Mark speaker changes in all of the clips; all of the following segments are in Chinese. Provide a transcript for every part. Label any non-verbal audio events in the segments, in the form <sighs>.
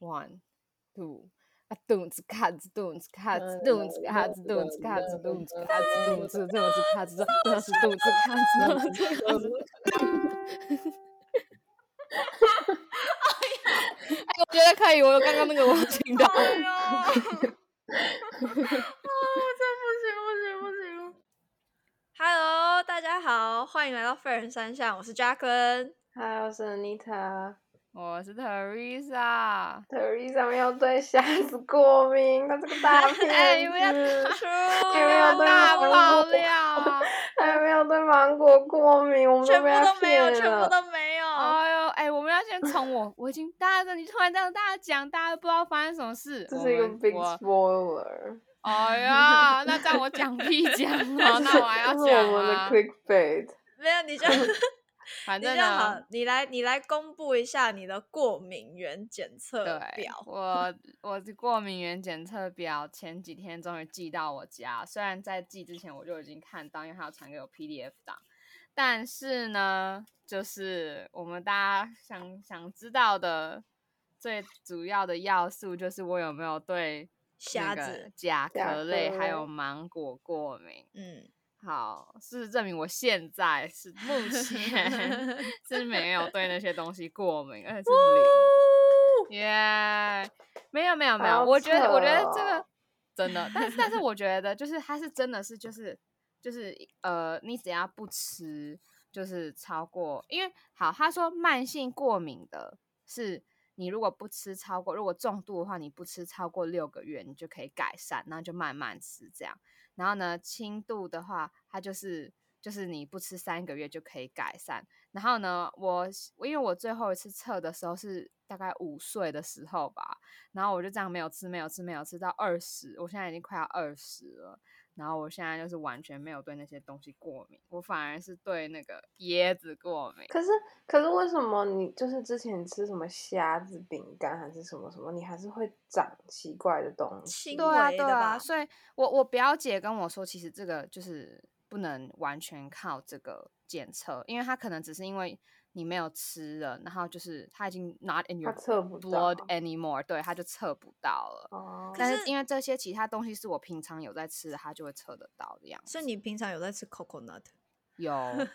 Speaker 1: one two 啊，咚子卡子，咚子卡子，咚子卡子，咚子卡子，咚子卡子，咚子咚子卡子，咚子咚子卡子， <laughs> 咚子卡子。哎，我觉得可以，我刚刚那个我 <laughs> 听到。
Speaker 2: 啊，这不行不行不行！Hello，大家好，欢迎来到废人山下，我是 Jacqueline。
Speaker 3: <laughs> 嗨，我是 Anita。
Speaker 1: 我是 Teresa，
Speaker 3: Teresa 没有对虾子过敏，他是个大
Speaker 2: <laughs> 哎，你
Speaker 3: 骗
Speaker 2: 们要
Speaker 3: 子。
Speaker 2: 出，
Speaker 1: 你
Speaker 3: 没有
Speaker 1: 哎
Speaker 3: 对
Speaker 1: 大
Speaker 3: 芒
Speaker 1: 爆
Speaker 3: 果 <laughs>
Speaker 1: 料！
Speaker 3: 还没有对芒果过敏，我们
Speaker 2: 全部
Speaker 3: 被他
Speaker 2: 都没有，
Speaker 3: 骗
Speaker 2: 全部
Speaker 3: 了。
Speaker 2: 都没有。
Speaker 1: 哎呦，哎，我们要先从我，我已经大家，你突然这样大家讲，大家不知道发生什么事。
Speaker 3: 这
Speaker 1: 我
Speaker 3: 是一个
Speaker 1: 们
Speaker 3: big
Speaker 1: 我
Speaker 3: spoiler，
Speaker 1: 哎呀，那这样我讲屁讲
Speaker 3: <laughs>
Speaker 1: 哦，那我还要
Speaker 3: 这是
Speaker 1: 讲
Speaker 3: 我们的
Speaker 1: 啊。
Speaker 3: clickbait。
Speaker 2: 没有，你就你
Speaker 1: 反正
Speaker 2: 就好
Speaker 1: 呢，，
Speaker 2: 你来你来公布一下你的过敏原检测
Speaker 1: 对
Speaker 3: 哦
Speaker 2: 表，。
Speaker 1: 我我的过敏原检测表前几天终于寄到我家，虽然在寄之前我就已经看到，因为他要传给我 PDF 档，但是呢，就是我们大家想想知道的最主要的要素就是我有没有对那
Speaker 2: 瞎
Speaker 1: 个
Speaker 2: 子，
Speaker 1: 甲
Speaker 3: 甲
Speaker 1: 壳类
Speaker 3: 壳
Speaker 1: 还
Speaker 3: 类
Speaker 1: 有芒果过敏。
Speaker 2: 嗯，
Speaker 1: 好，事实证明我现在是目
Speaker 3: <laughs>
Speaker 1: 前是没有对那些东西过敏，而且是零。耶、没有没有没有，
Speaker 3: 好
Speaker 1: 我觉得我觉得
Speaker 3: 扯
Speaker 1: 这个
Speaker 3: 哦
Speaker 1: 真的，但是但
Speaker 3: <laughs>
Speaker 1: 是我觉得就是它是真的是就是就是呃，你只要不吃，就是超过，因为好他说慢性过敏的是。你如果不吃超过，如果重度的话，你不吃超过六个月，你就可以改善，然后就慢慢吃这样。然后呢，轻度的话，它就是就是你不吃三个月就可以改善。然后呢，我是我因为我最后一次测的时候是大概五岁的时候吧，然后我就这样没有吃，没有吃，没有吃到二十，我现在已经快要二十了。然后我现在就是完全没有对那些东西过敏，我反而是对那个椰子过敏。
Speaker 3: 可是，可是为什么你就是之前吃什么虾子饼干还是什么什么，你还是会长奇怪的东西？
Speaker 2: 轻
Speaker 1: 对啊，
Speaker 2: 微
Speaker 1: 对
Speaker 2: 的吧
Speaker 1: 啊，所以我我表姐跟我说，其实这个就是不能完全靠这个检测，因为她可能只是因为你没有吃了，然后就是她已经 not in your
Speaker 3: 他测不到
Speaker 1: blood。anymore，对，她就测不到了。
Speaker 3: 哦，
Speaker 2: 可
Speaker 1: 但
Speaker 2: 是
Speaker 1: 是因为这些其他东西是我平常有在吃的，她就会测得到的样子。
Speaker 2: 所以你平常有在吃 coconut？
Speaker 3: <laughs>
Speaker 1: 有，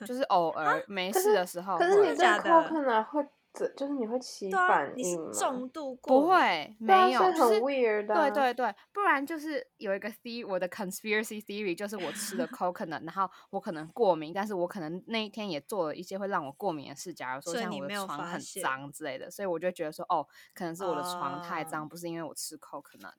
Speaker 1: 就是偶尔没
Speaker 3: 啊可
Speaker 1: 事
Speaker 3: 是
Speaker 1: 的时候
Speaker 3: 可是
Speaker 1: 会
Speaker 3: 你
Speaker 2: 假
Speaker 3: 对
Speaker 2: 的
Speaker 3: coconut 会怎，就是你会起
Speaker 2: 对啊
Speaker 3: 反，
Speaker 2: 你是
Speaker 3: 应吗？
Speaker 2: 重度过
Speaker 1: 不
Speaker 2: 敏，
Speaker 1: 会
Speaker 3: 对啊
Speaker 1: 没有，
Speaker 3: 所以
Speaker 1: 就
Speaker 3: 很
Speaker 1: 是
Speaker 3: weird 啊
Speaker 1: 对对对，不然就是有一个 the 我的 conspiracy theory 就是我吃了 coconut，然后我可能过敏，但是我可能那一天也做了一些会让我过敏的事，假如说
Speaker 2: 所以
Speaker 1: 像我
Speaker 2: 你
Speaker 1: 的
Speaker 2: 没有
Speaker 1: 床
Speaker 2: 发
Speaker 1: 很
Speaker 2: 现
Speaker 1: 脏之类的，所以我就觉得说哦，可能是我的床
Speaker 2: 哦
Speaker 1: 太脏，不是因为我吃 coconut，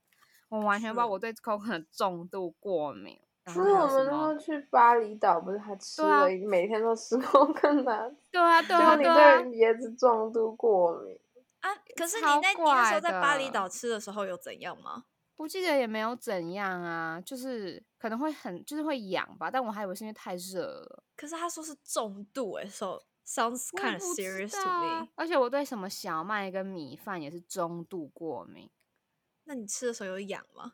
Speaker 1: 我完全不知道我对 coconut 重度过敏。然
Speaker 3: 所
Speaker 1: 后
Speaker 3: 以
Speaker 1: 还有
Speaker 3: 我
Speaker 2: 啊
Speaker 1: 什
Speaker 3: 们
Speaker 1: 么
Speaker 3: 后？去巴厘岛，不是还吃
Speaker 1: 对啊
Speaker 3: 了一、每天都吃 <laughs> coconut，
Speaker 1: 对啊，对
Speaker 3: 结果
Speaker 1: 啊，
Speaker 3: 你
Speaker 1: 对啊
Speaker 3: 对，椰子重度过敏。
Speaker 2: 啊，可是你
Speaker 1: 超
Speaker 2: 那你那时
Speaker 1: 怪
Speaker 2: 候在巴厘
Speaker 1: 的
Speaker 2: 岛吃的时候有怎样吗？
Speaker 1: 我记得也没有怎样啊，就是可能会很，就是会痒吧，但我还以为是因为太热了。
Speaker 2: 可是他说是重度哎、s o sounds
Speaker 1: 我也
Speaker 2: kind of
Speaker 1: 不知
Speaker 2: serious
Speaker 1: 道
Speaker 2: to
Speaker 1: 啊
Speaker 2: me。
Speaker 1: 而且我对什么小麦跟米饭也是中度过敏，
Speaker 2: 那你吃的时候有痒吗？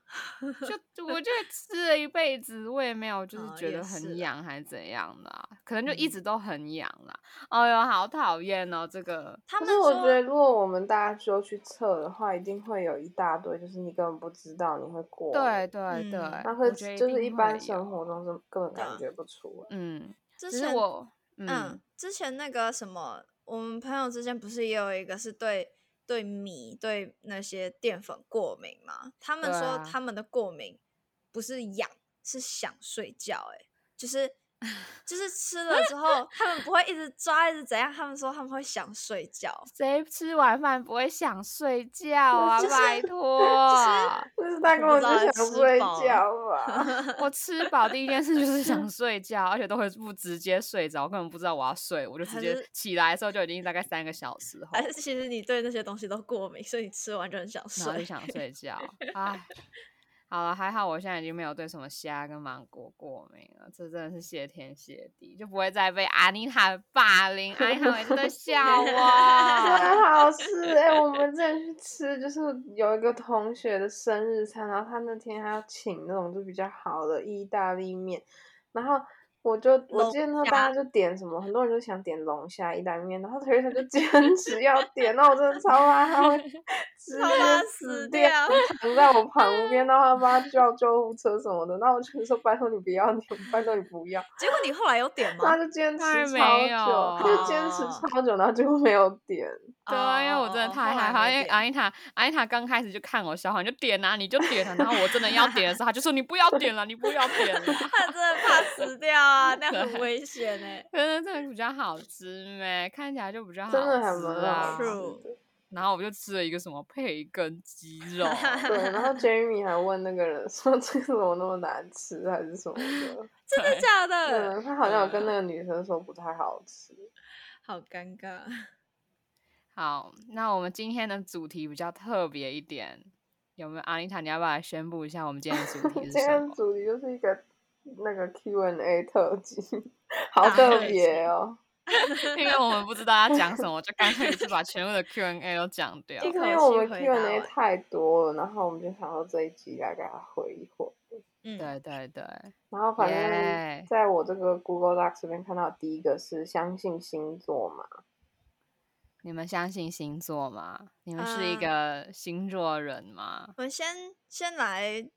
Speaker 1: 就就我就吃了一辈子，我也没有就是
Speaker 2: 哦
Speaker 1: 觉
Speaker 2: 也
Speaker 1: 得
Speaker 2: 是
Speaker 1: 很
Speaker 2: 啦
Speaker 1: 痒还是怎样的、啊，可能就一
Speaker 2: 嗯
Speaker 1: 直都很痒啦。哎呦，好讨厌哦，这个
Speaker 2: 他
Speaker 3: 可
Speaker 2: 们
Speaker 3: 是我
Speaker 2: 说
Speaker 3: 觉得，如果我们大家就去测的话，一定会有一大堆，就是你根本不知道你会过敏。
Speaker 1: 对对
Speaker 2: 嗯
Speaker 1: 对，
Speaker 3: 那
Speaker 1: 我
Speaker 3: 可
Speaker 1: 觉得
Speaker 3: 就
Speaker 1: 定
Speaker 3: 是一
Speaker 1: 会
Speaker 3: 般
Speaker 1: 有啊
Speaker 3: 生活中是根本感觉不出来。
Speaker 1: 嗯，
Speaker 2: 之
Speaker 1: 只是
Speaker 2: 前
Speaker 1: 我
Speaker 2: 嗯
Speaker 1: 嗯，
Speaker 2: 之前那个什么，我们朋友之间不是也有一个是对对米对那些淀粉过敏吗？他们
Speaker 1: 对
Speaker 2: 说
Speaker 1: 啊
Speaker 2: 他们的过敏不是痒，是想睡觉、欸，哎，就是就是吃了
Speaker 1: <laughs>
Speaker 2: 之后，他们不会一直抓，一直怎样，他们说他们会想睡觉。
Speaker 1: 谁吃完饭不会想睡觉啊？
Speaker 3: 就是
Speaker 1: 拜托，啊
Speaker 3: 但是他根
Speaker 2: 我
Speaker 3: 本就
Speaker 2: 不知道
Speaker 3: 想
Speaker 2: 吃
Speaker 3: 睡
Speaker 2: 饱
Speaker 3: 觉吧？
Speaker 1: 我吃饱第一件事就是想睡觉，而且都会不直接睡着，根本不知道我要睡，我就直
Speaker 2: 还
Speaker 1: 接
Speaker 2: 是
Speaker 1: 起来的时候就已经大概三个小时后，
Speaker 2: 还是其实你对那些东西都过敏，所以你吃完就很想
Speaker 1: 然后
Speaker 2: 睡
Speaker 1: 就。想睡觉。
Speaker 2: <laughs>
Speaker 1: 唉，好了，还好我现在已经没有对什么虾跟芒果过敏了，这真的是谢天谢地，就不会再被阿妮塔霸凌。阿妮塔每次都笑我。
Speaker 2: <laughs>
Speaker 3: 真好吃
Speaker 1: <laughs>
Speaker 3: 哎、我们之前去吃，就是有一个同学的生日餐，然后他那天还要请那种就比较好的意大利面，然后我就我记得
Speaker 2: 龙
Speaker 3: 那
Speaker 2: 虾
Speaker 3: 大家就点什么，很多人就想点龙虾意大利面，然后 Teresa 就坚持要点，那我真的超怕他会直
Speaker 1: <laughs>
Speaker 2: 超怕
Speaker 3: 接
Speaker 2: 死
Speaker 3: 死掉，
Speaker 2: 掉
Speaker 3: 躺在我旁边，然后他帮他叫救护车什么的，那我就说拜托你不要，你 <laughs> 拜托你不
Speaker 1: <laughs>
Speaker 3: 要，
Speaker 2: 结果你后来有点
Speaker 3: 他
Speaker 2: 吗？
Speaker 3: 就坚持
Speaker 1: 当然
Speaker 3: 超久，
Speaker 1: 没有
Speaker 3: 他就坚持
Speaker 2: 啊
Speaker 3: 超久，然后结果没有点，
Speaker 1: 对啊，因为我真的
Speaker 2: 哦
Speaker 1: 太害
Speaker 2: 后
Speaker 1: 怕，
Speaker 2: 来
Speaker 1: 因
Speaker 2: 没
Speaker 1: 为啊
Speaker 2: 点
Speaker 1: 阿妮塔，阿妮塔刚开始就看我笑话，你就点啊，你就点啊，然后我真的要点的时候，他就说你不要点了，你不要点了，
Speaker 2: 他真的怕死掉啊，那很
Speaker 1: 对
Speaker 2: 危险哎、
Speaker 1: 可能这个比较好吃呗，看起来就比较好吃
Speaker 3: 真的还蛮
Speaker 1: <laughs> 啊
Speaker 3: 好吃
Speaker 2: True
Speaker 3: 的。
Speaker 1: 然后我就吃了一个什么培根鸡肉，
Speaker 3: 对，然后 Jamie 还问那个人 <laughs> 说这个怎么那么难吃，还是什么
Speaker 1: <laughs>
Speaker 3: 的。
Speaker 2: 真的
Speaker 1: 对
Speaker 2: 假的？
Speaker 3: 嗯，他好像有跟那个女生说不太好吃。
Speaker 2: 好尴尬。
Speaker 1: 好，那我们今天的主题比较特别一点，有没有阿妮塔？你要不要来宣布一下我们今天的主题啊
Speaker 3: 今 <laughs>
Speaker 1: 是什
Speaker 3: 天
Speaker 1: 么
Speaker 3: 的？主题就是一个那个 Q&A 特辑， <laughs> 好
Speaker 2: 大
Speaker 3: 特
Speaker 2: 特
Speaker 3: 别哦。
Speaker 1: 因为我们不知道要讲什么，就干脆一次把全部的 Q&A 都讲掉。
Speaker 2: 一
Speaker 3: 因
Speaker 2: 口
Speaker 3: 为我
Speaker 2: 气
Speaker 3: 们
Speaker 2: 回答
Speaker 3: Q&A
Speaker 2: 完
Speaker 3: 太多了，然后我们就想说这一集来给他回一回。
Speaker 2: 嗯，
Speaker 1: 对对对，
Speaker 3: 然后反
Speaker 1: 耶
Speaker 3: 正在我这个 Google Docs 这边看到第一个是相信星座嘛，
Speaker 1: 你们相信星座吗？你们是一
Speaker 2: 嗯
Speaker 1: 个星座人吗？
Speaker 2: 我们先先来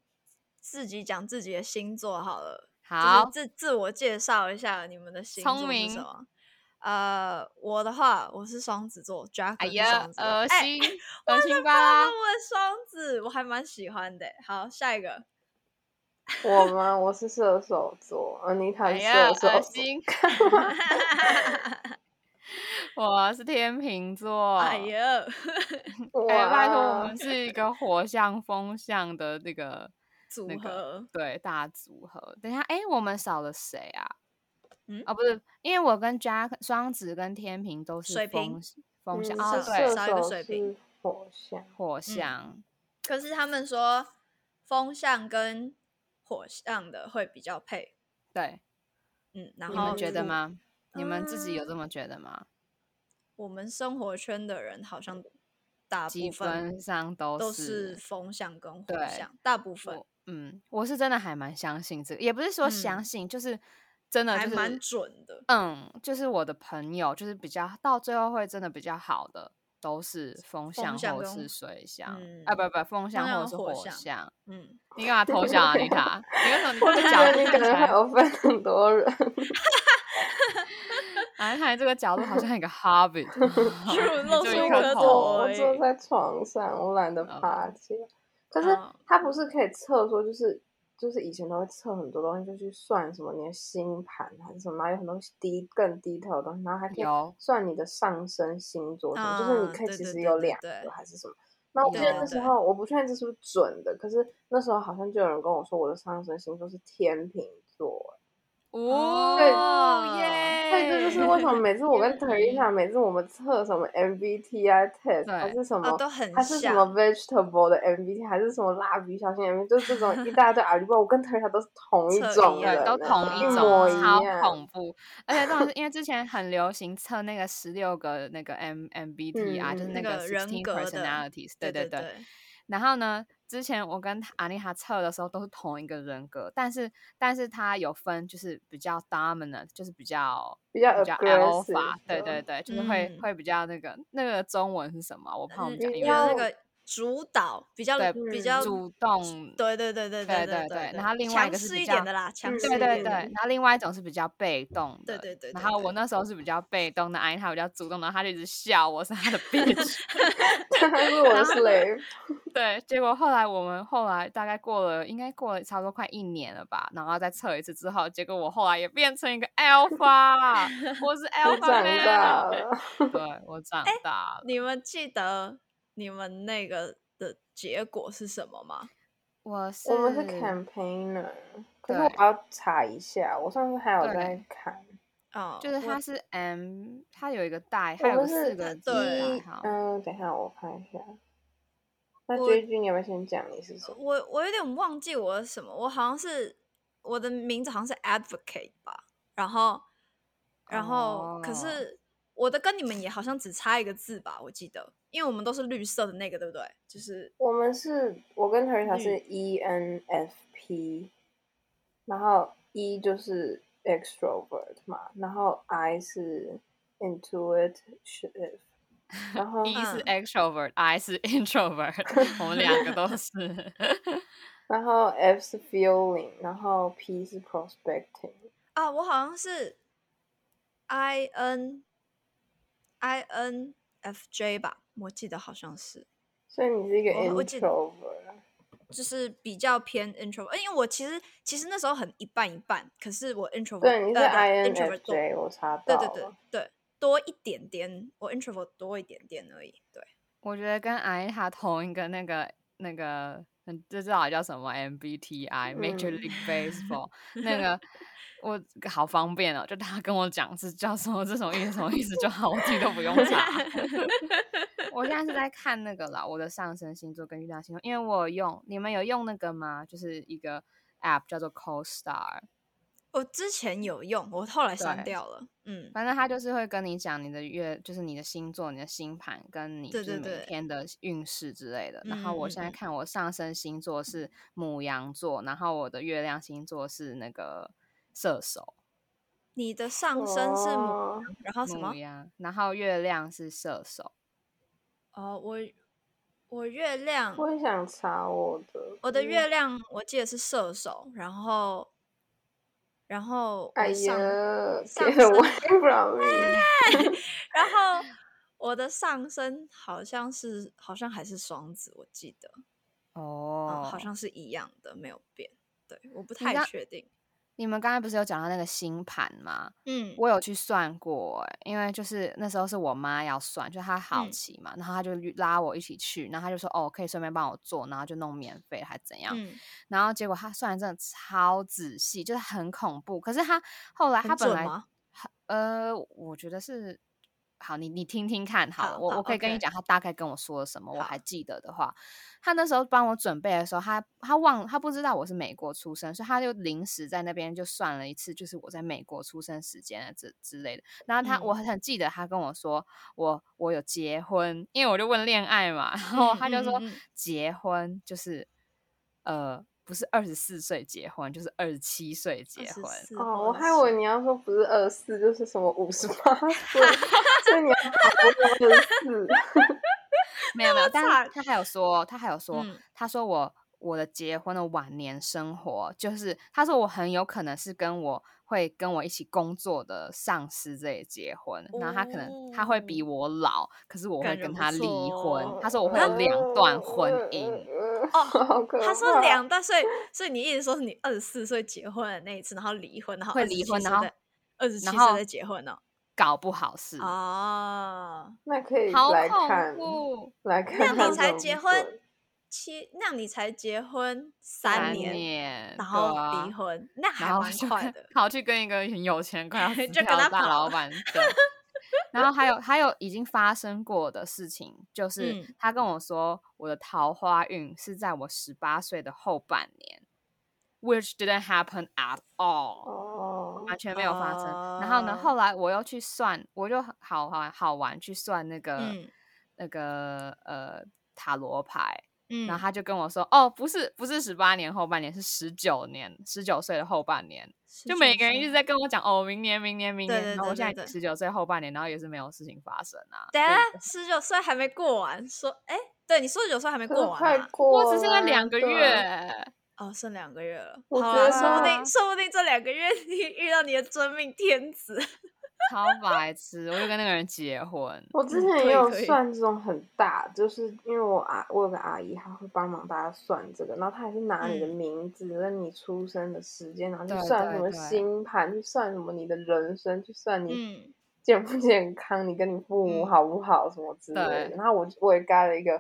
Speaker 2: 自己讲自己的星座好了，
Speaker 1: 好，
Speaker 2: 就是自自我介绍一下你们的星
Speaker 1: 聪
Speaker 2: 座是
Speaker 1: 明
Speaker 2: 什么。呃，我的话我是双子座 j a c k
Speaker 1: 哎
Speaker 2: 是
Speaker 1: 呀
Speaker 2: 双，子座，
Speaker 1: 恶
Speaker 2: 哎
Speaker 1: 心，恶心瓜啦
Speaker 2: 那！我双子我还蛮喜欢的。好，下一个，
Speaker 3: 我吗？我是射手座，而妮塔
Speaker 1: 哎
Speaker 3: 是
Speaker 1: 呀，
Speaker 3: 射
Speaker 1: 恶
Speaker 3: 手座。
Speaker 1: 心！ <laughs> 我是天秤座。
Speaker 2: 哎呀，
Speaker 1: 哎、
Speaker 3: 哇，
Speaker 1: 拜托，我们是一个火象、风象的那个
Speaker 2: <laughs> 组
Speaker 1: 那个
Speaker 2: 合
Speaker 1: 对大组合。等一下，哎、我们少了谁啊？
Speaker 2: 嗯
Speaker 1: 哦，不是，因为我跟 Jack 双子跟天平都是
Speaker 2: 水
Speaker 1: 风
Speaker 2: 瓶
Speaker 1: 系风象
Speaker 3: 嗯
Speaker 1: 哦，
Speaker 2: 少
Speaker 1: 对，
Speaker 3: 射
Speaker 2: 少一个
Speaker 3: 手
Speaker 2: 水
Speaker 3: 是
Speaker 2: 瓶
Speaker 3: 火象。
Speaker 2: 嗯
Speaker 1: 火象。
Speaker 2: 可是他们说风象跟火象的会比较配，
Speaker 1: 对，
Speaker 2: 嗯，然
Speaker 1: 你
Speaker 2: 后
Speaker 1: 们觉得
Speaker 3: 嗯
Speaker 1: 吗？你们自己有
Speaker 2: 嗯
Speaker 1: 这么觉得吗？
Speaker 2: 我们生活圈的人好像大
Speaker 1: 积
Speaker 2: 部分
Speaker 1: 分上都
Speaker 2: 都
Speaker 1: 是
Speaker 2: 是风象跟火
Speaker 1: 对
Speaker 2: 象，大部分
Speaker 1: 我嗯，我是真的还蛮相信这个，也不是说相
Speaker 2: 嗯
Speaker 1: 信，就是真的
Speaker 2: 还
Speaker 1: 就是
Speaker 2: 蛮准的。
Speaker 1: 嗯，就是我的朋友，就是比较到最后会真的比较好的，都是风
Speaker 2: 风
Speaker 1: 象
Speaker 2: 象
Speaker 1: 或
Speaker 2: 跟
Speaker 1: 是水象，啊不
Speaker 2: 嗯
Speaker 1: 不，风象
Speaker 2: 象
Speaker 1: 或
Speaker 2: 跟
Speaker 1: 是
Speaker 2: 火
Speaker 1: 火
Speaker 2: 象
Speaker 1: 象。
Speaker 2: 嗯，
Speaker 1: 你干嘛偷笑啊，妮塔？你为什么你
Speaker 3: <laughs> 我
Speaker 1: 这个
Speaker 3: 觉
Speaker 1: 角
Speaker 3: 得
Speaker 1: 度
Speaker 3: 你可
Speaker 1: 看起
Speaker 3: 能会
Speaker 1: 来，
Speaker 3: 有分很多人，
Speaker 1: 啊，妮塔这个角度好像一个 hobbit，
Speaker 2: 是不是
Speaker 1: <laughs>
Speaker 2: 露
Speaker 1: 就
Speaker 2: 出
Speaker 1: 一
Speaker 2: 一
Speaker 1: 颗
Speaker 2: 颗
Speaker 1: 头
Speaker 2: 头
Speaker 3: 我
Speaker 2: 欸？
Speaker 3: 坐在床上，我懒得
Speaker 1: 嗯
Speaker 3: 爬起来。可是
Speaker 2: 嗯
Speaker 3: 它不是可以测说，就是就是以前都会测很多东西，就去算什么你的星盘还是什么，还有很多低更低头的东西，然后还可
Speaker 1: 有
Speaker 3: 以算你的上升星座什么，就是你
Speaker 2: 啊
Speaker 3: 可以
Speaker 2: 对
Speaker 3: 其
Speaker 2: 对
Speaker 3: 实
Speaker 2: 对
Speaker 3: 有
Speaker 2: 对
Speaker 3: 两
Speaker 2: 对
Speaker 3: 个还是什么。那我记得
Speaker 1: 有
Speaker 3: 那时
Speaker 2: 对
Speaker 3: 候我不确定这是不是准的，可是那时候好像就有人跟我说我的上升星座是天秤座，
Speaker 1: 哦耶！
Speaker 3: 所以这就是为什么每次我跟 Teresa，每次我们测什么 MBTI test
Speaker 1: 对
Speaker 3: 还是什
Speaker 2: 啊，
Speaker 3: 么，
Speaker 2: 都很
Speaker 3: 还是什么
Speaker 2: 像。
Speaker 3: vegetable 的 MBTI，还是什么蜡笔小新 MBTI，就这种一
Speaker 1: <laughs>
Speaker 3: 大堆阿里巴巴，我跟 Teresa 都是同一
Speaker 2: 测一
Speaker 3: 种
Speaker 2: 样
Speaker 3: 人
Speaker 1: 对，
Speaker 3: 欸，
Speaker 1: 都同一
Speaker 3: 一
Speaker 1: 种，
Speaker 3: 模一
Speaker 1: 超
Speaker 3: 样。
Speaker 1: 恐怖。而且重点是因为之前很流行测那个十六个那个 M，M M MBTI，、就是啊
Speaker 3: 嗯
Speaker 1: 那个
Speaker 2: 那个人
Speaker 1: sixteen
Speaker 2: 格的
Speaker 1: personalities，对
Speaker 2: 对
Speaker 1: 对。
Speaker 2: 对，
Speaker 1: 然后呢，之前我跟阿丽塔测的时候都是同一个人格，但是但是它有分，就是比较 dominant，就是比较
Speaker 3: 比较
Speaker 1: 比较
Speaker 3: aggressive
Speaker 1: alpha，对
Speaker 3: 的
Speaker 1: 对对，就是会、
Speaker 2: 嗯
Speaker 1: 会比较那个那个中文是什么啊？我怕我们
Speaker 2: 嗯
Speaker 1: 讲
Speaker 3: 比
Speaker 1: 英
Speaker 2: 有
Speaker 1: 文
Speaker 3: 较
Speaker 2: 那个主导比较
Speaker 1: 对
Speaker 2: 比
Speaker 3: 嗯
Speaker 2: 较
Speaker 1: 主动
Speaker 2: 对对对对
Speaker 1: 对
Speaker 2: 对
Speaker 1: 对对然后另外一
Speaker 2: 强
Speaker 1: 个是
Speaker 2: 势
Speaker 1: 比
Speaker 2: 一点
Speaker 1: 较
Speaker 2: 的啦，强
Speaker 3: 嗯
Speaker 2: 势
Speaker 1: 对
Speaker 2: 一
Speaker 1: 对
Speaker 2: 点
Speaker 1: 对，
Speaker 2: 的。
Speaker 1: 然后另外一种是比较被动
Speaker 2: 对
Speaker 1: 的，
Speaker 2: 对对
Speaker 1: 然
Speaker 2: 对
Speaker 1: 后
Speaker 2: 对
Speaker 1: 我那时候是比较被动的，阿妮塔比较主动的，她就一直笑我是她的 <laughs> bitch。
Speaker 3: 他是我的 slave，
Speaker 1: 对，结果后来我们后来大概过了，应该过了差不多快一年了吧，然后再测一次之后，结果我后来也变成一个
Speaker 3: <laughs>
Speaker 1: alpha，我是
Speaker 3: 我
Speaker 1: alpha
Speaker 3: 长大
Speaker 1: male，
Speaker 3: 了。 <laughs>
Speaker 1: 对我长大了。
Speaker 2: 你们记得你们那个的结果是什么吗？
Speaker 1: 我是
Speaker 3: 我们是 campaigner，可是
Speaker 1: 嗯对
Speaker 3: 我要查一下，我上次还有
Speaker 1: 对
Speaker 3: 在看。
Speaker 2: 哦，
Speaker 1: 就是
Speaker 2: 我
Speaker 1: 它是 M，它有一个带，
Speaker 3: 我
Speaker 1: 它有个
Speaker 3: 们是
Speaker 1: 四个字啊
Speaker 2: 对
Speaker 1: 代
Speaker 3: 一，
Speaker 1: 号。
Speaker 3: 嗯，等一下我看一下。那
Speaker 2: 我
Speaker 3: J J，你要不要先讲你是什么？
Speaker 2: 我我有点忘记我是什么，我好像是我的名字好像是 advocate 吧，然后然后、可
Speaker 1: 哦
Speaker 2: 是我的跟你们也好像只差一个字吧，我记得，因为我们都是绿色的那个，对不对？就是
Speaker 3: 我们是，我
Speaker 2: 嗯
Speaker 3: 跟 Teresa 是 E N F P，然后 E 就是 extrovert 嘛，然后 I 是
Speaker 2: <laughs>
Speaker 3: intuitive，然后
Speaker 1: E 是
Speaker 2: 嗯
Speaker 1: extrovert，I 是 introvert，我们两个都 <laughs> 是。
Speaker 3: 然后 F 是 feeling，然后 P 是 prospecting，
Speaker 2: 啊，我好像是 I N I N F J 吧，我记得好像是，
Speaker 3: 所以你是一个
Speaker 2: 哦我我记得
Speaker 3: introvert，啊
Speaker 2: 就是比较偏 introvert，因为我其实其实那时候很一半一半，可是我 introvert
Speaker 3: 对，你是
Speaker 2: 呃对 introvert 多，
Speaker 3: INFJ，我查到
Speaker 2: 对
Speaker 3: 了。
Speaker 2: 对对对，多一点点，我 introvert 多一点点而已，对，
Speaker 1: 我觉得跟 I 他同一个那个那个，嗯，这至少叫什么 MBTI（Major
Speaker 3: 嗯
Speaker 1: League Baseball） 那个，我好方便哦，就他跟我讲是叫什么这什么意思什么意思就好，我自己都不用查。 <laughs> 我现在是在看那个啦，我的上升星座跟月亮星座，因为我有用，你们有用那个吗？就是一个 app 叫做 CoStar，
Speaker 2: 我之前有用，我后来删
Speaker 1: 对
Speaker 2: 掉了，嗯，
Speaker 1: 反正它就是会跟你讲你的月，就是你的星座、你的星盘跟你
Speaker 2: 对
Speaker 1: 就是
Speaker 2: 对
Speaker 1: 每
Speaker 2: 对
Speaker 1: 天的运势之类的。然后
Speaker 2: 嗯
Speaker 1: 我
Speaker 2: 嗯
Speaker 1: 现在
Speaker 2: 嗯
Speaker 1: 看我上升星座是母羊座，然后我的月亮星座是那个射手，
Speaker 2: 你的上身是母羊，
Speaker 3: 哦
Speaker 2: 然啊后什么
Speaker 1: 母？羊，然后月亮是射手。
Speaker 2: 哦，我我月亮，
Speaker 3: 我也想查我的，
Speaker 2: 我的
Speaker 3: 嗯
Speaker 2: 月亮我记得是射手，然后然后
Speaker 3: 哎
Speaker 2: 我
Speaker 3: 呀
Speaker 2: 上，，上
Speaker 3: 给了
Speaker 2: 升
Speaker 3: 我不
Speaker 2: <laughs>
Speaker 3: 了你，
Speaker 2: 然后我的上升好像是好像还是双子，我记得，嗯，
Speaker 1: 哦
Speaker 2: 好像是一样的，没有变。对，我不
Speaker 1: 你
Speaker 2: 太
Speaker 1: 刚
Speaker 2: 确定。
Speaker 1: 你们刚才不是有讲到那个星盘吗？
Speaker 2: 嗯，
Speaker 1: 我有去算过欸、因为就是那时候是我妈要算，就她好
Speaker 2: 嗯
Speaker 1: 奇嘛，然后她就拉我一起去，然后她就说哦，可以顺便帮我做，然后就弄免费还怎样。
Speaker 2: 嗯，
Speaker 1: 然后结果他算的真的超仔细，就是很恐怖。可是他后来
Speaker 2: 很
Speaker 1: 他本
Speaker 2: 准
Speaker 1: 来
Speaker 2: 吗
Speaker 1: 很，呃，我觉得是好，你你听听看好了，
Speaker 2: 好
Speaker 1: 我
Speaker 2: 好
Speaker 1: 我可以跟你
Speaker 2: ，OK
Speaker 1: 讲他大概跟我说了什么，我还
Speaker 2: 好
Speaker 1: 记得的话，他那时候帮我准备的时候，他他忘他不知道我是美国出生，所以他就临时在那边就算了一次，就是我在美国出生时间啊之之类的。然后他、我
Speaker 2: 嗯
Speaker 1: 很很记得他跟我说，我我有结婚，因为我就问恋爱嘛，然后
Speaker 2: 嗯
Speaker 1: 他就
Speaker 2: 嗯嗯
Speaker 1: 说
Speaker 2: 嗯
Speaker 1: 结婚就是呃不是二十四岁结婚，就是二十七岁结婚。
Speaker 2: 24
Speaker 3: 哦，
Speaker 2: 或
Speaker 3: 我
Speaker 2: 者
Speaker 3: 还以为
Speaker 2: 是
Speaker 3: 你要说不是二十四就是什么五十八岁，所以你要把我二十四，
Speaker 2: <laughs>
Speaker 1: 没有没有，但是
Speaker 2: 惨
Speaker 1: 他还有说，他还有说，
Speaker 2: 嗯
Speaker 1: 他说我我的结婚的晚年生活，就是他说我很有可能是跟我会跟我一起工作的上司这里结婚，然后他可能他会比
Speaker 2: 哦
Speaker 1: 我老，可是我会
Speaker 2: 感觉
Speaker 1: 跟
Speaker 2: 不
Speaker 1: 他离 <laughs> 婚。
Speaker 2: 错嗯
Speaker 1: 他说我会有两段婚姻。
Speaker 3: 哦，好可怕
Speaker 2: 他说两
Speaker 1: <laughs>
Speaker 2: 段，所以所以你一直说是你二十四岁结婚的那一次，然后离婚，然后
Speaker 1: 会离婚然后
Speaker 2: 二十七
Speaker 1: 然
Speaker 2: 岁
Speaker 1: 后
Speaker 2: 再结婚哦呢、
Speaker 1: 搞不好是
Speaker 2: 哦？啊，
Speaker 3: 那可以
Speaker 1: 好
Speaker 3: 来
Speaker 1: 恐
Speaker 3: 看，
Speaker 1: 怖，
Speaker 3: 来看
Speaker 2: 那
Speaker 3: 他
Speaker 2: 你才
Speaker 3: 准不
Speaker 2: 结婚
Speaker 3: 准
Speaker 2: 七，那你才结婚
Speaker 3: 三
Speaker 2: 三
Speaker 1: 年，
Speaker 2: 年，
Speaker 1: 对
Speaker 2: 然后
Speaker 1: 啊
Speaker 2: 离婚，那还
Speaker 1: 然后
Speaker 2: 蛮
Speaker 1: 就
Speaker 2: 快
Speaker 1: 跟
Speaker 2: 的。
Speaker 1: <laughs> 跑去跟一个很有钱、快要死
Speaker 2: <laughs> 就跟
Speaker 1: 掉的
Speaker 2: 他
Speaker 1: 大
Speaker 2: 跑
Speaker 1: 老
Speaker 2: 了
Speaker 1: 板
Speaker 2: <laughs>
Speaker 1: 对。然后还有还有已经发生过的事情，就是
Speaker 2: 嗯
Speaker 1: 他跟我说我的桃花运是在我十八岁的后半年，which didn't happen at all，
Speaker 3: 哦，
Speaker 1: 完全没有发生。然后呢，
Speaker 2: 哦
Speaker 1: 后来我又去算，我就好好玩好玩去算那个、
Speaker 2: 嗯
Speaker 1: 那个呃塔罗牌，
Speaker 2: 嗯，
Speaker 1: 然后他就跟我说，哦，不是不是十八年后半年，是十九年十九岁的后半年。就每个人一直
Speaker 2: 19岁。
Speaker 1: 在跟我讲哦，明年明年明
Speaker 2: 对
Speaker 1: 年，
Speaker 2: 对
Speaker 1: 然后我
Speaker 2: 对
Speaker 1: 现
Speaker 2: 对
Speaker 1: 在
Speaker 2: 对
Speaker 1: 十九岁后半年，然后也是没有事情发生啊。所
Speaker 2: 等
Speaker 1: 以
Speaker 2: 下十九岁还没过完，说哎、对，你说九岁还没
Speaker 3: 可是
Speaker 2: 过完、
Speaker 3: 快
Speaker 2: 啊，
Speaker 3: 过了，
Speaker 1: 我只剩下两个
Speaker 3: 对
Speaker 1: 月，
Speaker 2: 哦，剩两个月了。
Speaker 3: 我
Speaker 2: 好
Speaker 3: 觉
Speaker 2: 啊，说
Speaker 1: 得
Speaker 2: 不定，说不定这两个月你遇到你的真命天子。
Speaker 1: 超白痴！我就跟那个人结
Speaker 2: <laughs>
Speaker 1: 婚，
Speaker 3: <laughs> 我之
Speaker 2: 嗯
Speaker 3: 前
Speaker 2: 可
Speaker 3: 也
Speaker 2: 以
Speaker 3: 有
Speaker 2: 可以
Speaker 3: 算这种很大，就是因为我阿我有个阿姨，她会帮忙大家算这个，然后她还是拿你的
Speaker 2: 嗯
Speaker 3: 名字跟你出生的时间，然后去
Speaker 1: 对
Speaker 3: 算
Speaker 1: 对
Speaker 3: 什么
Speaker 1: 对
Speaker 3: 星盘，去算什么你的人生，去算你
Speaker 2: 嗯，
Speaker 3: 健不健康，你跟你父母
Speaker 1: 嗯
Speaker 3: 好不好什么之类的。
Speaker 1: 对
Speaker 3: 然后我我也盖了一个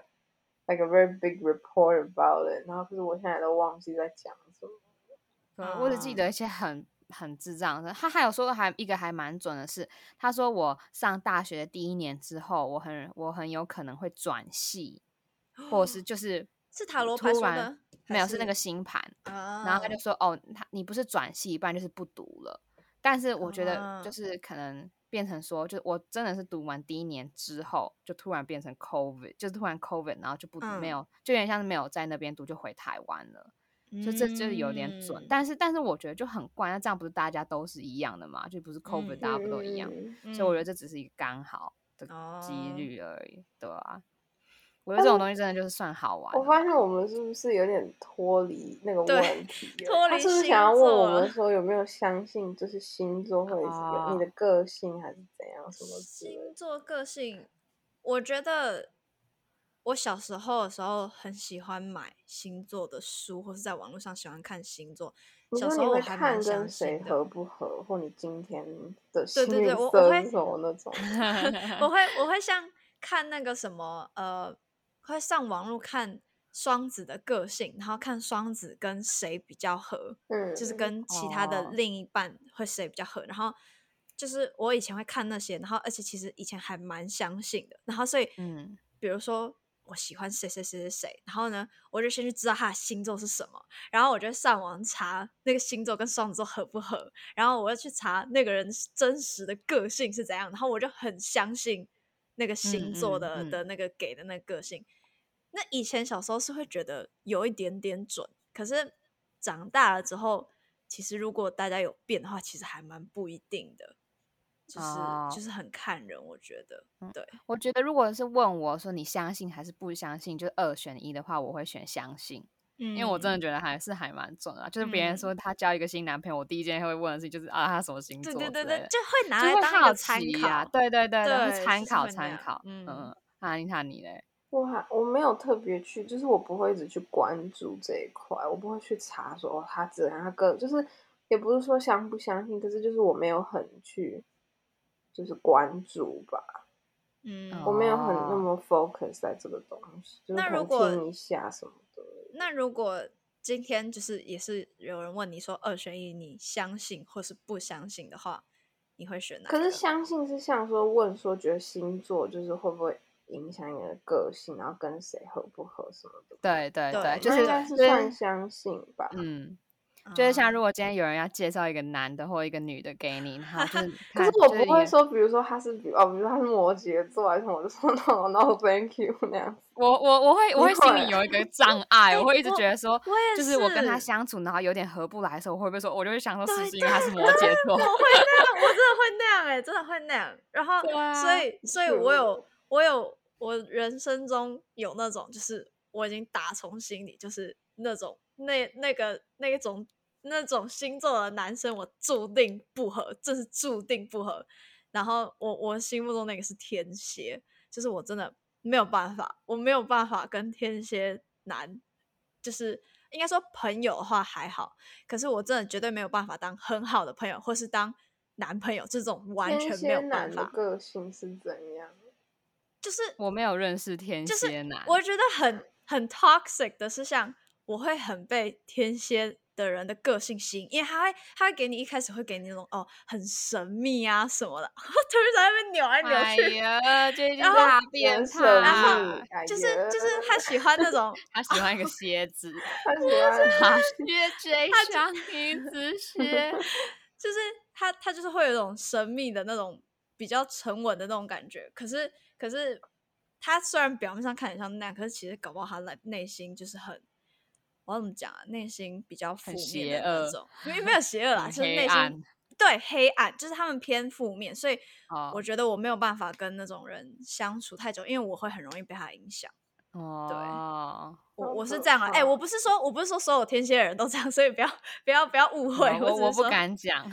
Speaker 3: like a very big report about it，然后可是我现在都忘记在讲什
Speaker 1: <laughs>
Speaker 3: 么。
Speaker 1: 对我只记
Speaker 2: 啊
Speaker 1: 得一些很很智障的。他还有说还一个还蛮准的是，他说我上大学的第一年之后，我很我很有可能会转系，或
Speaker 2: <gasps>
Speaker 1: 者是就是
Speaker 2: 是塔罗
Speaker 1: 突
Speaker 2: 牌说
Speaker 1: 然
Speaker 2: 的，
Speaker 1: 没
Speaker 2: 还
Speaker 1: 有是那个星盘，
Speaker 2: 啊，
Speaker 1: 然后他就说：“哦，他你不是转系，不然就是不读了。”但是我觉得
Speaker 2: 啊
Speaker 1: 就是可能变成说，就我真的是读完第一年之后，就突然变成 COVID，就突然 COVID，然后就不读没
Speaker 2: 嗯
Speaker 1: 有，就有点像是没有在那边读，就回台湾了。所以这就是有点准。
Speaker 2: 嗯
Speaker 1: 但是但是我觉得就很怪，那这样不是大家都是一样的嘛？就不是 COVID
Speaker 2: 嗯
Speaker 1: 大家不都一样？
Speaker 3: 嗯
Speaker 1: 所以我觉
Speaker 2: 嗯
Speaker 1: 得这只是一个刚好的几
Speaker 2: 哦
Speaker 1: 率而已，对啊。我觉得这种东西真的就是算好玩的
Speaker 3: 我
Speaker 1: 啦。
Speaker 3: 发现我们是不是有点脱离那个
Speaker 2: 对 <laughs>
Speaker 3: 问题了？
Speaker 2: 脱
Speaker 3: 他
Speaker 2: 离
Speaker 3: 是不是
Speaker 2: 星
Speaker 3: 想要问我
Speaker 2: 座
Speaker 3: 们说有没有相信，就是星座或者是有你的个性还是怎样什么之类的？
Speaker 2: 啊星座个性，我觉得我小时候的时候很喜欢买星座的书，或是在网络上喜欢看星座。
Speaker 3: 你
Speaker 2: 小
Speaker 3: 说
Speaker 2: 时
Speaker 3: 你
Speaker 2: 候我
Speaker 3: 会
Speaker 2: 还
Speaker 3: 看
Speaker 2: 蛮
Speaker 3: 跟
Speaker 2: 相
Speaker 3: 谁
Speaker 2: 信的，
Speaker 3: 合不合，或你今天的
Speaker 2: 对
Speaker 3: 幸
Speaker 2: 对
Speaker 3: 运
Speaker 2: 对我我
Speaker 3: 色
Speaker 2: 会
Speaker 3: 是什么那种？
Speaker 2: 我会我会像看那个什么呃，会上网络看双子的个性，然后看双子跟谁比较合，
Speaker 3: 嗯，
Speaker 2: 就是跟其他的
Speaker 1: 哦
Speaker 2: 另一半会谁比较合。然后就是我以前会看那些，然后而且其实以前还蛮相信的。然后所以，
Speaker 1: 嗯，
Speaker 2: 比如说我喜欢谁谁谁谁谁，然后呢，我就先去知道他的星座是什么，然后我就上网查那个星座跟双子座合不合，然后我要去查那个人是真实的个性是怎样，然后我就很相信那个星座
Speaker 1: 嗯
Speaker 2: 的、
Speaker 1: 嗯
Speaker 2: 的那个给的那个个性。那以前小时候是会觉得有一点点准，可是长大了之后，其实如果大家有变的话，其实还蛮不一定的，就是、
Speaker 1: 哦
Speaker 2: 就是很看人，我觉得
Speaker 1: 嗯
Speaker 2: 对。
Speaker 1: 我觉得如果是问我说你相信还是不相信，就是二选一的话，我会选相信，
Speaker 2: 因
Speaker 1: 因为我真的觉得还是还蛮准的啊。就是别人
Speaker 2: 嗯
Speaker 1: 说他交一个新男朋友，我第一件会问的事情就是啊，他什么星
Speaker 2: 对
Speaker 1: 座
Speaker 2: 对对
Speaker 1: 之类
Speaker 2: 对
Speaker 1: 的，
Speaker 2: 就会拿
Speaker 1: 就
Speaker 2: 来
Speaker 1: 会
Speaker 2: 当一
Speaker 1: 好
Speaker 2: 个参
Speaker 1: 奇呀、
Speaker 2: 考。
Speaker 1: 对对对对，
Speaker 2: 对
Speaker 1: 会参
Speaker 2: 就是
Speaker 1: 考
Speaker 2: 会那
Speaker 1: 参
Speaker 2: 样
Speaker 1: 考。
Speaker 2: 嗯
Speaker 1: 嗯，啊，你看你嘞，
Speaker 3: 我还我没有特别去，就是我不会一直去关注这一块，我不会去查说哦，他自然他个就是也不是说相不相信，可是就是我没有很去就是关注吧，
Speaker 2: 嗯，
Speaker 3: 我没有很那
Speaker 1: 哦
Speaker 3: 么 focus 在这个东西，就是
Speaker 2: 那
Speaker 3: 可
Speaker 2: 如
Speaker 3: 能
Speaker 2: 果
Speaker 3: 听一下什么的。
Speaker 2: 那如果今天就是也是有人问你说二选一，你相信或是不相信的话，你会选哪一
Speaker 3: 可
Speaker 2: 个？
Speaker 3: 是相信是像说问说，觉得星座就是会不会影响你的个性，然后跟谁合不合什么的，
Speaker 1: 对对
Speaker 2: 对
Speaker 1: 对，就
Speaker 3: 那
Speaker 1: 是
Speaker 3: 应该是
Speaker 1: 就是
Speaker 3: 算相信吧。
Speaker 1: 嗯。就是像
Speaker 2: 啊
Speaker 1: 如果今天有人要介绍一个男的或一个女的给你，然后就是
Speaker 3: 可
Speaker 1: 他
Speaker 3: 是我
Speaker 1: 就是
Speaker 3: 不会
Speaker 1: 也
Speaker 3: 说，比如说他是比哦，比如说他是摩羯座还是什么，我就说 no no thank you 那样子。
Speaker 1: 我我我会我会
Speaker 3: 你
Speaker 1: 心
Speaker 3: 会
Speaker 1: 里有一
Speaker 2: <laughs>
Speaker 1: 个障碍，我会一直
Speaker 2: 我
Speaker 1: 觉得说，
Speaker 2: 我也
Speaker 1: 就是我跟他
Speaker 2: 是
Speaker 1: 相处，然后有点合不来的时候，我会不会说，我就会想说，是
Speaker 2: 对
Speaker 1: 不是因为他是摩羯座？
Speaker 2: 我会那样，我真的会那样哎、真的会那样。然后，
Speaker 1: 对啊
Speaker 2: 所以，所以
Speaker 3: 是
Speaker 2: 我有，我有，我人生中有那种，就是我已经打从心里，就是那种那那个那种那种星座的男生，我注定不合，这是注定不合。然后我我心目中那个是天蝎，就是我真的没有办法，我没有办法跟天蝎男，就是应该说朋友的话还好，可是我真的绝对没有办法当很好的朋友，或是当男朋友这种完
Speaker 3: 天
Speaker 2: 全没
Speaker 3: 蝎
Speaker 2: 有办
Speaker 3: 男的
Speaker 2: 法，
Speaker 3: 个性是怎样？
Speaker 2: 就是
Speaker 1: 我没有认识天
Speaker 2: 就是
Speaker 1: 蝎男，
Speaker 2: 我觉得
Speaker 3: 嗯
Speaker 2: 很很 toxic 的是像我会很被天蝎的人的个性吸引，因为他会他会给你一开始会给你那种哦很神秘啊什么的， <laughs> 突然在那边扭来扭
Speaker 1: 哎
Speaker 2: 去，
Speaker 1: 呀，这就是
Speaker 2: 然后
Speaker 1: 大
Speaker 3: 人
Speaker 1: 变
Speaker 3: 设
Speaker 1: 态
Speaker 3: <laughs> 是，哎
Speaker 2: 啊就是
Speaker 3: 呀
Speaker 2: 就是他喜欢那种
Speaker 1: 他喜欢一个蝎子，
Speaker 3: 他喜欢
Speaker 1: 他越追上一只 <laughs>
Speaker 2: <laughs>
Speaker 1: 蝎，
Speaker 2: 就是他他就是会有一种神秘的那种比较沉稳的那种感觉。可是可是他虽然表面上看起来像那样，可是其实搞不好他内内心就是很。我要怎么讲啊？内心比较负
Speaker 1: 很邪
Speaker 2: 面的那
Speaker 1: 恶
Speaker 2: 种，因为没有邪恶啦，
Speaker 1: 很
Speaker 2: 就是
Speaker 1: 黑
Speaker 2: 内
Speaker 1: 暗
Speaker 2: 心对黑暗，就是他们偏负面，所以
Speaker 1: 哦
Speaker 2: 我觉得我没有办法跟那种人相处太久，因为我会很容易被他影响。
Speaker 1: 哦。
Speaker 2: 我
Speaker 3: 好
Speaker 2: 我是
Speaker 3: 可
Speaker 2: 这样啊，哎、
Speaker 3: 怕
Speaker 2: 我不是说我不是说所有天蝎的人都这样，所以不要不要不要误会，
Speaker 1: 我
Speaker 2: 只
Speaker 1: 我
Speaker 2: 是
Speaker 1: 不
Speaker 2: 说
Speaker 1: 敢讲，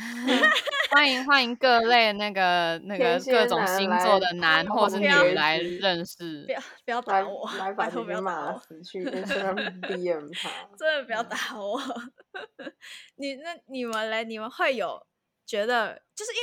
Speaker 1: 欢迎欢迎各类那个那个
Speaker 3: 天
Speaker 1: 各
Speaker 3: 蝎
Speaker 1: 种
Speaker 3: 男
Speaker 1: 星
Speaker 3: 来
Speaker 1: 座的男
Speaker 3: 当
Speaker 1: 或是
Speaker 3: 红
Speaker 1: 女
Speaker 2: 橘
Speaker 1: 来
Speaker 3: 子
Speaker 1: 认识
Speaker 2: 不。要不要
Speaker 3: 来
Speaker 2: 打 <laughs> 我，
Speaker 3: 来把
Speaker 2: 拜
Speaker 3: 姐
Speaker 2: 托不
Speaker 3: 姐
Speaker 2: 要打
Speaker 3: 骂
Speaker 2: 我，
Speaker 3: 死去，在上
Speaker 2: <laughs>
Speaker 3: 面 DM 他。
Speaker 2: 真的不要
Speaker 3: 嗯
Speaker 2: 打我。 <laughs> 你那你们嘞，你们会有觉得，就是因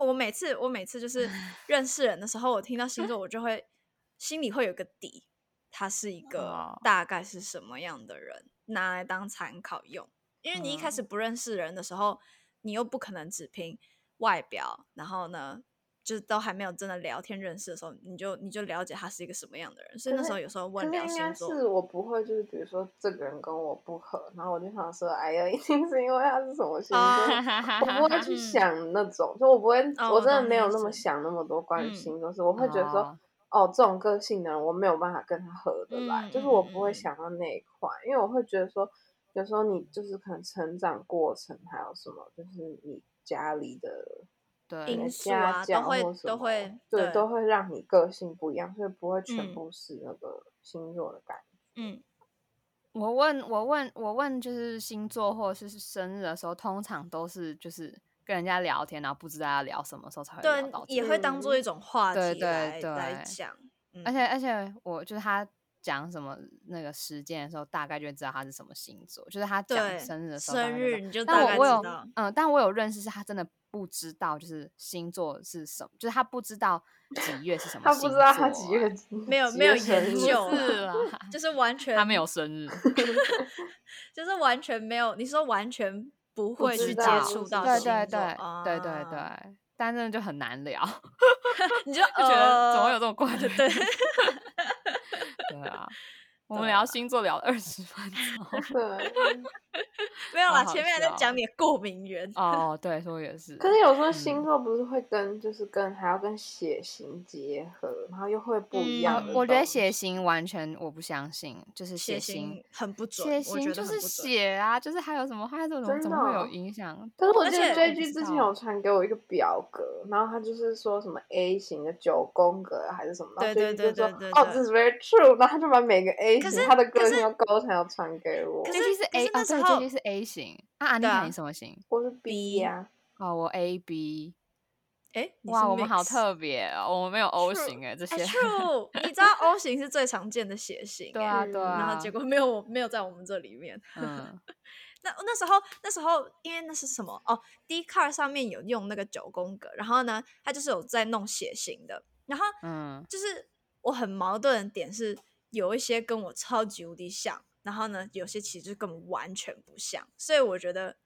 Speaker 2: 为我每次我每次就是认识人的时候，我听到星座，我就会
Speaker 3: <laughs>
Speaker 2: 心里会有个底，他是一个
Speaker 1: 哦
Speaker 2: 大概是什么样的人，拿来当参考用。因为你一开
Speaker 1: 嗯
Speaker 2: 始不认识人的时候，你又不可能只凭外表，然后呢，就是都还没有真的聊天认识的时候，你就你就了解他是一个什么样的人。所以
Speaker 3: 可
Speaker 2: 那时
Speaker 3: 是
Speaker 2: 候有时候
Speaker 3: 可
Speaker 2: 问
Speaker 3: 是
Speaker 2: 聊
Speaker 3: 应该
Speaker 2: 星座，
Speaker 3: 是我不会，就是比如说这个人跟我不合，然后我就想说，哎呀，一定是因为他是什么
Speaker 1: <laughs>
Speaker 3: 星座，我不会去
Speaker 2: <laughs> 嗯
Speaker 3: 想那种，就我不会，
Speaker 2: 哦
Speaker 3: 我
Speaker 2: 我
Speaker 3: 真的
Speaker 2: 懂
Speaker 3: 没
Speaker 2: 你
Speaker 3: 有
Speaker 2: 意
Speaker 3: 那么
Speaker 2: 思
Speaker 3: 想那么多关于
Speaker 2: 嗯
Speaker 3: 星座事，我会觉得说
Speaker 1: 哦，
Speaker 3: 哦，这种个性的人我没有办法跟他合得来，
Speaker 2: 嗯
Speaker 3: 就是我
Speaker 2: 嗯
Speaker 3: 不会
Speaker 2: 嗯
Speaker 3: 想到那一块，因为我会觉得说。有时候你就是可能成长过程还有什么，就是你家里的
Speaker 2: 因
Speaker 1: 对
Speaker 3: 呃
Speaker 2: 素
Speaker 3: 家
Speaker 2: 啊都
Speaker 3: 教
Speaker 2: 会
Speaker 3: 或什
Speaker 2: 都
Speaker 3: 么
Speaker 2: 会
Speaker 3: 对
Speaker 2: 对
Speaker 3: 都会让你个性不一样，所以不会全
Speaker 2: 嗯
Speaker 3: 部是那个星座的感觉。
Speaker 2: 嗯，
Speaker 1: 我问我问我问，就是星座或者是生日的时候，通常都是就是跟人家聊天，然后不知道要聊什么时候才会聊
Speaker 2: 对
Speaker 1: 到，这
Speaker 2: 也
Speaker 1: 个。
Speaker 2: 会当做一种话
Speaker 1: 对
Speaker 2: 题
Speaker 1: 对
Speaker 2: 来
Speaker 1: 对
Speaker 2: 来讲，嗯
Speaker 1: 而且而且我就是他讲什么那个时间的时候，大概就会知道他是什么星座。就是他讲
Speaker 2: 对
Speaker 1: 生日的时候，大
Speaker 2: 生
Speaker 1: 概就知
Speaker 2: 日
Speaker 1: 道
Speaker 2: 你就
Speaker 1: 但
Speaker 2: 大
Speaker 1: 我
Speaker 2: 概
Speaker 1: 我
Speaker 2: 知
Speaker 1: 有
Speaker 2: 道，
Speaker 1: 嗯，但我有认识是他真的不知道，就是星座是什么，就是他不知道几月是什么
Speaker 3: 他不
Speaker 1: 星
Speaker 3: 知
Speaker 1: 座、
Speaker 3: 道他几月
Speaker 1: 哎
Speaker 2: 没有
Speaker 3: 几
Speaker 2: 没有
Speaker 3: 月生
Speaker 2: 研
Speaker 3: 日
Speaker 2: 究
Speaker 1: 不是啦，
Speaker 2: 就是完
Speaker 1: <laughs>
Speaker 2: 全
Speaker 1: 他没有生日，
Speaker 2: 就是完全没有，你说完全不
Speaker 1: 不
Speaker 2: 会
Speaker 1: 知
Speaker 2: 去接
Speaker 1: 道
Speaker 2: 触到
Speaker 1: 对
Speaker 2: 星座，
Speaker 1: 对对、
Speaker 2: 啊、
Speaker 1: 对对，对，但真的就很难聊，就
Speaker 2: 你就
Speaker 1: 觉得怎么会
Speaker 2: 呃
Speaker 1: 有这种怪的人 <laughs>
Speaker 2: <laughs> 对
Speaker 1: 对啊，我们
Speaker 2: 对
Speaker 1: 聊
Speaker 2: 啊
Speaker 1: 星座聊二十分钟。
Speaker 3: <laughs>
Speaker 1: <laughs>
Speaker 3: 对，
Speaker 2: 没有
Speaker 1: 好
Speaker 2: 啦，
Speaker 1: 好
Speaker 2: 前面还在
Speaker 1: 笑
Speaker 2: 讲你的过敏源，
Speaker 1: 哦，对，说也是。
Speaker 3: 可是有时候
Speaker 1: 嗯
Speaker 3: 星座不是会跟就是跟还要跟血型结合，然后又会不一
Speaker 2: 嗯
Speaker 3: 样
Speaker 1: 哦
Speaker 3: 的、
Speaker 1: 我觉得血，型完全我不相信，就是
Speaker 2: 血
Speaker 1: 型
Speaker 2: 型，很不准，
Speaker 1: 血
Speaker 2: 我
Speaker 1: 型
Speaker 2: 觉
Speaker 1: 就
Speaker 2: 得很
Speaker 1: 是
Speaker 2: 不准。
Speaker 1: 血啊，就是还有什么，还有这种
Speaker 3: 真
Speaker 1: 怎
Speaker 3: 的
Speaker 1: 么会有
Speaker 3: 哦
Speaker 1: 影响？
Speaker 3: 但是我
Speaker 2: 而
Speaker 3: 记得
Speaker 1: 我
Speaker 2: 且
Speaker 3: J
Speaker 1: 不
Speaker 3: G
Speaker 1: 知
Speaker 3: 之前
Speaker 1: 道
Speaker 3: 有传给我一个表格，然后他就是说什么 A 型的九宫格啊还是什么，然后 J
Speaker 2: 对对
Speaker 3: G 就
Speaker 2: 对
Speaker 3: 说
Speaker 2: 对对
Speaker 3: 哦
Speaker 2: 对
Speaker 3: this is very true，然后他就把每个 A
Speaker 2: 可
Speaker 3: 型
Speaker 2: 是
Speaker 3: 他的
Speaker 2: 可
Speaker 3: 个性
Speaker 2: 是
Speaker 3: 都勾成要传给我，
Speaker 2: 可
Speaker 1: ，J G 是
Speaker 2: 可
Speaker 1: A 哦，
Speaker 2: 是那时
Speaker 1: 对
Speaker 2: 候
Speaker 1: ，J G 是 A 型啊，安妮
Speaker 2: 对
Speaker 1: 卡你
Speaker 2: 啊，
Speaker 1: 什么型？
Speaker 3: 我是 B
Speaker 2: B
Speaker 3: 呀、
Speaker 1: 哦，我 A B，
Speaker 2: 哎，你是
Speaker 1: 哇，我们好
Speaker 2: mix
Speaker 1: 特别哦，我们没有 O
Speaker 2: true，
Speaker 1: 型哎，这
Speaker 2: 哎
Speaker 1: 些。
Speaker 2: true，你知道 O 型是最常见的血
Speaker 1: <laughs>
Speaker 2: 型
Speaker 1: 对
Speaker 2: 哎、
Speaker 1: 啊，对
Speaker 3: 嗯
Speaker 2: 然后
Speaker 1: 啊
Speaker 2: 结，果没有我没有在我们这里面。
Speaker 1: 嗯，
Speaker 2: 那那时候那时候因为那是什么哦，D card 上面有用那个九宫格，然后呢，它就是有在弄血型的，然后
Speaker 1: 嗯
Speaker 2: 就是我很矛盾的点是，有一些跟我超级无敌像，然后呢，有些其实就根本完全不像，所以我觉得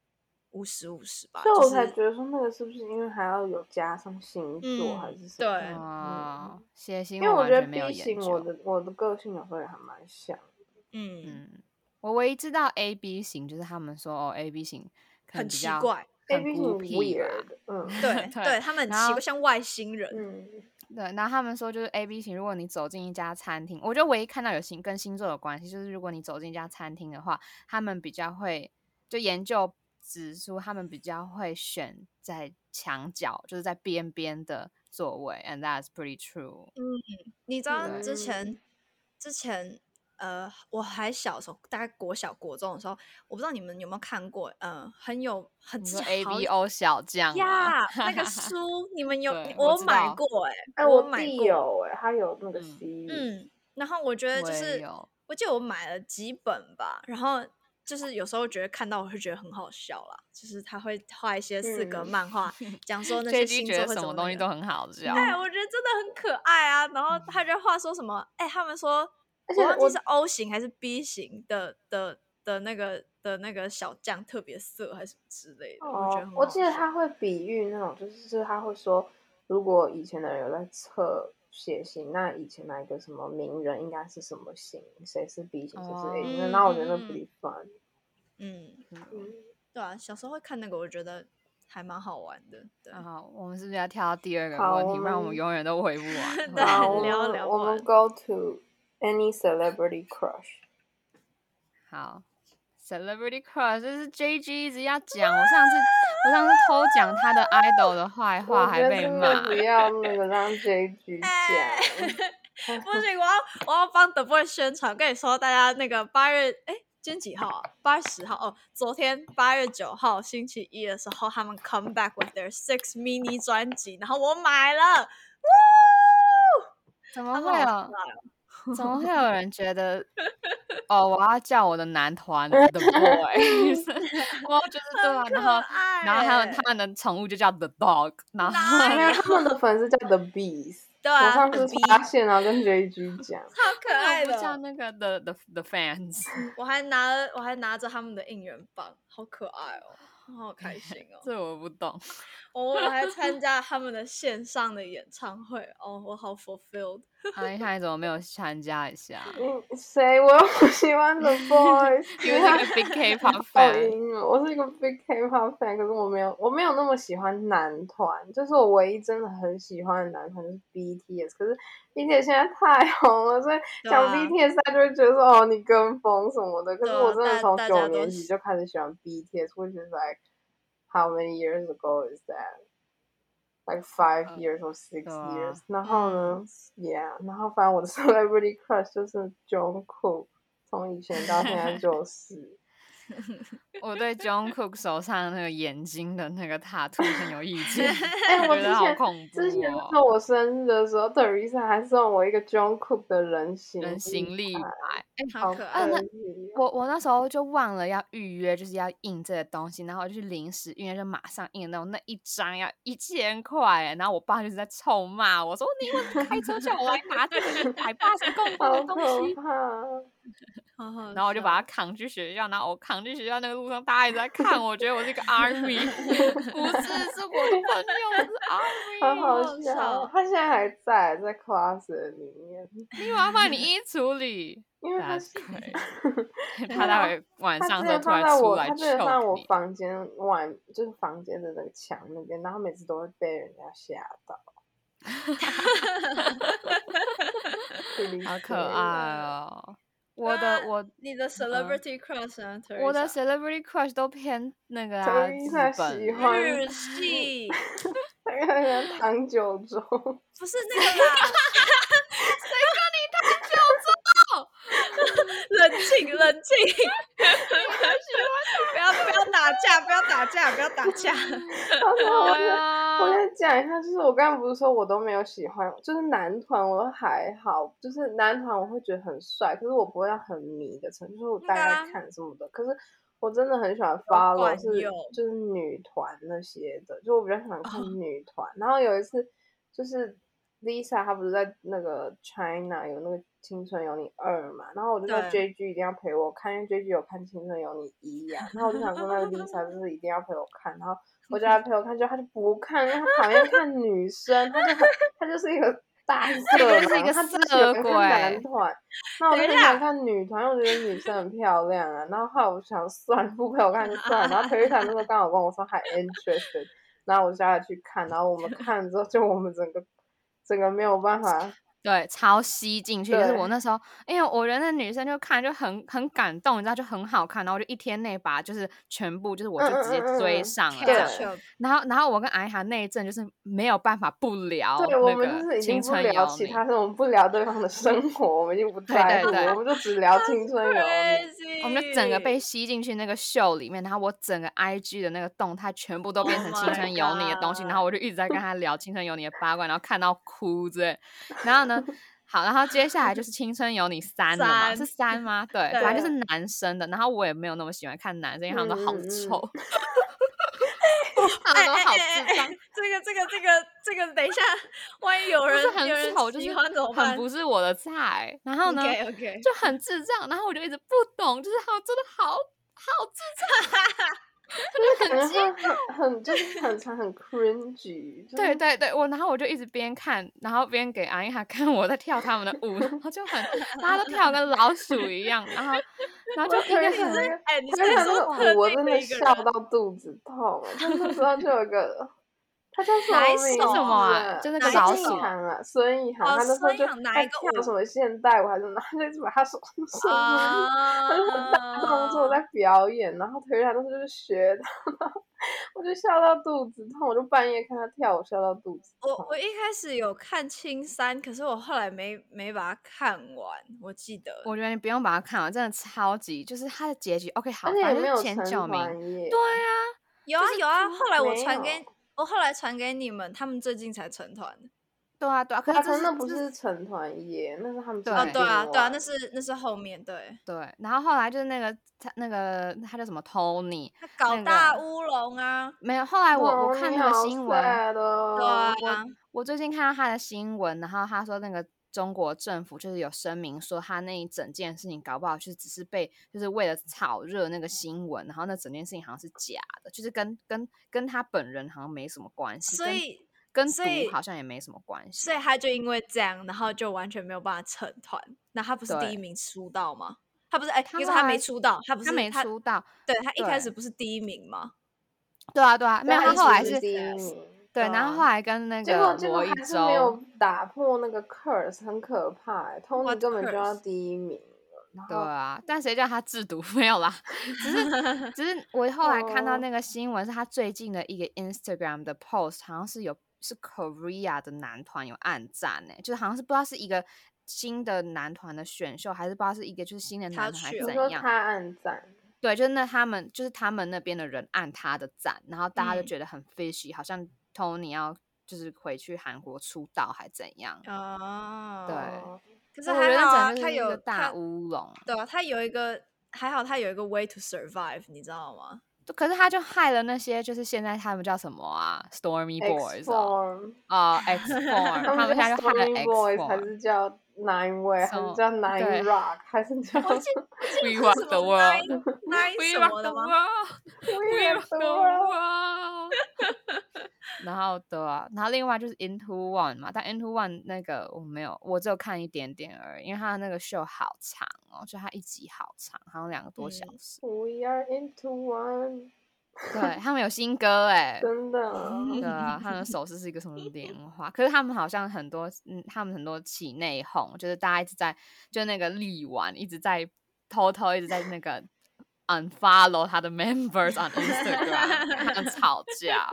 Speaker 2: 五十五十吧，
Speaker 3: 所以
Speaker 2: 就
Speaker 3: 我才
Speaker 2: 是
Speaker 3: 觉得说那个是不是因为还要有加上星座还
Speaker 2: 嗯，
Speaker 3: 是什么？
Speaker 2: 对，
Speaker 1: 啊、
Speaker 3: 嗯，
Speaker 1: 血型
Speaker 3: 因为我
Speaker 1: 完
Speaker 3: 觉得
Speaker 1: 全没有
Speaker 3: B
Speaker 1: 研
Speaker 3: 型我
Speaker 1: 究。
Speaker 3: 的我的个性有时候也还蛮像的，
Speaker 2: 嗯，
Speaker 1: 嗯，我唯一知道 A B 型，就是他们说哦，A B 型可能
Speaker 2: 很
Speaker 1: 比
Speaker 2: 奇
Speaker 1: 较
Speaker 2: 怪，
Speaker 3: A
Speaker 1: 很
Speaker 3: B
Speaker 1: 孤
Speaker 3: 型
Speaker 1: 僻吧，
Speaker 3: weird，嗯
Speaker 2: 对
Speaker 1: <laughs> 对，
Speaker 2: 对，他们很
Speaker 1: 然
Speaker 2: 奇怪，
Speaker 1: 后
Speaker 2: 像外星人，
Speaker 3: 嗯，
Speaker 1: 对，然后他们说就是 A B 型，如果你走进一家餐厅，我觉得唯一看到有星跟星座有关系，就是如果你走进一家餐厅的话，他们比较会就研究指出，他们比较会选在墙角，就是在边边的座位，and that's pretty true。
Speaker 2: 嗯，你知道
Speaker 1: 对
Speaker 2: 之
Speaker 3: 嗯
Speaker 2: 前之前呃，我还小的时候，大概国小国中的时候，我不知道你们有没有看过，呃，很有很
Speaker 1: 你
Speaker 2: 之
Speaker 1: 说
Speaker 2: 前
Speaker 1: A
Speaker 2: 好
Speaker 1: B O 小将吗？
Speaker 2: 呀那个书，你们有
Speaker 1: 对，我
Speaker 2: 我有
Speaker 1: 知
Speaker 2: 买
Speaker 1: 道，
Speaker 2: 过哎、
Speaker 3: 哎、
Speaker 2: 我
Speaker 3: 我
Speaker 2: 有买
Speaker 3: 弟
Speaker 2: 过，
Speaker 3: 有哎、他有那个
Speaker 1: 嗯，
Speaker 3: 蜥蜴，
Speaker 2: 嗯，然后我觉
Speaker 1: 我
Speaker 2: 得就
Speaker 1: 也
Speaker 2: 是，
Speaker 1: 有。
Speaker 2: 我记得我买了几本吧，然后就是有时候觉得看到我会觉得很好笑啦，就是他会画一些四格
Speaker 3: 嗯，
Speaker 2: 漫画，讲说那
Speaker 1: J
Speaker 2: 些
Speaker 1: G
Speaker 2: 星
Speaker 1: 觉
Speaker 2: 座
Speaker 1: 得什
Speaker 2: 会怎
Speaker 1: 么
Speaker 2: 么
Speaker 1: 东
Speaker 2: 那
Speaker 1: 西
Speaker 2: 个，
Speaker 1: 都很好
Speaker 2: 对，
Speaker 1: 笑，
Speaker 2: 我觉得真的很可爱啊。然后他就话说什么，哎、他们说
Speaker 3: 而且
Speaker 2: 我忘记
Speaker 3: 我
Speaker 2: 是 O 型还是 B 型的的的那个的那个小将特别色还是什么之类的，我觉得
Speaker 3: 哦，
Speaker 2: 很
Speaker 3: 我
Speaker 2: 好
Speaker 3: 记得
Speaker 2: 笑。
Speaker 3: 他会比喻那种，就是就是他会说，如果以前的人有在测血型，那以前哪一个什么名人应该是什么型，谁是 B 型，谁是 A 型，那
Speaker 2: 嗯
Speaker 3: 那我觉得那
Speaker 2: 嗯
Speaker 3: pretty fun。
Speaker 2: 嗯嗯，
Speaker 1: 嗯，
Speaker 3: 嗯，
Speaker 2: 对啊，小时候会看那个，我觉得还蛮好玩的。对，啊
Speaker 1: 然后我们是不是要跳到第二个
Speaker 3: 好，
Speaker 1: 问
Speaker 3: 我
Speaker 1: 题？不然我们
Speaker 3: 们
Speaker 1: 永远都回
Speaker 3: <laughs>
Speaker 1: 不完，回答
Speaker 3: 好，
Speaker 1: 不
Speaker 3: 我
Speaker 2: 对，
Speaker 1: 完。
Speaker 2: 聊
Speaker 3: 们
Speaker 2: 聊
Speaker 3: 我
Speaker 2: 不
Speaker 3: 们
Speaker 2: 完。
Speaker 3: go to any celebrity crush。
Speaker 1: 好，Celebrity Crush，这是 J G 一直要讲。我上次我上次偷讲他的 idol 的坏
Speaker 3: 我
Speaker 1: 话，
Speaker 3: 觉
Speaker 1: 还
Speaker 3: 得
Speaker 1: 被
Speaker 3: 真
Speaker 1: 骂。
Speaker 3: 的不要那个让 JG
Speaker 2: 哎、
Speaker 3: 讲，
Speaker 2: 不行，我要我要帮 The Boy 宣传，跟你说，大家那个八月，哎，今天几号啊？八月十号哦，昨天八月九号星期一的时候，他们 come back with their six mini <laughs> 专辑，然后我买了，
Speaker 1: 怎
Speaker 3: 哦
Speaker 2: 他
Speaker 1: 么
Speaker 2: 们
Speaker 1: 会
Speaker 2: 好
Speaker 3: <laughs>
Speaker 1: 有？怎么会有人觉得？哦，我要叫我的男
Speaker 3: <laughs>
Speaker 1: 团 The Boys，我 <laughs> 就是对啊，
Speaker 2: 可
Speaker 1: 然后然后他
Speaker 2: 爱、
Speaker 1: 们他们的宠物就叫 The Dog，然啊后
Speaker 2: 哪
Speaker 3: 没有，他
Speaker 2: 有？
Speaker 3: 们的粉丝叫 The Beast。
Speaker 2: 对
Speaker 3: 我
Speaker 2: 啊
Speaker 3: 上
Speaker 2: ，The
Speaker 3: 次
Speaker 2: B
Speaker 3: 发现，然后跟 JG 讲，
Speaker 2: 超可
Speaker 1: 为什么
Speaker 2: 爱
Speaker 1: 不叫
Speaker 2: 的，
Speaker 1: 那个 The The The Fans？
Speaker 2: 我还拿了我还拿着他们的应援棒，好可爱哦，我好开心哦。
Speaker 1: 这我不
Speaker 3: <laughs>
Speaker 1: 懂。
Speaker 2: 我我还参加他们的线上的演唱会哦，我好 fulfilled。
Speaker 1: 阿英啊看你怎么没有参加一
Speaker 3: <laughs>
Speaker 1: 下？
Speaker 3: 嗯，谁？我又不喜欢
Speaker 1: <laughs>
Speaker 3: The Boys，
Speaker 1: 因为是一个 Big <laughs> K-pop
Speaker 3: 好
Speaker 1: fan，
Speaker 3: 阴哦！我是一个 big K-pop fan，可是我没有，我没有那么喜欢男团。就是我唯一真的很喜欢的男团就是 BTS，可是 BTS 现在太红了，所以
Speaker 2: 对
Speaker 3: 讲
Speaker 2: 啊
Speaker 3: BTS 大家就会觉得说哦你跟风什么的。可是
Speaker 2: 对啊
Speaker 3: 我真的
Speaker 2: 大
Speaker 3: 从
Speaker 2: 大家
Speaker 3: 九
Speaker 2: 都
Speaker 3: 年级
Speaker 2: 喜
Speaker 3: 就开始喜欢 BTS，which is like how many years ago is that？like five
Speaker 2: 嗯
Speaker 1: 呃
Speaker 3: years or six
Speaker 1: 对啊
Speaker 3: years，、然后呢、y e a h 然后反正我的 <laughs> celebrity crush 就是 Jungkook，从以前到现在就是，
Speaker 1: 我对 Jungkook 手上的那个眼睛的那个塔图很有意 <laughs> 见
Speaker 3: <laughs> 哎我
Speaker 1: 觉
Speaker 3: 之
Speaker 1: 得好
Speaker 3: 前
Speaker 1: 恐怖
Speaker 3: 之前那时
Speaker 1: 哦。
Speaker 3: 候我生日的时候，Teresa 还送我一个 Jungkook 的人形
Speaker 1: 人形立牌，哎、
Speaker 2: 好
Speaker 3: 好
Speaker 2: 可
Speaker 1: 啊
Speaker 2: 爱
Speaker 1: 那。
Speaker 3: 可以哦。
Speaker 1: 我我那时候就忘了要预约，就是要印这个东西，然后我就去临时预约，就马上印那种那一张要一千块欸耶，然后我爸就是在臭骂我说：“你为什么开车叫我来拿这个一百八十公斤的
Speaker 3: 好
Speaker 1: 东
Speaker 3: 可
Speaker 1: 西
Speaker 3: 怕！
Speaker 2: 好好笑，
Speaker 1: 然后我就把它扛去学校，然后我扛去学校那个路上，大家一直在看我，觉得我是一个
Speaker 3: <laughs>
Speaker 1: army，不是，是我的朋友，我是 army，
Speaker 3: 好好
Speaker 2: 好
Speaker 3: 笑
Speaker 2: 笑，
Speaker 3: 他现在还在在 class 里面，
Speaker 1: 你麻烦你衣橱
Speaker 3: <laughs>
Speaker 1: 里。
Speaker 3: 因为他
Speaker 1: That's
Speaker 3: 是
Speaker 1: <laughs> crazy，
Speaker 3: 对
Speaker 1: 他
Speaker 3: 啊
Speaker 1: 待会晚
Speaker 3: 他
Speaker 1: 上
Speaker 3: 之
Speaker 1: 的时候突
Speaker 3: 前放
Speaker 1: 然
Speaker 3: 在
Speaker 1: 出
Speaker 3: 我，
Speaker 1: 来
Speaker 3: 他之前放在我
Speaker 1: choke 你。
Speaker 3: 房间外，就是房间的那个墙那边，然后每次都会被人家吓到，really
Speaker 1: 好可
Speaker 3: scary
Speaker 1: 爱哦！我的
Speaker 3: 啊
Speaker 2: 那
Speaker 1: 我
Speaker 2: 你的 celebrity crush 啊，
Speaker 1: 嗯我的
Speaker 2: Teresa
Speaker 1: celebrity crush 都偏那个啊，日
Speaker 3: Teresa 喜
Speaker 1: 本欸
Speaker 3: 欢
Speaker 2: 日
Speaker 1: <laughs>
Speaker 2: 系，
Speaker 3: <laughs> 他有点像唐九洲，
Speaker 2: 不是那个
Speaker 1: <laughs>
Speaker 2: 啦， <laughs> 冷静冷静，
Speaker 1: <laughs>
Speaker 2: 不要不要打架，不要打架，不要打架，
Speaker 3: 他说 <laughs> 我
Speaker 1: 对
Speaker 3: 在 <laughs> 我
Speaker 1: 啊，
Speaker 3: 再讲一下，就是我刚刚不是说我都没有喜欢，就是男团我都还好，就是男团我会觉得很帅，可是我不会到很迷的程度，就是我大
Speaker 2: 那个
Speaker 3: 概
Speaker 2: 啊
Speaker 3: 看什么的。可是我真的很喜欢
Speaker 2: 摇
Speaker 3: follow
Speaker 2: 滚
Speaker 3: 是
Speaker 2: 友
Speaker 3: 就是女团那些的，就我比较喜欢看
Speaker 2: 哦
Speaker 3: 女团。然后有一次就是 Lisa 她不是在那个 China 有那个《青春有你二》嘛，然后我就叫
Speaker 2: 对
Speaker 3: JG 一定要陪我看，因为 JG 有看《青春有你一》啊，然后我就想说那个 Lisa 就是一定要陪我看，然后。我叫他陪我看，结果他就不看，因为他讨厌看女生，他就很他就是一个大
Speaker 1: 这
Speaker 3: 色
Speaker 1: 个就是一
Speaker 3: 狼。
Speaker 1: 个
Speaker 3: 他之前有
Speaker 1: 色
Speaker 3: 在
Speaker 1: 鬼，
Speaker 3: 看男团，那我就
Speaker 2: 等一
Speaker 3: 很想
Speaker 2: 下，
Speaker 3: 看女团，因为我觉得女生很漂亮啊。然后后来我想算了，不陪我看就算了。然后裴玉团那时候刚好跟我说还 interested，然后我就叫他去看，然后我们看了之后，就我们整个整个没有办法，
Speaker 1: 对，超吸进去。就是
Speaker 3: 对
Speaker 1: 我那时候，因为我觉得那女生就看就很很感动，你知道就很好看，然后我就一天内把就是全部就是我
Speaker 3: 嗯
Speaker 1: 就
Speaker 3: 嗯
Speaker 1: 直接
Speaker 3: 嗯嗯
Speaker 1: 追
Speaker 3: 嗯，
Speaker 1: 上了这
Speaker 3: 对
Speaker 1: 样。
Speaker 2: catch up，
Speaker 1: 然后然后我跟艾涵那一阵就是没有办法不聊
Speaker 3: 对，我
Speaker 1: 那
Speaker 3: 们
Speaker 1: 个
Speaker 3: 就是已经
Speaker 1: 青
Speaker 3: 不
Speaker 1: 春
Speaker 3: 聊
Speaker 1: 有
Speaker 3: 其
Speaker 1: 你，
Speaker 3: 他事，我们不聊对方的生活，我们已经不
Speaker 1: 对
Speaker 3: 在
Speaker 1: 对
Speaker 3: 乎
Speaker 1: 对
Speaker 3: 了，我们就只聊青春有你。
Speaker 2: crazy，
Speaker 1: 我们就整个被吸进去那个秀里面，然后我整个 IG 的那个动态全部都
Speaker 2: Oh
Speaker 1: 变成青
Speaker 2: my
Speaker 1: 春有你的东西，然后
Speaker 2: god！
Speaker 1: 我就一直在跟他聊青春有你的八卦，然后看到哭之类。然后
Speaker 2: <laughs>
Speaker 1: 呢，好，然后接下来就是青春有你三了嘛，是
Speaker 2: 三，
Speaker 1: 三吗？对，
Speaker 2: 对
Speaker 1: 反正就是
Speaker 3: 对，
Speaker 1: 男生的。然后我也没有那么喜欢看男生，因为他们都好
Speaker 3: 嗯嗯嗯。
Speaker 2: <laughs>
Speaker 1: 丑，他们
Speaker 2: 哎
Speaker 1: 都
Speaker 2: 哎
Speaker 1: 好
Speaker 2: 哎
Speaker 1: 智
Speaker 2: 哎
Speaker 1: 障，
Speaker 2: 哎，这个这个这个这个，等一下，万一有
Speaker 1: 不是
Speaker 2: 人有
Speaker 1: 很
Speaker 2: 人
Speaker 1: 丑，就是
Speaker 2: 喜欢怎么
Speaker 1: 很
Speaker 2: 办
Speaker 1: 不是我的菜。然后呢，
Speaker 2: ？OK 嗯 OK，
Speaker 1: 就很智障。然后我就一直不懂，就是他们真的好好智
Speaker 3: 就是
Speaker 1: 障，就
Speaker 3: 感
Speaker 1: 很
Speaker 3: 觉
Speaker 1: 奇
Speaker 3: 会很很就是很常很 cringy，就
Speaker 1: 对
Speaker 3: 是
Speaker 1: 对对，我然后我就一直边看，然后边给阿英她看我在跳他们的舞，然后就
Speaker 3: <laughs>
Speaker 1: 很大家都跳得跟老鼠一样，然后然后
Speaker 3: 我
Speaker 1: 就一个
Speaker 3: 腿
Speaker 1: 很
Speaker 3: 很那个
Speaker 2: 哎，你
Speaker 3: 腿
Speaker 2: 你
Speaker 3: 很
Speaker 2: 说
Speaker 3: 那个
Speaker 2: 特
Speaker 3: 舞，我
Speaker 2: 定
Speaker 3: 真
Speaker 2: 的
Speaker 3: 的
Speaker 2: 一个
Speaker 3: 笑
Speaker 2: 人，
Speaker 3: 到肚子痛。就那时候就有个他叫什
Speaker 2: 哪
Speaker 3: 么
Speaker 2: 一
Speaker 3: 名
Speaker 1: 是什么
Speaker 2: 首
Speaker 3: 字
Speaker 1: 啊？
Speaker 3: 啊？
Speaker 1: 就那个
Speaker 2: 哪
Speaker 1: 老
Speaker 3: 孙
Speaker 2: 一
Speaker 3: 意
Speaker 1: 鼠
Speaker 2: 首？
Speaker 3: 涵啊，孙意涵，
Speaker 2: 哦，
Speaker 3: 他那时候
Speaker 2: 孙
Speaker 3: 就
Speaker 2: 杨哪
Speaker 3: 在
Speaker 2: 一个
Speaker 3: 跳什
Speaker 2: 舞
Speaker 3: 么现代舞还是哪，他就一直把他手手拿
Speaker 1: 啊
Speaker 3: 着， <laughs> 他就很大动作
Speaker 2: 啊？
Speaker 3: 在表演，然后腿软当时就是学的，我就笑到肚子痛，我就半夜看他跳舞笑到肚子
Speaker 2: 我
Speaker 3: 痛。
Speaker 2: 我一开始有看青山，可是我后来没没把它看完，我记得。
Speaker 1: 我觉得你不用把它看完，真的超级就是它的结局。OK，
Speaker 3: 而
Speaker 1: 好，
Speaker 3: 且也
Speaker 1: 反正
Speaker 3: 没
Speaker 1: 就是
Speaker 3: 有
Speaker 1: 前
Speaker 3: 成
Speaker 1: 九名。
Speaker 3: 团耶，
Speaker 1: 对啊，
Speaker 2: 有啊
Speaker 1: 就是
Speaker 2: 有啊，
Speaker 1: 出
Speaker 2: 后来我
Speaker 3: 没
Speaker 2: 传
Speaker 3: 有
Speaker 2: 给我后来传给你们，他们最近才成团。
Speaker 1: 对啊对啊，可是
Speaker 3: 啊，
Speaker 1: 这
Speaker 3: 可是
Speaker 1: 是
Speaker 3: 那不
Speaker 1: 这是
Speaker 3: 是成团夜，那是他们自
Speaker 2: 哦，
Speaker 1: 对
Speaker 3: 己定
Speaker 2: 对啊对啊，那
Speaker 3: 完。
Speaker 2: 是那是后面对。
Speaker 1: 对，然后后来就是那个他那个他叫什么 Tony
Speaker 2: 他搞
Speaker 1: 那
Speaker 2: 大
Speaker 1: 个
Speaker 2: 乌龙啊，
Speaker 1: 没有，后来哎我我
Speaker 3: 哇，
Speaker 1: 看
Speaker 3: 哦你
Speaker 1: 那个
Speaker 3: 好
Speaker 1: 新闻，
Speaker 3: sad
Speaker 2: 对啊
Speaker 3: 哦！
Speaker 1: 我我最近看到他的新闻，然后他说那个中国政府就是有声明说，他那一整件事情搞不好就是只是被就是为了炒热那个新闻，然后那整件事情好像是假的，就是跟跟跟他本人好像没什么关系，
Speaker 2: 所
Speaker 1: 跟
Speaker 2: 以
Speaker 1: 跟
Speaker 2: 所以
Speaker 1: 毒好像也没什么关系
Speaker 2: 所以。他就因为这样，然后就完全没有办法成团。那他不是第
Speaker 1: 对
Speaker 2: 一名出道吗？他不是哎，
Speaker 1: 他
Speaker 2: 你说
Speaker 1: 后
Speaker 2: 他没
Speaker 1: 来
Speaker 2: 出道，他不是
Speaker 1: 他没出道，
Speaker 2: 对他一开
Speaker 1: 对
Speaker 2: 始不是第一名吗？
Speaker 1: 对啊对啊，没有
Speaker 3: 他
Speaker 1: 他后来
Speaker 3: 是
Speaker 1: 是
Speaker 3: 第一
Speaker 2: 呃
Speaker 3: 名，
Speaker 1: 对，
Speaker 2: 对
Speaker 1: 然后
Speaker 2: 啊
Speaker 1: 后来跟那
Speaker 3: 结
Speaker 1: 个
Speaker 3: 果结果
Speaker 1: 罗一
Speaker 3: 还是没有
Speaker 1: 舟，
Speaker 3: 打破那个 curse，很可怕欸。Tony
Speaker 2: What
Speaker 3: 根本就要
Speaker 2: curse？
Speaker 3: 第一名，然
Speaker 1: 对
Speaker 3: 后
Speaker 1: 啊，但谁叫他制毒 <laughs> 没有啦？只是只是我后来看
Speaker 3: 哦
Speaker 1: 到那个新闻，是他最近的一个 Instagram 的 post，好像是有是 Korea 的男团有暗战呢、就是好像是不知道是一个新的男团的选秀，还是不知道是一个就是新的
Speaker 2: 他
Speaker 1: 男团还
Speaker 2: 去
Speaker 1: 是
Speaker 3: 你
Speaker 1: 怎
Speaker 2: 了
Speaker 3: 说
Speaker 1: 样
Speaker 3: 他。暗赞，
Speaker 1: 对，就是那他们就是他们那边的人按他的赞，然后大家就
Speaker 2: 嗯
Speaker 1: 觉得很 fishy，、好像 Tony 要就是回去韩国出道还怎样。
Speaker 2: 啊，
Speaker 1: 对
Speaker 3: 哦
Speaker 2: 可是
Speaker 1: 所以我觉
Speaker 2: 还
Speaker 1: 得
Speaker 2: 好
Speaker 1: 整
Speaker 2: 啊，
Speaker 1: 个就
Speaker 2: 他
Speaker 1: 是一
Speaker 2: 有
Speaker 1: 个大
Speaker 2: 他
Speaker 1: 乌龙，
Speaker 2: 对啊，他有一个还好，他有一个 way to survive，你知道吗？
Speaker 1: 就可是他就害了那些就是现在他们叫什么啊，Stormy
Speaker 3: X
Speaker 1: Boys 啊、
Speaker 3: Form，
Speaker 1: 哦 x Form，
Speaker 3: 他
Speaker 1: 他们
Speaker 3: 们
Speaker 1: 现在
Speaker 3: 叫
Speaker 1: 就害了
Speaker 3: Stormy
Speaker 1: X
Speaker 3: Boys，还
Speaker 1: Form，We
Speaker 3: 是叫 Nine Way，还是
Speaker 1: So，
Speaker 3: 叫 Nine
Speaker 1: 对
Speaker 3: Rock，还
Speaker 2: <laughs>
Speaker 3: 是叫
Speaker 2: 我记我记得是
Speaker 1: rock
Speaker 2: <laughs> 什
Speaker 1: the
Speaker 2: 么 nine
Speaker 1: <laughs> world，We
Speaker 2: nine 什
Speaker 1: rock
Speaker 2: 么
Speaker 1: the
Speaker 2: 的吗？
Speaker 1: world，We
Speaker 3: Rock
Speaker 1: rock
Speaker 3: the
Speaker 1: the world。然 <laughs> 后对啊，然后另外就是 Into One 嘛，但 Into One 那个我没有，我只有看一点点而已，因为它的那个秀好长哦，就它一集好长，好像两个多小
Speaker 2: 嗯
Speaker 1: 时。
Speaker 3: We are into one，
Speaker 1: 对他们有新歌哎、
Speaker 3: 真的
Speaker 1: 对啊，他们手势是一
Speaker 2: <laughs>
Speaker 1: 个什么莲花，可是他们好像很多，嗯，他们很多起内讧，就是大家一直在，就那个力丸一直在偷偷一直在那个 unfollow 他的 members on Instagram，跟他们吵架。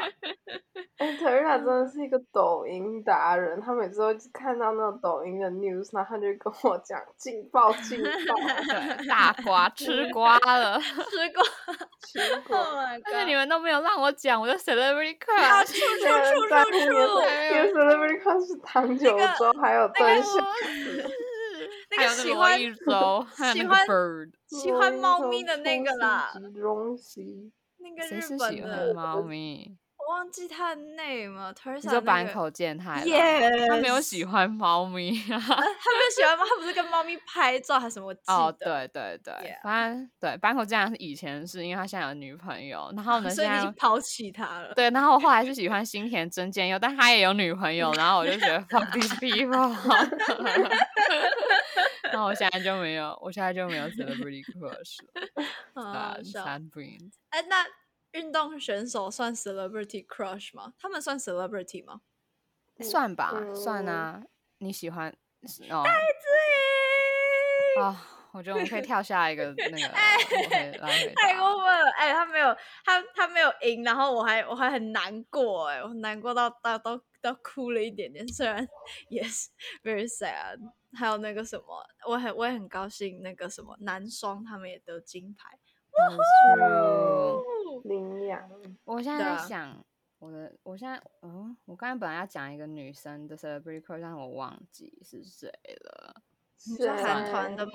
Speaker 3: 哎 t e r a 真的是一个抖音达人，他每次都看到那种抖音的 news，然后他就跟我讲劲爆劲
Speaker 2: <laughs>
Speaker 3: 爆，
Speaker 1: 对，大瓜吃瓜了。 <laughs>
Speaker 2: 吃过
Speaker 3: 奇怪，
Speaker 2: ，Oh my
Speaker 1: 但是
Speaker 2: god！
Speaker 1: 你们都没有让我讲我的 celebrity
Speaker 2: 啊，
Speaker 1: crush，
Speaker 2: 处处
Speaker 3: 没人在乎
Speaker 2: 处
Speaker 3: 你
Speaker 2: 处
Speaker 3: 的
Speaker 2: 处，
Speaker 1: 哎
Speaker 3: ，Yes Celebrity Crush 是唐九
Speaker 2: 那个
Speaker 3: 州，还有
Speaker 2: 那
Speaker 3: 邓
Speaker 1: <laughs>
Speaker 2: 个
Speaker 3: 秀，
Speaker 2: <laughs> 那
Speaker 1: 还
Speaker 2: 个
Speaker 1: 有那
Speaker 2: 喜
Speaker 1: 罗
Speaker 2: 欢
Speaker 1: 一舟，还有
Speaker 2: 喜
Speaker 1: 那个
Speaker 2: 欢
Speaker 1: bird，
Speaker 2: 喜欢猫咪的那个啦，
Speaker 3: 东西，
Speaker 2: 那个
Speaker 1: 谁
Speaker 2: 日
Speaker 1: 是
Speaker 2: 本
Speaker 1: 喜欢
Speaker 2: 的，
Speaker 1: 猫咪？
Speaker 2: 我忘记他的 name 了。Teresa
Speaker 1: 你说
Speaker 2: 那
Speaker 1: 坂
Speaker 2: 个
Speaker 1: 口健太郎
Speaker 2: ，Yes，
Speaker 1: 他没有喜欢猫咪啊。
Speaker 2: 呃，他没有喜欢吗？他不是跟猫咪拍照还是什么？我记
Speaker 1: <laughs> 哦，对
Speaker 2: 得，
Speaker 1: 对对
Speaker 2: Yeah
Speaker 1: 反正对坂口健太郎是以前是因为他现在有女朋友，然
Speaker 2: <laughs>
Speaker 1: 后呢，
Speaker 2: 所以
Speaker 1: 现
Speaker 2: 你已
Speaker 1: 在
Speaker 2: 经抛弃他了。
Speaker 1: 对，然后我后来是喜欢新田真剑佑，但他也有女朋友，然后我就觉得 fuck these people，然后我现在就没有，我现在就没有 celebrity crush 了，
Speaker 2: 好好
Speaker 1: 三
Speaker 2: 笑。
Speaker 1: 三 brain，
Speaker 2: 哎，那运动选手算 celebrity crush 吗？他们算 celebrity 吗？
Speaker 3: 嗯
Speaker 1: 算吧，算
Speaker 2: 哦
Speaker 3: 嗯
Speaker 1: 啊，你喜欢哦啊、我觉得我们可以跳下一个那个，我可以来回
Speaker 2: 太
Speaker 1: 答。
Speaker 2: 过分了！哎哎、他没有，他他没有赢，然后我还我还很难过、哎，我难过到到到到哭了一点点，虽然 yes very sad。还有那个什么，我很我也很高兴，那个什么男双他们也得金牌，
Speaker 1: That's true
Speaker 2: 哦
Speaker 3: 羚羊，
Speaker 1: 我现在
Speaker 2: 对
Speaker 1: 在
Speaker 2: 啊
Speaker 1: 想我的，我现在嗯，我刚才本来要讲一个女生的 celebrity crush，但我忘记是谁了。
Speaker 2: 你说
Speaker 1: 啊
Speaker 2: 韩
Speaker 3: 谁
Speaker 2: 团的吗？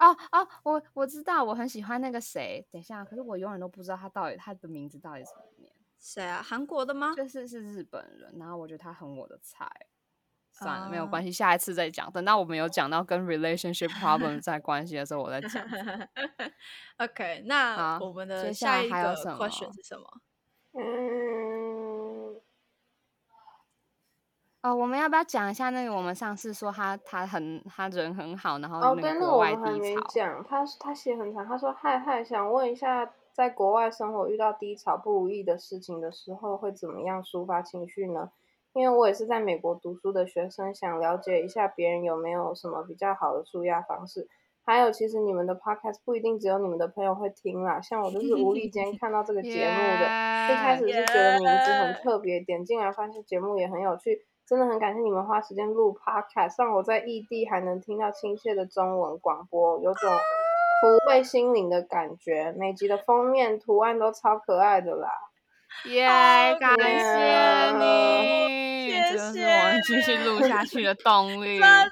Speaker 1: 哦哦，我我知道，我很喜欢那个谁。等一下，可是我永远都不知道他到底他的名字到底怎么念，
Speaker 2: 谁啊？韩国的吗？
Speaker 1: 就是是日本人，然后我觉得他很我的菜。算了，没有
Speaker 2: 啊
Speaker 1: 关系，下一次再讲。等到我们有讲到跟 relationship problem 在关系的时候，我再
Speaker 3: <laughs>
Speaker 1: 讲。
Speaker 2: OK，那
Speaker 1: 好
Speaker 2: 我们的
Speaker 1: 接下来
Speaker 2: 一
Speaker 1: 还有
Speaker 2: 个
Speaker 1: 什
Speaker 2: question
Speaker 1: 么
Speaker 2: 是什么？
Speaker 3: 嗯，
Speaker 1: 哦，我们要不要讲一下那个我们上次说他他很他人很好，然后
Speaker 3: 哦，
Speaker 1: 那
Speaker 3: 对，
Speaker 1: 个
Speaker 3: 那
Speaker 1: 国
Speaker 3: 我
Speaker 1: 外
Speaker 3: 们还
Speaker 1: 低
Speaker 3: 没
Speaker 1: 潮？
Speaker 3: 讲，他他写很长，他说嗨嗨，想问一下，在国外生活遇到低潮不如意的事情的时候，会怎么样抒发情绪呢？因为我也是在美国读书的学生，想了解一下别人有没有什么比较好的舒压方式。还有，其实你们的 podcast 不一定只有你们的朋友会听啦，像我就是无意间看到这个节目的，一
Speaker 1: <laughs>
Speaker 3: 开
Speaker 1: Yeah
Speaker 3: 始是觉得名字很
Speaker 2: 耶
Speaker 3: 特别，点进来发现节目也很有趣，真的很感谢你们花时间录 podcast，让我在异地还能听到亲切的中文广播，有种抚慰心灵的感觉。每集的封面图案都超可爱的啦，
Speaker 1: 耶、
Speaker 2: 好
Speaker 1: 感
Speaker 3: 感
Speaker 1: 谢
Speaker 3: 谢
Speaker 1: 你，
Speaker 2: 谢
Speaker 1: 这是我们继续录下去的动力。
Speaker 2: 真的，哎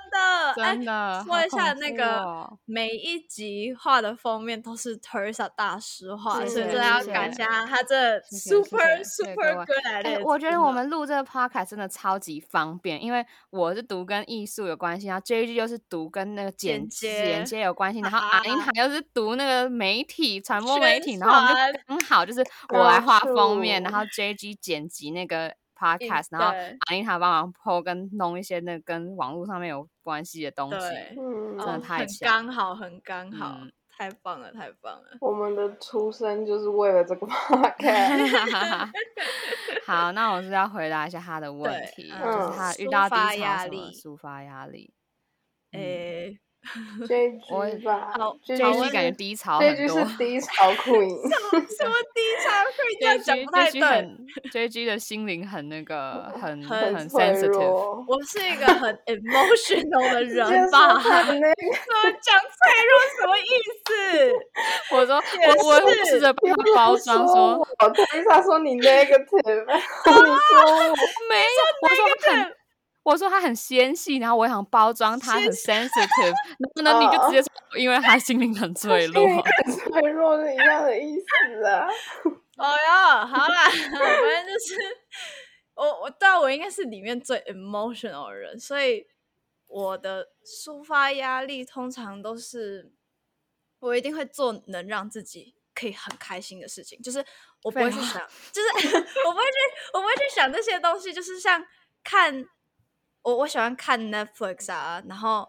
Speaker 1: 真的
Speaker 2: 说
Speaker 1: 好
Speaker 2: 一下
Speaker 1: 恐
Speaker 2: 那
Speaker 1: 怖
Speaker 2: 个
Speaker 1: 哦
Speaker 2: 每一集画的封面都是 Teresa 大师画，
Speaker 3: 谢
Speaker 2: 所以
Speaker 3: 谢
Speaker 2: 真的要
Speaker 3: 谢
Speaker 2: 感
Speaker 3: 谢
Speaker 2: 谢她，她这
Speaker 1: 谢谢谢
Speaker 2: super
Speaker 1: 谢谢谢各
Speaker 2: super
Speaker 1: 位
Speaker 2: good at
Speaker 1: 哎、
Speaker 2: it，
Speaker 1: 我觉得
Speaker 2: 真
Speaker 1: 我
Speaker 2: 的
Speaker 1: 们录这个 podcast 真的超级方便，因为我是读跟艺术有关系，然后 J G 又是读跟那个
Speaker 2: 剪
Speaker 1: 剪
Speaker 2: 接
Speaker 1: 剪接有关系，然后
Speaker 2: 啊
Speaker 1: 阿英她又是读那个媒体传播媒
Speaker 2: 宣
Speaker 1: 体，然后我们
Speaker 2: 传
Speaker 1: 就刚好就是我来画封面，
Speaker 3: 没
Speaker 1: 然
Speaker 3: 错
Speaker 1: 后 J G 剪辑那个 podcast，然后
Speaker 2: 嗯对
Speaker 1: 阿妮塔帮忙 PO 跟弄一些那跟网络上面有关系的东西。
Speaker 2: 对，
Speaker 3: 嗯，
Speaker 1: 真的
Speaker 2: 哦
Speaker 1: 太
Speaker 2: 很
Speaker 1: 强
Speaker 2: 刚好，很刚好，
Speaker 1: 嗯
Speaker 2: 太棒了，太棒了。
Speaker 3: 我们的出生就是为了这
Speaker 1: <laughs>
Speaker 3: 个 <laughs>
Speaker 2: <laughs>
Speaker 3: podcast。
Speaker 1: 好，那我是要回答一下他的问
Speaker 2: 对
Speaker 1: 题，
Speaker 2: 嗯
Speaker 1: 就是他遇
Speaker 2: 抒
Speaker 1: 到低潮
Speaker 2: 发压
Speaker 1: 什么
Speaker 2: 力哎
Speaker 1: 抒发压力。嗯
Speaker 2: 诶、
Speaker 1: <laughs>
Speaker 3: 这
Speaker 1: 我
Speaker 3: 句吧
Speaker 2: 好，
Speaker 3: 这
Speaker 1: 这一
Speaker 3: 句
Speaker 1: 句
Speaker 3: 是
Speaker 1: 嗯感觉低潮
Speaker 3: 这
Speaker 1: 很
Speaker 3: 句
Speaker 1: 多
Speaker 3: 是。低
Speaker 1: <laughs>
Speaker 3: 潮 queen，
Speaker 2: 什么低潮可以这样讲
Speaker 1: JG
Speaker 2: 不太
Speaker 1: JG
Speaker 2: 对。
Speaker 1: 很 JG 的心灵很那个，很
Speaker 2: 很
Speaker 1: 很
Speaker 3: 脆
Speaker 1: sensitive。
Speaker 3: 弱。
Speaker 2: 我是一个
Speaker 1: <laughs>
Speaker 2: 很 emotional 的
Speaker 3: 直接
Speaker 2: 人
Speaker 3: 说
Speaker 2: 吧？
Speaker 3: 很那个，
Speaker 2: <laughs> 怎么讲脆弱什么意思？
Speaker 1: 我说
Speaker 2: 也
Speaker 1: 我我会
Speaker 2: 是
Speaker 1: 试着
Speaker 3: 你
Speaker 1: 帮
Speaker 3: 不
Speaker 1: 他
Speaker 3: 能
Speaker 1: <laughs> 包装
Speaker 3: 说
Speaker 1: 说
Speaker 3: 我，对他说你 negative，你说我
Speaker 1: 没有，我说他 <laughs> 很。我说他很纤细，然后我想包装他很 sensitive，然后呢，你
Speaker 2: 哦
Speaker 1: 就直接说，因为他心灵 <laughs> 很脆弱。
Speaker 3: 很 <laughs> 脆弱是一样的意思啊。
Speaker 2: 哦哟，好啦， <laughs> 反正就是我，我对啊我应该是里面最 emotional 的人，所以我的抒发压力通常都是我一定会做能让自己可以很开心的事情，就是我不会去
Speaker 1: 废话
Speaker 2: 想，就是 <laughs> 我不会去，我不会去想那些东西，就是像看我我喜欢看 Netflix 啊，然后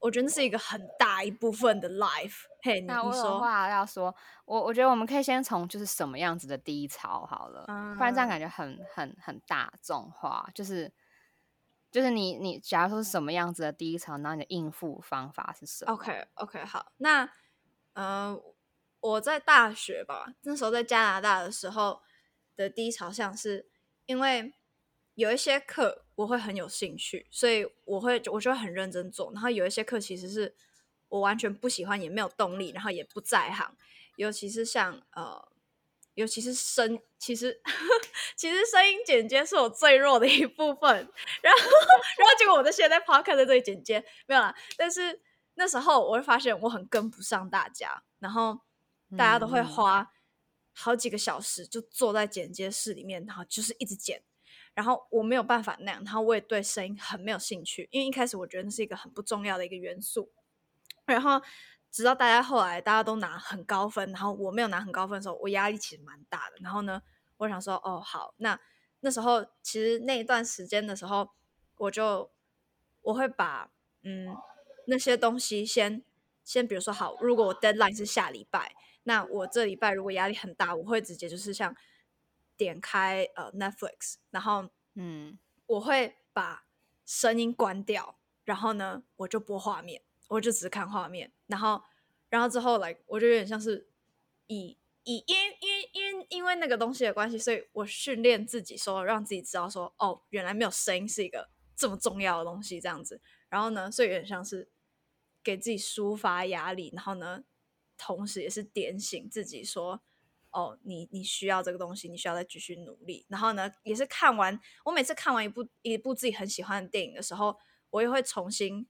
Speaker 2: 我觉得那是一个很大一部分的 life。嘿，你
Speaker 1: 那我
Speaker 2: 你
Speaker 1: 有
Speaker 2: 说，
Speaker 1: 话要说，我我觉得我们可以先从就是什么样子的低潮好了，不然这样
Speaker 2: 嗯
Speaker 1: 感觉很很很大众化，就是就是你你假如说是什么样子的低潮，然后你的应付方法是什么？
Speaker 2: OK OK，好，那呃，我在大学吧，那时候在加拿大的时候的低潮，像是因为有一些课我会很有兴趣，所以我会我就会很认真做，然后有一些课其实是我完全不喜欢，也没有动力，然后也不在行，尤其是像呃。尤其是声，其实其实声音剪接是我最弱的一部分，然后然后结果我就现在 podcast 在这里剪接，没有啦，但是那时候我会发现我很跟不上大家，然后大家都会
Speaker 1: 嗯嗯
Speaker 2: 花好几个小时就坐在剪接室里面，然后就是一直剪，然后我没有办法那样，然后我也对声音很没有兴趣，因为一开始我觉得那是一个很不重要的一个元素，然后直到大家后来大家都拿很高分，然后我没有拿很高分的时候，我压力其实蛮大的。然后呢，我想说，哦，好，那那时候其实那一段时间的时候，我就我会把嗯那些东西先先，比如说好，如果我 deadline 是下礼拜，那我这礼拜如果压力很大，我会直接就是像点开呃 Netflix，然后
Speaker 1: 嗯，
Speaker 2: 我会把声音关掉，然后呢，我就播画面，我就只看画面，然后，然后之后来，我就有点像是以以因为因为因为因为那个东西的关系，所以我训练自己说，让自己知道说，哦，原来没有声音是一个这么重要的东西，这样子。然后呢，所以有点像是给自己抒发压力，然后呢，同时也是点醒自己说，哦，你你需要这个东西，你需要再继续努力。然后呢，也是看完我每次看完一部一部自己很喜欢的电影的时候，我也会重新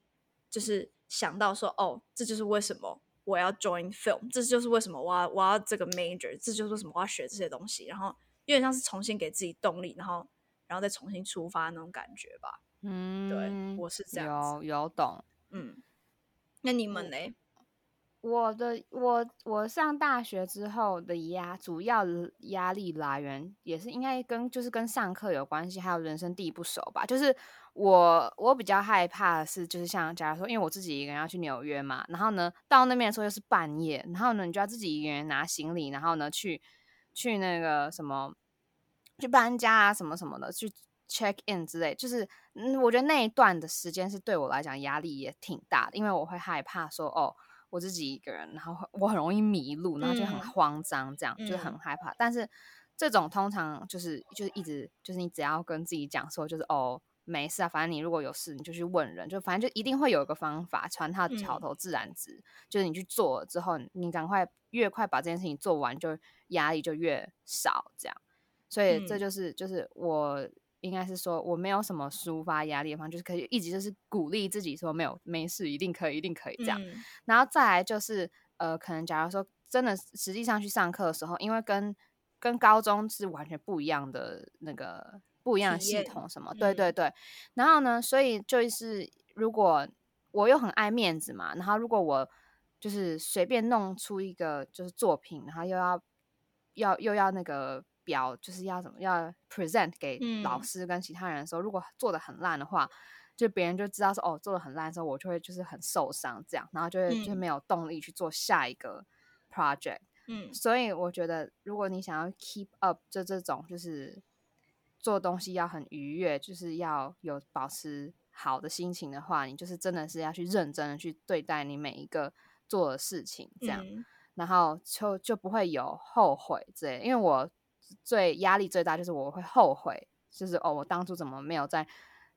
Speaker 2: 就是想到说，哦，这就是为什么我要 join film，这就是为什么我要我要这个 major，这就是为什么我要学这些东西。然后有点像是重新给自己动力，然后然后再重新出发那种感觉吧。
Speaker 1: 嗯，
Speaker 2: 我是这样子
Speaker 1: 有有懂。
Speaker 2: 嗯，那你们嘞？
Speaker 1: 我的我我上大学之后的压主要的压力来源也是应该跟就是跟上课有关系，还有人生地不熟吧。就是我我比较害怕的是，就是像假如说，因为我自己一个人要去纽约嘛，然后呢到那边的时候又是半夜，然后呢你就要自己一个人拿行李，然后呢去去那个什么去搬家啊什么什么的去 check in 之类，就是嗯，我觉得那一段的时间是对我来讲压力也挺大的，因为我会害怕说哦。我自己一个人，然后会我很容易迷路，然后就很
Speaker 2: 嗯
Speaker 1: 慌张，这样、就是很
Speaker 2: 嗯
Speaker 1: 害怕。但是这种通常就是就是一直就是你只要跟自己讲说，就是哦没事啊，反正你如果有事你就去问人，就反正就一定会有一个方法，船到桥
Speaker 2: 嗯
Speaker 1: 头自然直，就是你去做了之后，你赶快越快把这件事情做完，就压力就越少，这样。所以这
Speaker 2: 嗯
Speaker 1: 就是就是我应该是说我没有什么抒发压力的方法，就是可以一直就是鼓励自己说没有没事，一定可以，一定可以这样。
Speaker 2: 嗯
Speaker 1: 然后再来就是呃，可能假如说真的实际上去上课的时候，因为跟跟高中是完全不一样的那个不一样的
Speaker 2: 体
Speaker 1: 系
Speaker 2: 验
Speaker 1: 统什么，对对
Speaker 2: 嗯
Speaker 1: 对。然后呢，所以就是如果我又很爱面子嘛，然后如果我就是随便弄出一个就是作品，然后又要要又要那个表就是要怎么要 present 给老
Speaker 4: 嗯
Speaker 1: 师跟其他人的时候，如果做的很烂的话，就别人就知道说哦做的很烂的时候，我就会就是很受伤这样，然后就会、就
Speaker 4: 嗯
Speaker 1: 没有动力去做下一个 project。
Speaker 4: 嗯
Speaker 1: 所以我觉得，如果你想要 keep up 就这种就是做东西要很愉悦，就是要有保持好的心情的话，你就是真的是要去认真的去对待你每一个做的事情，这样，
Speaker 4: 嗯
Speaker 1: 然后就就不会有后悔之类的。因为我最压力最大就是我会后悔，就是哦，我当初怎么没有在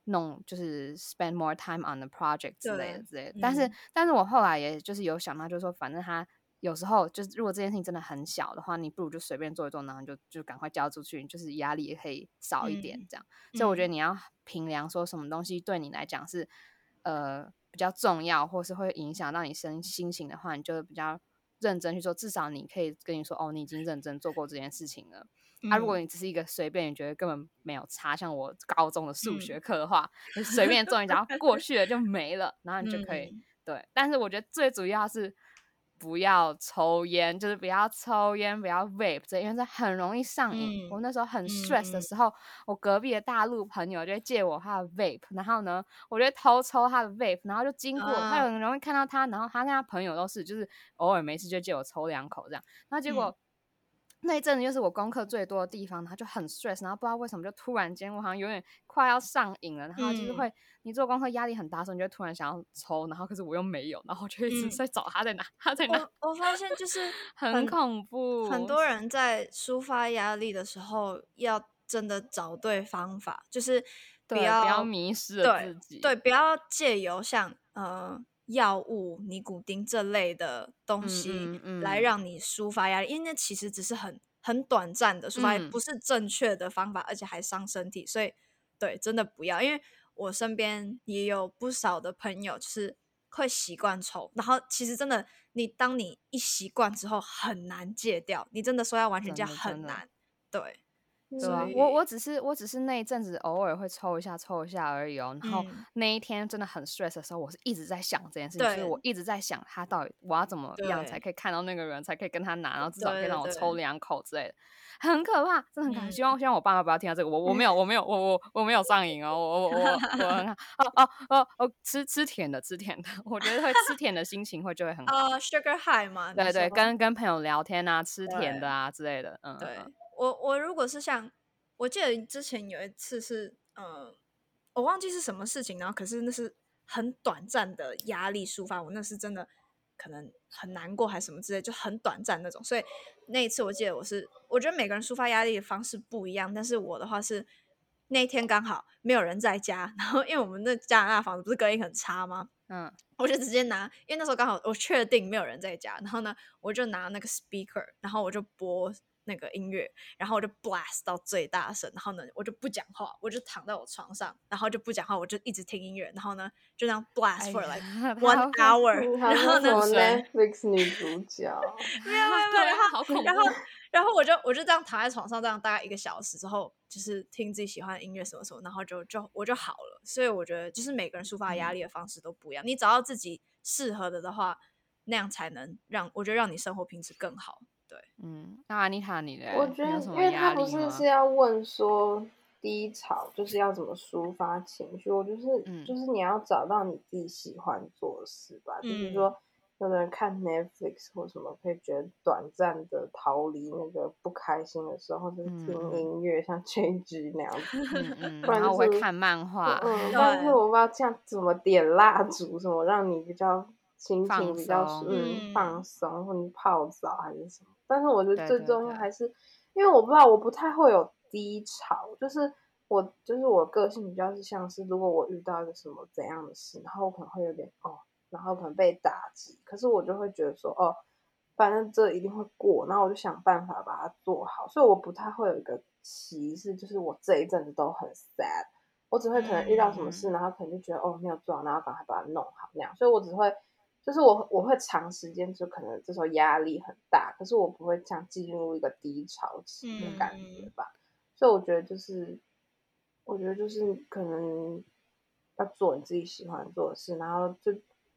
Speaker 1: 弄，就是 spend more time on the project 之类
Speaker 2: 对
Speaker 1: 的之类的。但是，但是我后来也就是有想到，就是说，反正他有时候就是，如果这件事情真的很小的话，你不如就随便做一做，然后你就就赶快交出去，就是压力也可以少一点
Speaker 4: 嗯
Speaker 1: 这样。所以我觉得
Speaker 4: 嗯
Speaker 1: 你要评量说什么东西对你来讲是呃比较重要，或是会影响到你身心情的话，你就比较认真去做。至少你可以跟你说，哦，你已经认真做过这件事情了。啊，如果
Speaker 4: 嗯
Speaker 1: 你只是一个随便，你觉得根本没有差，像我高中的数
Speaker 4: 嗯
Speaker 1: 学课的话，就随便做一下，然后过去了就没了，然后你就可以、
Speaker 4: 嗯
Speaker 1: 对。但是我觉得最主要是不要抽烟，就是不要抽烟，不要 vape，这因为这很容易上瘾。我
Speaker 4: 嗯
Speaker 1: 那时候很
Speaker 4: 嗯
Speaker 1: stress 的
Speaker 4: 嗯
Speaker 1: 时候，我隔壁的大陆朋友就会借我他的 vape，然后呢，我就会偷抽他的 vape，然后就经过，他
Speaker 4: 啊
Speaker 1: 很容易看到他，然后他跟他朋友都是，就是偶尔没事就借我抽两口这样。然后结果、那一阵子又是我功课最多的地方，然后就很 stress，然后不知道为什么就突然间我好像有点快要上瘾了，然后就是
Speaker 4: 嗯
Speaker 1: 会、你做功课压力很大的时候，你就会突然想要抽，然后可是我又没有，然后我就一直
Speaker 4: 嗯
Speaker 1: 在找他在哪，他在哪
Speaker 2: 我，我发现就是
Speaker 1: 很恐怖，
Speaker 2: 很多人在抒发压力的时候，要真的找对方法，就是
Speaker 1: 对
Speaker 2: 要
Speaker 1: 不要迷失了自己，
Speaker 2: 对，不要借由像呃药物、尼古丁这类的东
Speaker 1: 嗯
Speaker 2: 西
Speaker 1: 嗯
Speaker 2: 来
Speaker 1: 嗯
Speaker 2: 让你抒发压力，因为那其实只是很很短暂的抒发，
Speaker 1: 嗯
Speaker 2: 不是正确的方法，而且还伤身体，所以对，真的不要。因为我身边也有不少的朋友就是。会习惯抽，然后其实真的，你当你一习惯之后很难戒掉，你真的说要完全
Speaker 1: 真
Speaker 2: 戒
Speaker 1: 的真
Speaker 2: 很
Speaker 1: 的
Speaker 2: 难。对，
Speaker 1: <laughs> 对啊
Speaker 2: 所，
Speaker 3: 嗯
Speaker 1: <laughs>
Speaker 2: 以
Speaker 1: 我我只是我只是那一阵子偶尔会抽一下抽一下而已哦。然后
Speaker 2: 嗯
Speaker 1: 那一天真的很 stress 的时候，我是一直在想这件事情，所以
Speaker 2: 对
Speaker 1: 我一直在想他到底我要怎么样才
Speaker 2: 对
Speaker 1: 可以看到那个人，才可以跟他拿，然后至少可以
Speaker 2: 对
Speaker 1: 让我
Speaker 2: 对
Speaker 1: 抽两口之类的，很可怕，真的很可怕。
Speaker 4: 嗯
Speaker 1: 希望希望我爸妈不要听到这个，我我没有我没有我我我没有上瘾哦，我我我我我
Speaker 2: <laughs>
Speaker 1: 很好哦哦哦哦，吃吃甜的吃甜的， <laughs> 我觉得会吃甜的心情会就会很好。
Speaker 2: 呃、s u g a r high 嘛，你
Speaker 1: 对对，
Speaker 2: 说
Speaker 1: 跟跟朋友聊天啊，吃甜
Speaker 2: 对
Speaker 1: 的啊之类的，嗯，嗯
Speaker 2: 对
Speaker 1: 嗯
Speaker 2: 我，我如果是像，我记得之前有一次是，呃，我忘记是什么事情，然后可是那是很短暂的压力抒发，我那是真的可能很难过还是什么之类，就很短暂那种。所以那一次我记得我是，我觉得每个人抒发压力的方式不一样，但是我的话是那一天刚好没有人在家， <laughs> 然后因为我们那加拿大房子不是隔音很差吗？
Speaker 1: 嗯
Speaker 2: 我就直接拿，因为那时候刚好我确定没有人在家，然后呢，我就拿那个 speaker，然后我就播那个音乐，然后我就 blast 到最大声，然后呢，我就不讲话，我就躺在我床上，然后就不讲话，我就一直听音乐，然后呢，就这样 blast
Speaker 1: 哎
Speaker 2: for
Speaker 1: 呀
Speaker 2: like
Speaker 1: <laughs> 他
Speaker 2: one
Speaker 1: 好可
Speaker 2: hour，
Speaker 3: 你好
Speaker 2: 然后
Speaker 3: 嗯像什
Speaker 2: 呢，
Speaker 3: 么
Speaker 1: 水
Speaker 3: Netflix 女主角，
Speaker 2: 没有没有没有，
Speaker 1: 对
Speaker 2: 然
Speaker 1: 啊好
Speaker 2: 后
Speaker 1: 恐
Speaker 2: 然后
Speaker 1: 怖
Speaker 2: 然后我就我就这样躺在床上，这样大概一个小时之后，就是听自己喜欢的音乐什么什么，然后就就我就好了。所以我觉得就是每个人抒发压
Speaker 1: 嗯
Speaker 2: 力的方式都不一样，你找到自己适合的的话，那样才能让我觉得让你生活品质更好。对，
Speaker 1: 嗯，那阿妮塔你嘞？
Speaker 3: 我觉
Speaker 1: 你有
Speaker 3: 得
Speaker 1: 什，
Speaker 3: 因
Speaker 1: 么
Speaker 3: 为他
Speaker 1: 压
Speaker 3: 不
Speaker 1: 力
Speaker 3: 是
Speaker 1: 吗
Speaker 3: 是？要问说低潮就是要怎么抒发情绪，我就是、
Speaker 1: 嗯
Speaker 3: 就是你要找到你自己喜欢做的事吧，
Speaker 1: 嗯
Speaker 3: 就是说。有的人看 Netflix 或什么，可以觉得短暂的逃离那个不开心的时候，或者是
Speaker 1: 嗯
Speaker 3: 听
Speaker 1: 嗯
Speaker 3: 音乐，像 <laughs> JG 那样子，
Speaker 1: 嗯
Speaker 3: <laughs>
Speaker 1: 嗯，
Speaker 3: 不然
Speaker 1: 然后我
Speaker 3: 就
Speaker 1: 会
Speaker 3: 是
Speaker 1: 看漫画，
Speaker 3: 嗯，
Speaker 2: 对
Speaker 3: 但是我不知道这样怎么点蜡烛，什么让你比较心情
Speaker 1: 放
Speaker 3: 比较
Speaker 1: 松
Speaker 3: 嗯
Speaker 2: 嗯
Speaker 3: 放松，或者泡澡还是什么。但是我觉得
Speaker 1: 对
Speaker 3: 最
Speaker 1: 对
Speaker 3: 重要
Speaker 1: 对
Speaker 3: 还是，因为我不知道我不太会有低潮，就是我就是我个性比较是像是，如果我遇到一个什么怎样的事，然后我可能会有点哦，然后可能被打击，可是我就会觉得说哦，反正这一定会过，然后我就想办法把它做好，所以我不太会有一个歧视，就是我这一阵子都很 sad，我只会可能遇到什么事，然后可能就觉得哦没有做好，然后赶快把它弄好那样，所以我只会就是我我会长时间就可能这时候压力很大，可是我不会像进入一个低潮期的感觉
Speaker 2: 嗯
Speaker 3: 吧，所以我觉得就是我觉得就是可能要做你自己喜欢做的事，然后就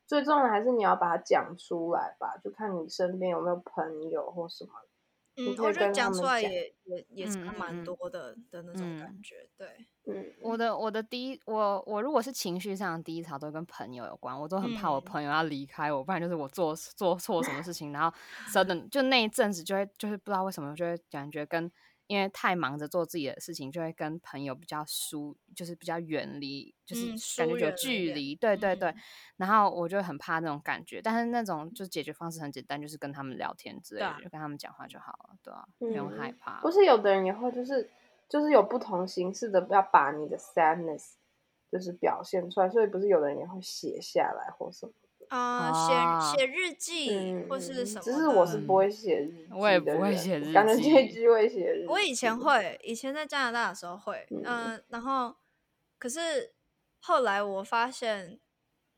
Speaker 3: 最重要的还是你要把它讲出来吧，就看你身边有没有朋友或什么
Speaker 2: 嗯，
Speaker 3: 可
Speaker 2: 我
Speaker 3: 以
Speaker 2: 觉得
Speaker 3: 跟他
Speaker 2: 讲
Speaker 3: 们
Speaker 2: 出来
Speaker 3: 讲
Speaker 2: 也也也差
Speaker 1: 嗯嗯
Speaker 2: 蛮
Speaker 1: 嗯
Speaker 2: 多的的那种感
Speaker 1: 嗯
Speaker 2: 觉，对，
Speaker 3: 嗯，
Speaker 1: 我的我的低我我如果是情绪上的低潮都跟朋友有关，我都很怕我
Speaker 2: 嗯
Speaker 1: 朋友要离开我，不然就是我做做错什么事情，然后 sudden 就那一阵子就会就是不知道为什么就会感觉跟因为太忙着做自己的事情，就会跟朋友比较疏，就是比较远离，就是
Speaker 2: 嗯
Speaker 1: 感
Speaker 2: 疏
Speaker 1: 觉有
Speaker 2: 远了一
Speaker 1: 距
Speaker 2: 点
Speaker 1: 离。对对对，
Speaker 2: 嗯
Speaker 1: 然后我就很怕那种感觉，但是那种就解决方式很简单，就是跟他们聊天之类
Speaker 2: 对
Speaker 1: 的，
Speaker 2: 啊
Speaker 1: 就跟他们讲话就好了，对啊，不用害
Speaker 3: 嗯
Speaker 1: 怕。
Speaker 3: 不是有的人也会就是就是有不同形式的要把你的 sadness 就是表现出来，所以不是有的人也会写下来或什么。
Speaker 2: 啊、
Speaker 1: 啊
Speaker 2: 写写日记
Speaker 3: 嗯，
Speaker 2: 或是
Speaker 3: 嗯
Speaker 2: 什么的，
Speaker 3: 哦只是我是不
Speaker 1: 嗯
Speaker 3: 会写日记的人，
Speaker 1: 我也不会写
Speaker 3: 我
Speaker 1: 日
Speaker 3: 感觉这
Speaker 1: 记
Speaker 3: 句会写日记。
Speaker 2: 我以前，会，以前在加拿大的时候会，
Speaker 3: 嗯
Speaker 2: 嗯、然后可是后来我发现，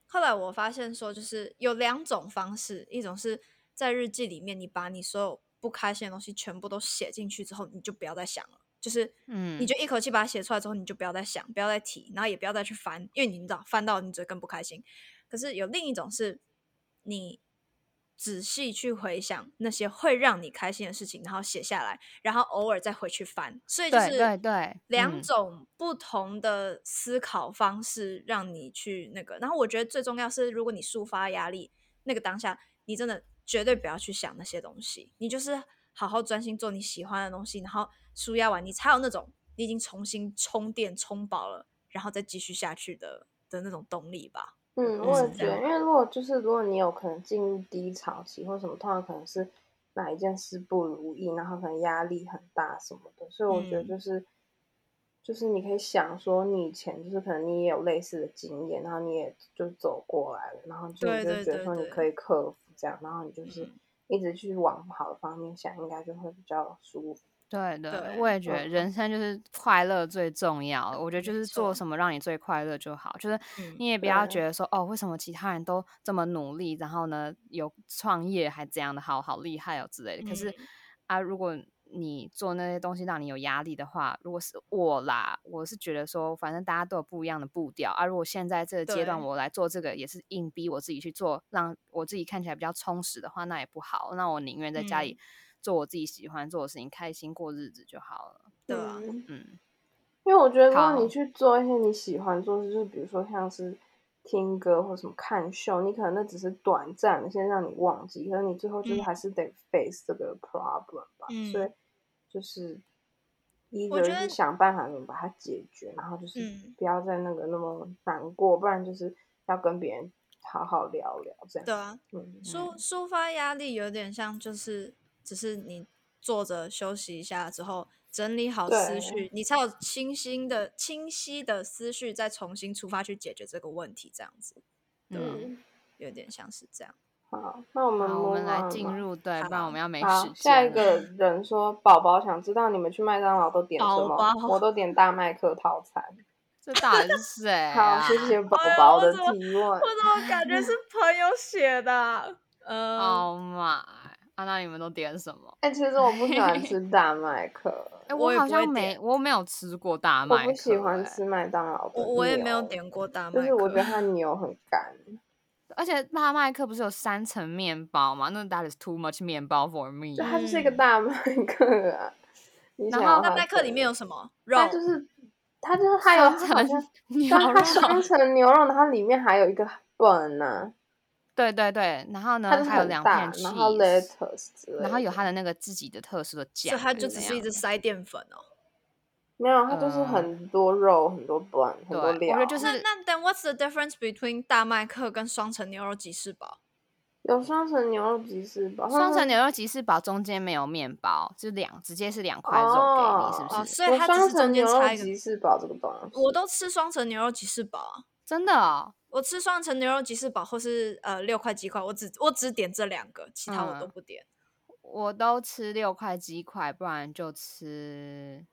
Speaker 2: 后来我发现说，就是有两种方式，一种是在日记里面，你把你所有不开心的东西全部都写进去之后，你就不要再想了，就是
Speaker 1: 嗯
Speaker 2: 你就一口气把它写出来之后，你就不要再想，不要再提，然后也不要再去翻，因为你知道翻到你只会更不开心。可是有另一种是，你仔细去回想那些会让你开心的事情，然后写下来，然后偶尔再回去翻。所以就
Speaker 1: 对
Speaker 2: 是
Speaker 1: 对对
Speaker 2: 两
Speaker 1: 嗯
Speaker 2: 种不同的思考方式，让你去那个。然后我觉得最重要是，如果你抒发压力那个当下，你真的绝对不要去想那些东西，你就是好好专心做你喜欢的东西，然后舒压完，你才有那种你已经重新充电充饱了，然后再继续下去的的那种动力吧。
Speaker 3: 嗯，
Speaker 2: 我
Speaker 3: 我
Speaker 2: 是
Speaker 3: 也
Speaker 2: 这
Speaker 3: 觉
Speaker 2: 样
Speaker 3: 得，因为如果就是如果你有可能进入低潮期或什么，通常可能是哪一件事不如意，然后可能压力很大什么的，所以我觉得
Speaker 2: 嗯
Speaker 3: 就是。就是你可以想说，你以前就是可能你也有类似的经验，然后你也就走过来了，然后就
Speaker 2: 对
Speaker 3: 你就
Speaker 2: 对
Speaker 3: 觉得
Speaker 2: 对
Speaker 3: 说你
Speaker 2: 对
Speaker 3: 可以克服这样，然后你就是
Speaker 2: 嗯
Speaker 3: 一直去往好的方面想，应该就会比较舒服。
Speaker 1: 对对，
Speaker 2: 对
Speaker 1: 我也觉得
Speaker 3: 嗯
Speaker 1: 人生就是快乐最重要。我觉得就
Speaker 2: 没
Speaker 1: 是做
Speaker 2: 错
Speaker 1: 什么让你最快乐就好，就是
Speaker 2: 嗯
Speaker 1: 你也不要
Speaker 3: 对
Speaker 1: 觉得说哦，为什么其他人都这么努力，然后呢有创业还这样的好好厉害哦之类的。可
Speaker 2: 嗯
Speaker 1: 是啊，如果你做那些东西让你有压力的话，如果是我啦，我是觉得说，反正大家都有不一样的步调啊。如果现在这个阶段
Speaker 2: 对
Speaker 1: 我来做这个，也是硬逼我自己去做，让我自己看起来比较充实的话，那也不好。那我宁愿在家里
Speaker 2: 嗯，
Speaker 1: 做我自己喜欢做的事情，开心过日子就好了。
Speaker 2: 对啊，
Speaker 3: 嗯，
Speaker 1: 嗯，
Speaker 3: 因为我觉得，如果
Speaker 1: 好
Speaker 3: 你去做一些你喜欢做的事，就是比如说像是听歌或什么看秀，你可能那只是短暂的，先让你忘记，可是你最后就是
Speaker 2: 嗯
Speaker 3: 还是得 face 这个 problem 吧。所以
Speaker 2: 嗯，
Speaker 3: 就是
Speaker 2: 我觉
Speaker 3: ，either 是
Speaker 2: 得
Speaker 3: 想办法怎么把它解决，然后就是
Speaker 2: 嗯。
Speaker 3: 不要再那个那么难过，不然就是要跟别人好好聊聊这样。
Speaker 2: 对啊，
Speaker 3: 嗯
Speaker 2: 抒抒发压力有点像，就是只是你坐着休息一下之后，整理好思
Speaker 3: 对
Speaker 2: 绪，你才有清新的、清晰的思绪，再重新出发去解决这个问题，这样子，对吧、
Speaker 1: 嗯，
Speaker 3: 嗯，
Speaker 2: 有点像是这样。
Speaker 3: 好，那我们
Speaker 1: 好，我
Speaker 3: move
Speaker 1: 们来
Speaker 3: on 吧
Speaker 1: 进入，对，不然我
Speaker 2: 好
Speaker 1: 们要没
Speaker 3: 嗯好
Speaker 1: 时，
Speaker 3: 下一
Speaker 1: 间了。
Speaker 3: 个人说：“宝宝想知道你们去麦当劳都点什
Speaker 2: 宝宝，
Speaker 3: 么？我都点大麦克套餐。
Speaker 1: 这到底是谁
Speaker 3: <laughs> 好，
Speaker 1: 啊？
Speaker 3: 谢谢宝
Speaker 2: 哎呀，
Speaker 3: 宝
Speaker 2: 我
Speaker 3: 的
Speaker 2: 怎么，
Speaker 3: 提问。
Speaker 2: 我怎么感 <laughs> 觉是朋友写的啊？嗯，
Speaker 1: Oh my！啊，那你们都点什么？
Speaker 3: 哎、其实我不喜欢
Speaker 2: <laughs>
Speaker 3: 吃大麦克，
Speaker 1: 哎、
Speaker 2: 我
Speaker 1: 我
Speaker 2: 也
Speaker 1: 好
Speaker 2: 不会
Speaker 1: 像没，
Speaker 2: 点，
Speaker 1: 我没有吃过大
Speaker 3: 我
Speaker 1: 麦
Speaker 3: 不
Speaker 1: 克、
Speaker 3: 喜欢
Speaker 1: 哎，
Speaker 3: 吃麦当劳的
Speaker 2: 我我也没有
Speaker 3: 牛，
Speaker 2: 点过大
Speaker 3: 就是
Speaker 2: 麦
Speaker 3: 我
Speaker 2: 克。
Speaker 3: 觉得它牛很
Speaker 2: <laughs>
Speaker 3: 干。
Speaker 1: 而且大麦克不是有三层面包吗？那 that is too much 面包 for
Speaker 3: <laughs> 就
Speaker 1: me。
Speaker 3: 它就是一个
Speaker 2: 嗯
Speaker 3: 大麦克啊，你想
Speaker 1: 然
Speaker 3: 要
Speaker 1: 后
Speaker 2: 大
Speaker 3: 它
Speaker 2: 麦克
Speaker 3: 怎
Speaker 2: 里面
Speaker 3: 样
Speaker 2: 有？什么
Speaker 3: 它
Speaker 2: 肉？
Speaker 3: 就是它就是它有
Speaker 1: 双
Speaker 3: 它
Speaker 1: 层
Speaker 3: 好
Speaker 2: <laughs>
Speaker 3: 像，
Speaker 1: 牛
Speaker 3: 对 <laughs> 啊，它
Speaker 1: 肉，
Speaker 3: 双层牛肉，然后里面还有一个本呢、
Speaker 2: 嗯
Speaker 1: 对对对，然后
Speaker 3: 它
Speaker 1: 呢
Speaker 3: 就是
Speaker 1: 还有
Speaker 3: 很
Speaker 1: 两片
Speaker 3: 大，然后
Speaker 1: cheese，
Speaker 3: lettuce 之
Speaker 1: 然后
Speaker 3: 类
Speaker 1: 有
Speaker 3: 的。”
Speaker 1: 它的那个自己的特殊的
Speaker 2: 所
Speaker 1: 酱
Speaker 2: 以它
Speaker 1: 还
Speaker 2: 就是
Speaker 1: 怎
Speaker 2: 只是
Speaker 1: 样
Speaker 2: 一直
Speaker 1: 的？
Speaker 2: 塞淀粉哦。
Speaker 3: 没有，它就是
Speaker 2: 嗯
Speaker 1: 呃，
Speaker 3: 很多肉、很多 b 很
Speaker 1: 对，
Speaker 3: 多
Speaker 1: 我觉得
Speaker 3: 料，
Speaker 1: 就
Speaker 2: 那
Speaker 1: 是
Speaker 2: 那 then what's the difference between 大麦克跟双层牛肉吉士堡？
Speaker 3: 有双层牛肉吉士堡，
Speaker 1: 双
Speaker 3: 双
Speaker 1: 层
Speaker 3: 层
Speaker 1: 牛肉吉士堡中间没有面包，就两直接是两块肉给你，是不
Speaker 3: 哦，
Speaker 2: 哦，
Speaker 1: 是？
Speaker 2: 所以
Speaker 3: 有
Speaker 2: 它只
Speaker 3: 双
Speaker 2: 是中
Speaker 3: 层
Speaker 2: 间
Speaker 3: 牛肉
Speaker 2: 插一个。
Speaker 3: 吉士堡这个东
Speaker 2: 我
Speaker 3: 西，
Speaker 2: 都吃双层牛肉吉士堡啊，
Speaker 1: 真的哦，
Speaker 2: 我吃双层牛肉吉士堡或是呃六块鸡块，我只我只点这两个，其他我都
Speaker 1: 嗯，
Speaker 2: 不点。
Speaker 1: 我都吃六块鸡块，不然就吃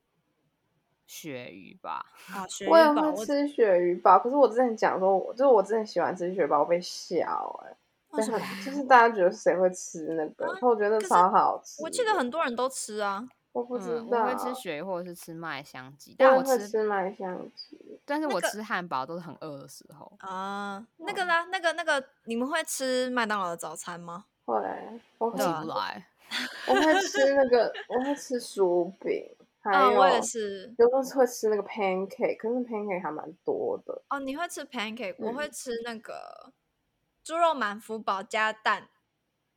Speaker 1: 鳕鱼吧。
Speaker 2: 啊，鳕
Speaker 3: 我
Speaker 2: 鱼
Speaker 3: 也
Speaker 2: 堡
Speaker 3: 会
Speaker 2: 我
Speaker 3: 吃鳕鱼堡，可是我之前讲说，我就是我之前喜欢吃鳕鱼堡，我被笑哎、
Speaker 2: 为
Speaker 3: 对
Speaker 2: 什
Speaker 3: 很
Speaker 2: 么啊
Speaker 3: 就是大家觉得谁会吃那个？可我觉得
Speaker 2: 可是
Speaker 3: 超好吃
Speaker 2: 我记得
Speaker 3: 的，
Speaker 2: 很多人都吃啊，
Speaker 3: 我不知
Speaker 1: 嗯，我会吃
Speaker 3: 道，
Speaker 1: 鳕鱼或者是吃麦香鸡，
Speaker 3: 我
Speaker 1: 但
Speaker 3: 也
Speaker 1: 我
Speaker 3: 会
Speaker 1: 吃，
Speaker 3: 吃麦香鸡，
Speaker 1: 但是
Speaker 2: 那
Speaker 1: 我
Speaker 2: 个
Speaker 1: 吃汉堡都是很饿的时候。
Speaker 2: 啊、那个
Speaker 3: 嗯，
Speaker 2: 啦，那个那个，你们会吃麦当劳的早餐吗？
Speaker 3: 会，我
Speaker 1: 我
Speaker 2: 对
Speaker 1: 起
Speaker 3: 很
Speaker 2: 啊，
Speaker 1: 不来，
Speaker 3: 我会吃那个，我会吃薯饼，还
Speaker 2: <laughs> 嗯，
Speaker 3: 有、
Speaker 2: 我也是。
Speaker 3: 有时候会吃那个 pancake，可是 pancake 还蛮多的。
Speaker 2: 哦，你会吃 pancake，我
Speaker 3: 嗯
Speaker 2: 会吃那个猪肉满福堡加蛋。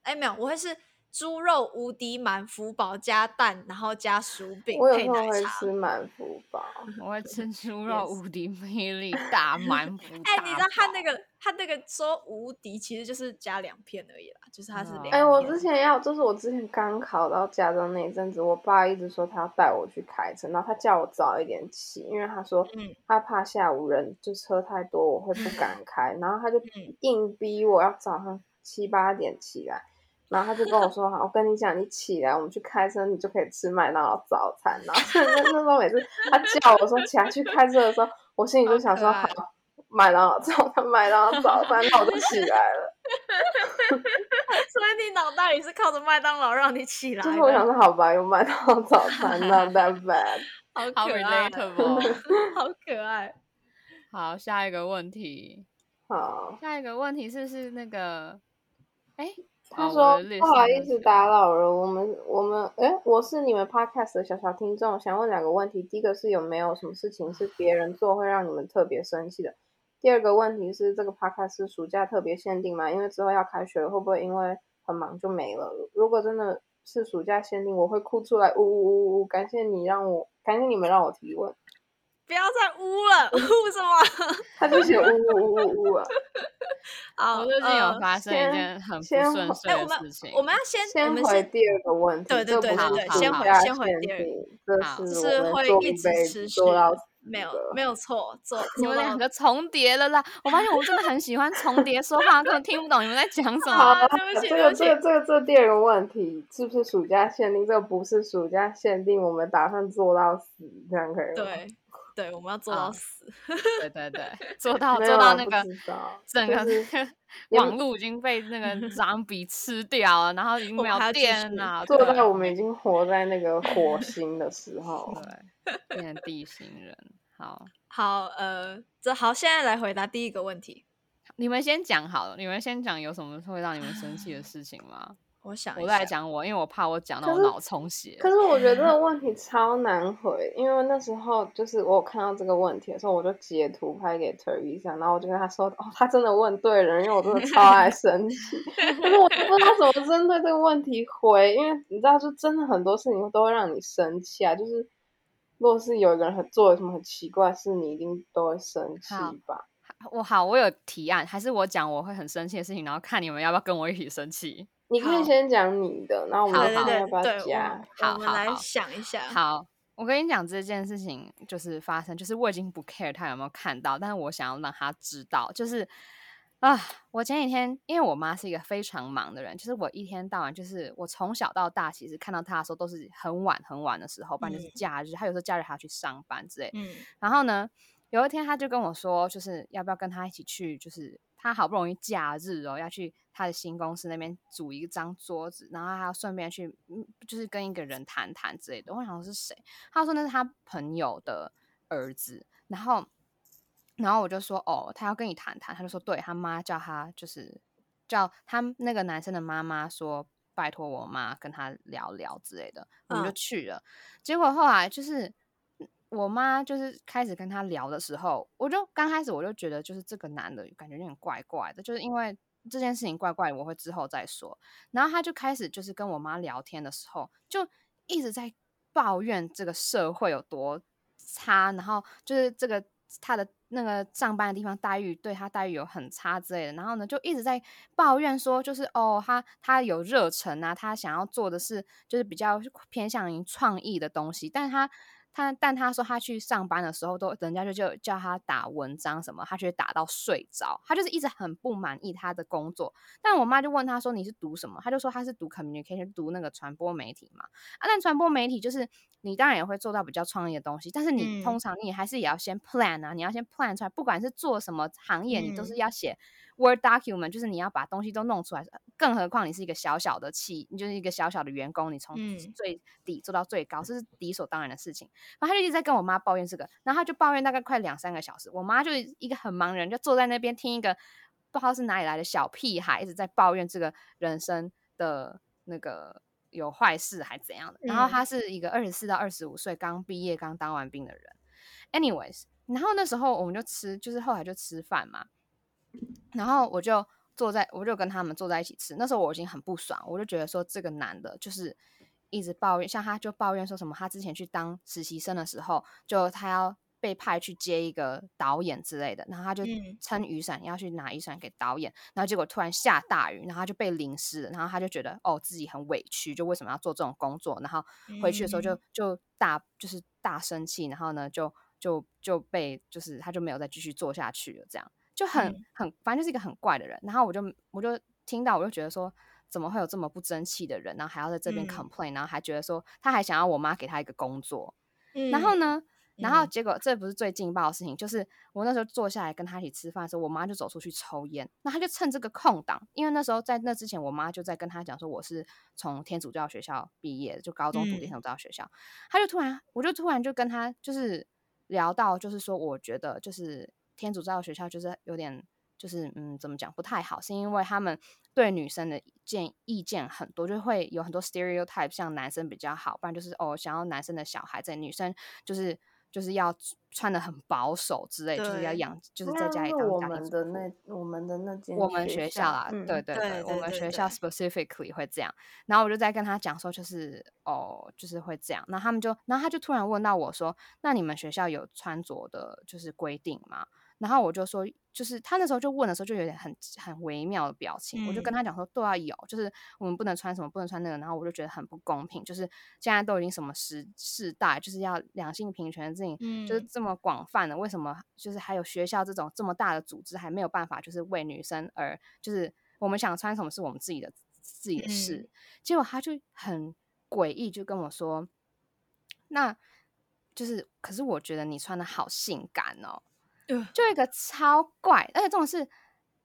Speaker 2: 哎，没有，我会是猪肉无敌满福堡加蛋，然后加薯饼
Speaker 3: 我有
Speaker 2: 配
Speaker 3: 时候
Speaker 2: 奶
Speaker 3: 会
Speaker 2: 茶。
Speaker 3: 吃满福包，
Speaker 1: 我会吃猪
Speaker 3: Yes
Speaker 1: 肉无敌魅力大满福
Speaker 2: 哎
Speaker 1: 大，
Speaker 2: 你知道他
Speaker 1: 饱
Speaker 2: 那个他那个说无敌，其实就是加两片而已啦，就是它是
Speaker 1: 嗯
Speaker 2: 两片。
Speaker 3: 哎、我之前要，就是我之前刚考到驾照那一阵子，我爸一直说他要带我去开车，然后他叫我早一点起，因为他说
Speaker 2: 嗯
Speaker 3: 他怕下午人就车太多，我会不
Speaker 2: <laughs>
Speaker 3: 敢开，然后他就
Speaker 2: 嗯
Speaker 3: 硬逼我要早上七八点起来，然后他就跟我说：“好，我跟你讲，你起来，我们去开车，你就可以吃麦当劳早餐。”然后 <laughs> 那那时候每次他叫我说起来去开车的时候，我心里就
Speaker 2: 好
Speaker 3: 想
Speaker 2: 可
Speaker 3: 说：“
Speaker 2: 爱
Speaker 3: 好，麦当劳早餐，麦当劳早餐。”那我就起来了。
Speaker 2: 所以你脑袋里是靠着麦当劳让你起来的，
Speaker 3: 就是我想说，好吧，有麦当劳早餐
Speaker 1: <laughs>
Speaker 3: ，not that bad。
Speaker 2: 好哦
Speaker 1: 好
Speaker 2: 可
Speaker 3: <laughs>
Speaker 2: 爱， <laughs>
Speaker 1: relatable。
Speaker 2: 好可爱。
Speaker 1: 好，下一个问题， <laughs>
Speaker 3: 好，
Speaker 1: 下一个问题是是那个，哎、
Speaker 3: 他
Speaker 1: 哦
Speaker 3: 说
Speaker 1: 我的 list
Speaker 3: 不好
Speaker 1: 上
Speaker 3: 意
Speaker 1: 面
Speaker 3: 思
Speaker 1: 写
Speaker 3: 打扰了，我们我们哎，我是你们 podcast 的小小听众，想问两个问题。第一个是有没有什么事情是别人做会让你们特别生气的？第二个问题是这个 podcast 是暑假特别限定吗？因为之后要开学了，会不会因为很忙就没了？如果真的是暑假限定，我会哭出来，呜呜呜呜！感谢你让我，感谢你们让我提问。
Speaker 2: 不要再污了，
Speaker 3: 嗯
Speaker 2: 污什 <laughs> 么？
Speaker 3: 他就写呜呜呜呜呜啊。
Speaker 2: 好，
Speaker 1: 我最近有
Speaker 2: 呃
Speaker 1: 发生一
Speaker 3: 先
Speaker 1: 件很不
Speaker 3: 先
Speaker 1: 顺
Speaker 3: 回
Speaker 1: 遂
Speaker 2: 哎、我
Speaker 1: 的
Speaker 2: 们
Speaker 1: 事情。
Speaker 2: 我们要先，我
Speaker 3: 先
Speaker 2: 们
Speaker 3: 回
Speaker 2: 先，
Speaker 3: 第二个问题，
Speaker 2: 对对
Speaker 3: 这
Speaker 2: 对
Speaker 3: 不
Speaker 1: 对
Speaker 3: 是
Speaker 1: 对
Speaker 3: 暑
Speaker 1: 先回
Speaker 3: 假
Speaker 2: 先回
Speaker 3: 限
Speaker 2: 第二
Speaker 3: 定，这
Speaker 1: 好
Speaker 2: 就是是
Speaker 3: 我们
Speaker 2: 会
Speaker 3: 做
Speaker 2: 一
Speaker 3: 一
Speaker 2: 直
Speaker 3: 辈
Speaker 2: 持
Speaker 3: 子
Speaker 2: 续
Speaker 3: 做到，
Speaker 2: 没有
Speaker 3: 的
Speaker 2: 没有错，做
Speaker 1: 你
Speaker 2: 做
Speaker 1: 们
Speaker 2: 到
Speaker 1: 两个重叠了啦！我发现我们真的很喜欢重叠说话，根本听不懂你们在讲什
Speaker 2: 好
Speaker 1: 么。
Speaker 2: 啊，对不起
Speaker 3: <laughs> 这
Speaker 2: 对
Speaker 3: 个
Speaker 2: 不起
Speaker 3: 这，个这个这个第二个问题是不是暑假限定？这个不是暑假限定，我们打算做到死，这样可以吗？ <laughs>
Speaker 2: 对对，我们要做到
Speaker 1: 嗯
Speaker 2: 死。
Speaker 1: 对对对，做到
Speaker 3: 没
Speaker 1: 做
Speaker 3: 有
Speaker 1: 到
Speaker 3: 啦
Speaker 1: 那
Speaker 3: 不
Speaker 1: 个
Speaker 3: 知道
Speaker 1: 整
Speaker 3: 就
Speaker 1: 个
Speaker 3: 是
Speaker 1: 那个
Speaker 3: 也不
Speaker 1: 网络已经被那个 zombie 吃掉了，然后已经
Speaker 2: 我
Speaker 1: 没
Speaker 2: 们还
Speaker 1: 有
Speaker 2: 要继
Speaker 1: 电
Speaker 2: 续
Speaker 1: 了。
Speaker 3: 做
Speaker 1: 对
Speaker 3: 到我们已经活在那个火星的时候。
Speaker 1: 对，哦 <laughs> 变成地形人。好，
Speaker 2: 好，呃，这好，现在来回答第一个问题。
Speaker 1: 你们先讲好了，你们先讲有什么会让你们生气的事情吗？
Speaker 2: 我想
Speaker 1: 我
Speaker 2: 一
Speaker 1: 再
Speaker 2: 下
Speaker 1: 来，讲我，因为我怕我讲到
Speaker 3: 可
Speaker 1: 我
Speaker 3: 是
Speaker 1: 脑充血。
Speaker 3: 可是我觉得
Speaker 1: <laughs>
Speaker 3: 这个问题超难回，因为那时候就是我有看到这个问题的时候，我就截图拍给 Teresa，然后我就跟他说：“哦，他真的问对人，因为我真的超爱生气。” <laughs> 可是我就不知道怎么针对这个问题回，因为你知道，就真的很多事情都会让你生气啊。就是如果是有一个人很做了什么很奇怪的事，你一定都会生气
Speaker 1: 好
Speaker 3: 吧？
Speaker 1: 我好，我有提案，还是我讲我会很生气的事情，然后看你们要不要跟我一起生气。
Speaker 3: 你可以
Speaker 2: 好
Speaker 3: 先讲你的，然后我们
Speaker 1: 好
Speaker 2: 对
Speaker 3: 看
Speaker 2: 对
Speaker 3: 要不要
Speaker 2: 对对，我
Speaker 3: 加
Speaker 2: 们。
Speaker 1: 啊好
Speaker 2: 我们
Speaker 1: 好
Speaker 2: 来
Speaker 1: 好
Speaker 2: 想一下。
Speaker 1: 好，我跟你讲这件事情就是发生，就是我已经不 care 他有没有看到，但是我想要让他知道，就是啊，我前几天因为我妈是一个非常忙的人，就是我一天到晚就是我从小到大，其实看到她的时候都是很晚很晚的时候，不然就是
Speaker 2: 嗯
Speaker 1: 假日，她有时候假日还要去上班之类的
Speaker 2: 嗯
Speaker 1: 然后呢，有一天他就跟我说，就是要不要跟他一起去，就是他好不容易假日哦，要去他的新公司那边组一张桌子，然后还要顺便去，嗯，就是跟一个人谈谈之类的。我想说是谁？他说那是他朋友的儿子，然后。然后我就说哦，他要跟你谈谈，他就说对他妈叫他就是叫他那个男生的妈妈说拜托我妈跟他聊聊之类的，我们就
Speaker 2: 嗯
Speaker 1: 去了。结果后来就是嗯我妈就是开始跟他聊的时候，我就刚开始我就觉得就是这个男的感觉有点怪怪的，就是因为这件事情怪怪的，我会之后再说。然后他就开始就是跟我妈聊天的时候，就一直在抱怨这个社会有多差，然后就是这个他的那个上班的地方待遇对他待遇有很差之类的，然后呢就一直在抱怨说，就是哦，他他有热忱啊，他想要做的是就是比较偏向于创意的东西，但他。他但他说他去上班的时候都，人家就就叫他打文章什么，他却打到睡着，他就是一直很不满意他的工作。但我妈就问他说你是读什么，他就说他是读 communication，读那个传播媒体嘛。啊，但传播媒体就是你当然也会做到比较创意的东西，但是你
Speaker 2: 嗯
Speaker 1: 通常你还是也要先 plan 啊，你要先 plan 出来，不管是做什么行业，你都
Speaker 2: 嗯
Speaker 1: 是要写 word document，就是你要把东西都弄出来。更何况你是一个小小的企，你就是一个小小的员工，你从
Speaker 2: 嗯
Speaker 1: 最底做到最高，这是理所当然的事情。然后他就一直在跟我妈抱怨这个，然后他就抱怨大概快两三个小时，我妈就一个很茫然，就坐在那边听一个不知道是哪里来的小屁孩一直在抱怨这个人生的那个有坏事还怎样的。然后他是一个二十四到二十五岁刚毕业、刚当完兵的人。Anyways，然后那时候我们就吃，就是后来就吃饭嘛。然后我就坐在，我就跟他们坐在一起吃。那时候我已经很不爽，我就觉得说这个男的就是一直抱怨，像他就抱怨说什么，他之前去当实习生的时候，就他要被派去接一个导演之类的，然后他就
Speaker 2: 嗯
Speaker 1: 撑雨伞要去拿雨伞给导演，然后结果突然下大雨，然后他就被淋湿了，然后他就觉得哦自己很委屈，就为什么要做这种工作，然后回去的时候
Speaker 2: 嗯
Speaker 1: 就就大就是大生气，然后呢就就就被就是他就没有再继续做下去了，这样就很、
Speaker 2: 嗯
Speaker 1: 很反正就是一个很怪的人。然后我就我就听到我就觉得说，怎么会有这么不争气的人，然后还要在这边
Speaker 2: 嗯
Speaker 1: complain，、然后还觉得说他还想要我妈给他一个工作，
Speaker 2: 嗯
Speaker 1: 然后？呢？然后
Speaker 2: 嗯
Speaker 1: 结果这不是最劲爆的事情，就是我那时候坐下来跟他一起吃饭的时候，我妈就走出去抽烟，那他就趁这个空档，因为那时候在那之前，我妈就在跟他讲说我是从天主教学校毕业的，就高中读天
Speaker 2: 嗯
Speaker 1: 主教学校，他就突然，我就突然就跟他就是聊到，就是说我觉得就是天主教学校就是有点就是嗯怎么讲不太好，是因为他们对女生的建意见很多，就会有很多 stereotype，像男生比较好，不然就是哦想要男生的小孩子，女生就是就是要穿的很保守之类，就是要
Speaker 2: 对
Speaker 1: 养就是
Speaker 3: 那
Speaker 1: 在家
Speaker 3: 样
Speaker 1: 里
Speaker 3: 是
Speaker 1: 当
Speaker 3: 我
Speaker 1: 家庭
Speaker 3: 们
Speaker 1: 主
Speaker 3: 的
Speaker 1: 妇
Speaker 3: 那我们的那间
Speaker 1: 我们
Speaker 3: 学
Speaker 1: 学校啦，
Speaker 3: 嗯，
Speaker 1: 对对
Speaker 2: 对
Speaker 1: 我
Speaker 2: 对
Speaker 1: 们
Speaker 2: 对
Speaker 1: 学校
Speaker 2: 对
Speaker 1: specifically 会这样。然后我就在跟他讲说，就是哦，就是会这样。然后他们就，然后他就突然问到我说，那你们学校有穿着的，就是规定吗？然后我就说，就是他那时候就问的时候，就有点很很微妙的表情。我就跟
Speaker 2: 嗯
Speaker 1: 他讲说，对啊，有，就是我们不能穿什么，不能穿那个。然后我就觉得很不公平，就是现在都已经什么时世代，就是要两性平权的事情，就是
Speaker 2: 嗯
Speaker 1: 这么广泛的，为什么就是还有学校这种这么大的组织还没有办法，就是为女生而就是我们想穿什么是我们自己的自己的事，
Speaker 2: 嗯
Speaker 1: 结果他就很诡异，就跟我说：“那就是，可是我觉得你穿的好性感哦。”
Speaker 2: 呃
Speaker 1: 就有一个超怪，而且重点是，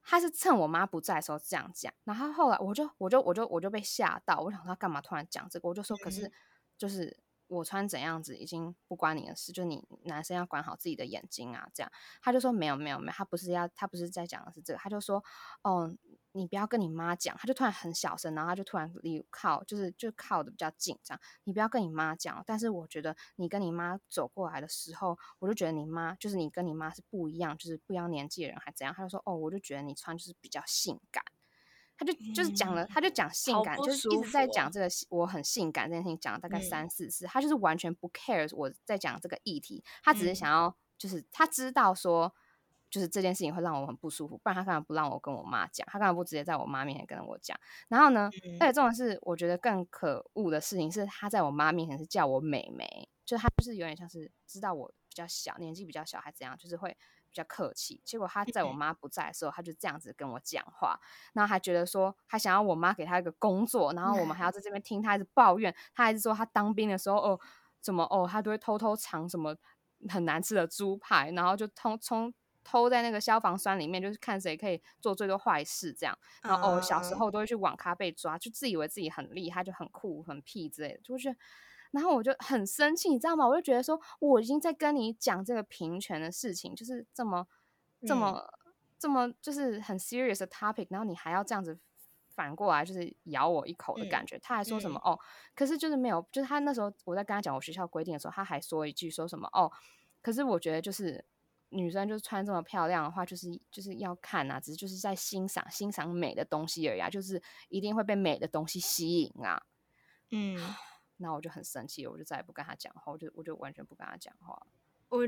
Speaker 1: 他是趁我妈不在的时候这样讲，然后后来我就我就我就我就被吓到，我想说他干嘛突然讲这个，我就说可是
Speaker 2: 嗯
Speaker 1: 就是我穿怎样子已经不关你的事，就你男生要管好自己的眼睛啊，这样。他就说没有没有没有，他不是要他不是在讲的是这个，他就说哦你不要跟你妈讲，他就突然很小声，然后他就突然离靠就是就靠的比较近这样，你不要跟你妈讲，哦但是我觉得你跟你妈走过来的时候，我就觉得你妈就是你跟你妈是不一样，就是不一样年纪的人还怎样？他就说哦，我就觉得你穿就是比较性感，他就就是讲了，他就讲性
Speaker 2: 嗯好
Speaker 1: 感，
Speaker 2: 不
Speaker 1: 就是一
Speaker 2: 舒
Speaker 1: 直在
Speaker 2: 服
Speaker 1: 讲
Speaker 2: 哦
Speaker 1: 这个性我很性感这件事情，讲了大概
Speaker 2: 嗯
Speaker 1: 三四次，他就是完全不 care 我在讲这个议题，他只是
Speaker 2: 嗯
Speaker 1: 想要就是他知道说。就是这件事情会让我很不舒服，不然他干嘛不让我跟我妈讲？他干嘛不直接在我妈面前跟我讲？然后呢，而且
Speaker 2: 嗯
Speaker 1: 重点是，我觉得更可恶的事情是，他在我妈面前是叫我妹妹，就他就是有点像是知道我比较小，年纪比较小，还怎样，就是会比较客气。结果他在我妈不在的时候，他就这样子跟我讲话，然后还觉得说他想要我妈给他一个工作，然后我们还要在这边听他一直抱怨，他还是说他当兵的时候哦，怎么哦，他都会偷偷藏什么很难吃的猪排，然后就偷冲。偷在那个消防栓里面，就是看谁可以做最多坏事这样。然后哦，小时
Speaker 2: 啊
Speaker 1: 候都会去网咖被抓，就自以为自己很厉害，就很酷、很屁之类的，就会觉得。然后我就很生气，你知道吗？我就觉得说，我已经在跟你讲这个平权的事情，就是这么、这
Speaker 2: 嗯
Speaker 1: 么、这么，就是很 serious 的 topic，然后你还要这样子反过来，就是咬我一口的
Speaker 2: 嗯
Speaker 1: 感觉。他还说什么
Speaker 2: 嗯
Speaker 1: 哦，可是就是没有，就是他那时候我在跟他讲我学校规定的时候，他还说一句说什么哦，可是我觉得就是女生就是穿这么漂亮的话，就是就是要看啊，只是就是在欣赏欣赏美的东西而已啊，就是一定会被美的东西吸引啊。
Speaker 2: 嗯，
Speaker 1: 然后我就很生气，我就再也不跟他讲话，我就我就完全不跟他讲话。
Speaker 2: 我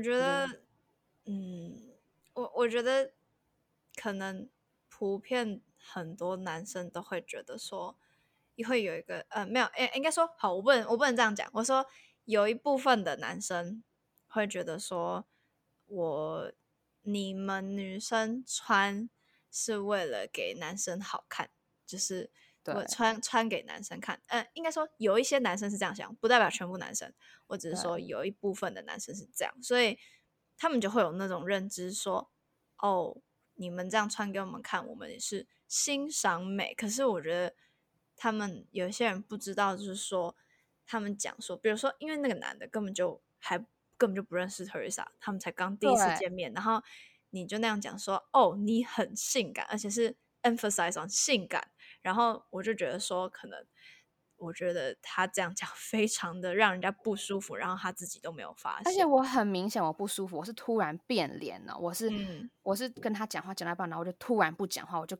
Speaker 1: 我
Speaker 2: 觉
Speaker 1: 觉得
Speaker 2: 得，嗯，我我觉得可能普遍很多男生都会觉得说，也会有一个呃，没有，应应该说好，我不能我不能这样讲，我说有一部分的男生会觉得说，我你们女生穿是为了给男生好看，就是
Speaker 1: 对
Speaker 2: 我穿穿给男生看，呃，应该说有一些男生是这样想，不代表全部男生。我只是
Speaker 1: 对，
Speaker 2: 说有一部分的男生是这样，所以他们就会有那种认知说，哦，你们这样穿给我们看，我们也是欣赏美。可是我觉得他们有一些人不知道，就是说他们讲说，比如说因为那个男的根本就还根本就不认识 Teresa，他们才刚第一次
Speaker 1: 对
Speaker 2: 见面，然后你就那样讲说，哦，你很性感，而且是 emphasize on 性感，然后我就觉得说可能。我觉得他这样讲非常的让人家不舒服，然后他自己都没有发
Speaker 1: 而
Speaker 2: 现。
Speaker 1: 且我很明显我不舒服，我是突然变脸了，我是、
Speaker 2: 嗯
Speaker 1: 我是跟他讲话讲到一半，然后我就突然不讲话，我就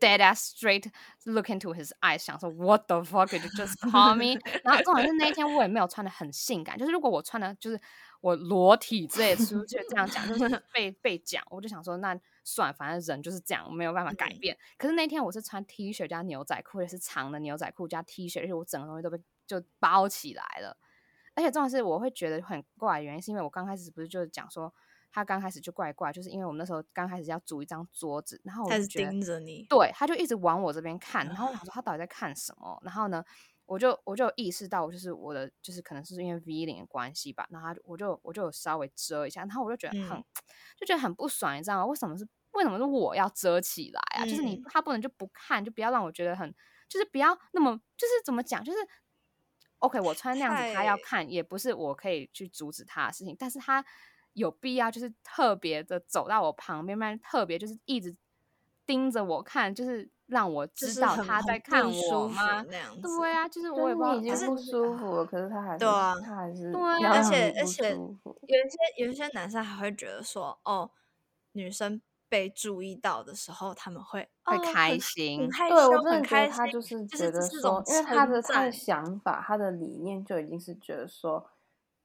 Speaker 1: dead a straight look into his eyes，想说 What the fuck did you just call
Speaker 2: <laughs>
Speaker 1: me？然后重点是那一天我也没有穿的很性感，就是如果我穿的就是我裸体之类出去这样讲，
Speaker 2: <laughs>
Speaker 1: 就是被被讲，我就想说那算了，反正人就是这样，没有办法改
Speaker 2: 嗯
Speaker 1: 变。可是那天我是穿 T 恤加牛仔裤，也是长的牛仔裤加 T 恤，而且我整个东西都被就包起来了。而且重要是，我会觉得很怪，原因是因为我刚开始不是就是讲说，他刚开始就怪怪，就是因为我们那时候刚开始要组一张桌子，然后我
Speaker 2: 他
Speaker 1: 就是觉得
Speaker 2: 盯着啊你，
Speaker 1: 对，他就一直往我这边看，然后我想说他到底在看什么？然后呢，我就我就有意识到，我就是我的就是可能是因为 V 领的关系吧，然后他就我就我就有稍微遮一下，然后我就觉得很、
Speaker 2: 嗯
Speaker 1: 就觉得很不爽，你知道吗？为什么是为什么是我要遮起来啊？就是你
Speaker 2: 嗯
Speaker 1: 他不能就不看，就不要让我觉得很就是不要那么就是怎么讲就是。OK，我穿那样子，他要
Speaker 2: 太
Speaker 1: 看，也不是我可以去阻止他的事情，但是他有必要就是特别的走到我旁边，慢慢特别就是一直盯着我看，就是让我
Speaker 2: 就
Speaker 1: 知
Speaker 2: 是
Speaker 1: 道
Speaker 2: 很
Speaker 1: 他
Speaker 2: 很
Speaker 1: 在
Speaker 2: 不
Speaker 1: 看
Speaker 2: 舒
Speaker 1: 我
Speaker 2: 服
Speaker 1: 吗？
Speaker 2: 那样子。
Speaker 1: 对啊，就是我
Speaker 3: 就
Speaker 1: 也
Speaker 3: 是
Speaker 1: 不知道，
Speaker 3: 你已
Speaker 1: 就是
Speaker 3: 经不舒服了，可是他还是
Speaker 2: 对啊
Speaker 3: 他还是
Speaker 1: 对
Speaker 3: 要
Speaker 1: 啊
Speaker 2: 而
Speaker 3: 让
Speaker 2: 且
Speaker 3: 你
Speaker 2: 而
Speaker 3: 不
Speaker 2: 且
Speaker 3: 舒服。
Speaker 2: 有一些有一些男生还会觉得说，哦，女生被注意到的时候，他们会
Speaker 1: 会
Speaker 2: 哦
Speaker 1: 开
Speaker 2: 很
Speaker 1: 心
Speaker 2: 很，害
Speaker 3: 对，我真
Speaker 2: 羞，
Speaker 3: 的
Speaker 2: 很
Speaker 3: 觉
Speaker 2: 开
Speaker 3: 得
Speaker 2: 心
Speaker 3: 他，就是
Speaker 2: 就
Speaker 3: 觉
Speaker 2: 是这
Speaker 3: 得
Speaker 2: 是一
Speaker 3: 说，
Speaker 2: 种
Speaker 3: 因为他
Speaker 2: 称
Speaker 3: 的他的
Speaker 2: 赞。
Speaker 3: 想法、他的理念就已经是觉得说，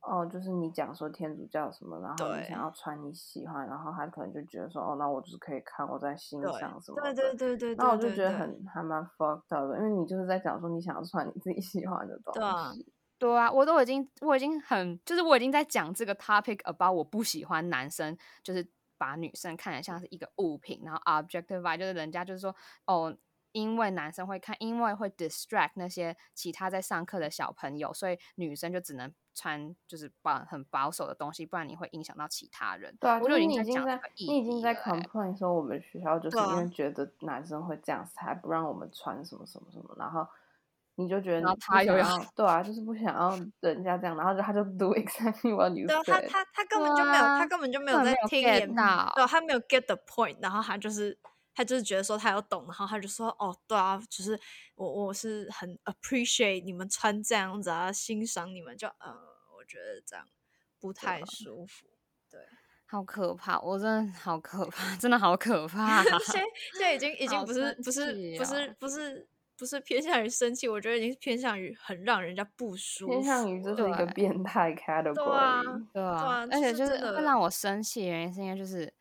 Speaker 3: 哦，就是你讲说天主教什么，然后你
Speaker 2: 对
Speaker 3: 想要穿你喜欢，然后他可能就觉得说，哦，那我就是可以看我在欣
Speaker 2: 对
Speaker 3: 赏什么
Speaker 2: 对
Speaker 3: 的。
Speaker 2: 对对对
Speaker 3: 然后
Speaker 2: 对
Speaker 3: 我就
Speaker 2: 对
Speaker 3: 觉得
Speaker 2: 对，
Speaker 3: 很还蛮 fucked up 的，因为你就是在讲说你想要穿你自己喜欢的东
Speaker 2: 对啊
Speaker 3: 西，
Speaker 1: 对啊，我都已经我已经很就是我已经在讲这个 topic about 我不喜欢男生就是把女生看起来像是一个物品，然后 objectify 就是人家就是说哦。因为男生会看，因为会 distract 那些其他在上课的小朋友，所以女生就只能穿就是保很保守的东西，不然你会影响到其他人。
Speaker 3: 对啊，
Speaker 1: 我
Speaker 3: 就
Speaker 1: 就是已经
Speaker 3: 你
Speaker 1: 在
Speaker 3: 已经
Speaker 1: 讲这
Speaker 3: 在
Speaker 1: 个议
Speaker 3: 你已经
Speaker 1: 题
Speaker 3: 在
Speaker 1: 了、欸
Speaker 3: complain 说我们学校就是
Speaker 2: 对
Speaker 3: 因
Speaker 2: 啊
Speaker 3: 为觉得男生会这样子，还不让我们穿什么什么什么，然后你就觉得
Speaker 1: 然后
Speaker 3: 你不
Speaker 1: 他又
Speaker 3: 想
Speaker 1: 要
Speaker 3: 要，对啊，就是不想要人家这样，然后就他就 do <laughs> exactly what you
Speaker 2: 对啊，他
Speaker 3: said，
Speaker 2: 他他根
Speaker 1: 对
Speaker 2: 本就没有，
Speaker 1: 啊
Speaker 2: 他根本就没有
Speaker 1: 根本
Speaker 2: 在
Speaker 1: 没有
Speaker 2: 听
Speaker 1: get
Speaker 2: 也，
Speaker 1: 到
Speaker 2: 对啊，他没有 get the point，然后他就是他就是觉得说他有懂，然后他就说哦，对啊，就是我我是很 appreciate 你们穿这样子啊，欣赏你们，就嗯、呃，我觉得这样不太舒服。 <laughs> 对，
Speaker 1: 好可怕！我真的好可怕，真的好可
Speaker 3: <laughs>
Speaker 1: 怕。
Speaker 2: 现在现在已经已经
Speaker 1: 好
Speaker 2: 不是
Speaker 1: 生
Speaker 2: 不是
Speaker 1: 气
Speaker 2: 不是
Speaker 1: 哦
Speaker 2: 不是不是偏向于生气，我觉得已经是偏向于很让人家不舒
Speaker 3: 偏向于
Speaker 2: 服
Speaker 3: 这
Speaker 2: 了。
Speaker 3: 是一个
Speaker 1: 欸对
Speaker 3: 变态
Speaker 2: 对啊，
Speaker 3: category。
Speaker 1: 对
Speaker 2: 对
Speaker 1: 啊，
Speaker 2: 啊，
Speaker 1: 而
Speaker 2: 就
Speaker 1: 且
Speaker 2: 是
Speaker 1: 就
Speaker 2: 真
Speaker 1: 是会让
Speaker 2: 的，
Speaker 1: 我生气的原因，是因为就是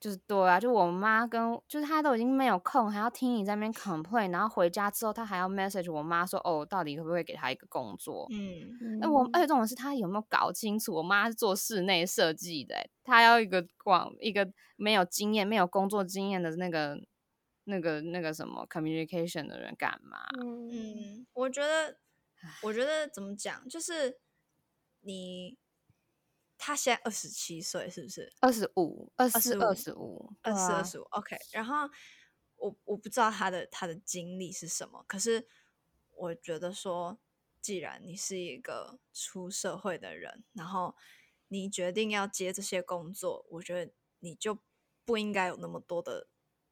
Speaker 1: 就是对啊，就我妈跟就是她都已经没有空，还要听你在那边 complain，然后回家之后她还要 message 我妈说哦，到底可不可以给她一个工作？
Speaker 2: 嗯，
Speaker 1: 哎、我而且
Speaker 3: 嗯，
Speaker 1: 重点是她有没有搞清楚？我妈是做室内设计的、欸，她要一个广一个没有经验、没有工作经验的那个那个那个什么 communication 的人干嘛？
Speaker 3: 嗯，
Speaker 2: 嗯，我觉得，我觉得怎么讲，就是你，他现在二十七岁，是不是？
Speaker 1: 二十五、二四、二
Speaker 2: 25
Speaker 1: 十五，对
Speaker 2: 二四二
Speaker 1: 啊，
Speaker 2: 十五，OK。然后我我不知道他的他的经历是什么，可是我觉得说，既然你是一个出社会的人，然后你决定要接这些工作，我觉得你就不应该有那么多的。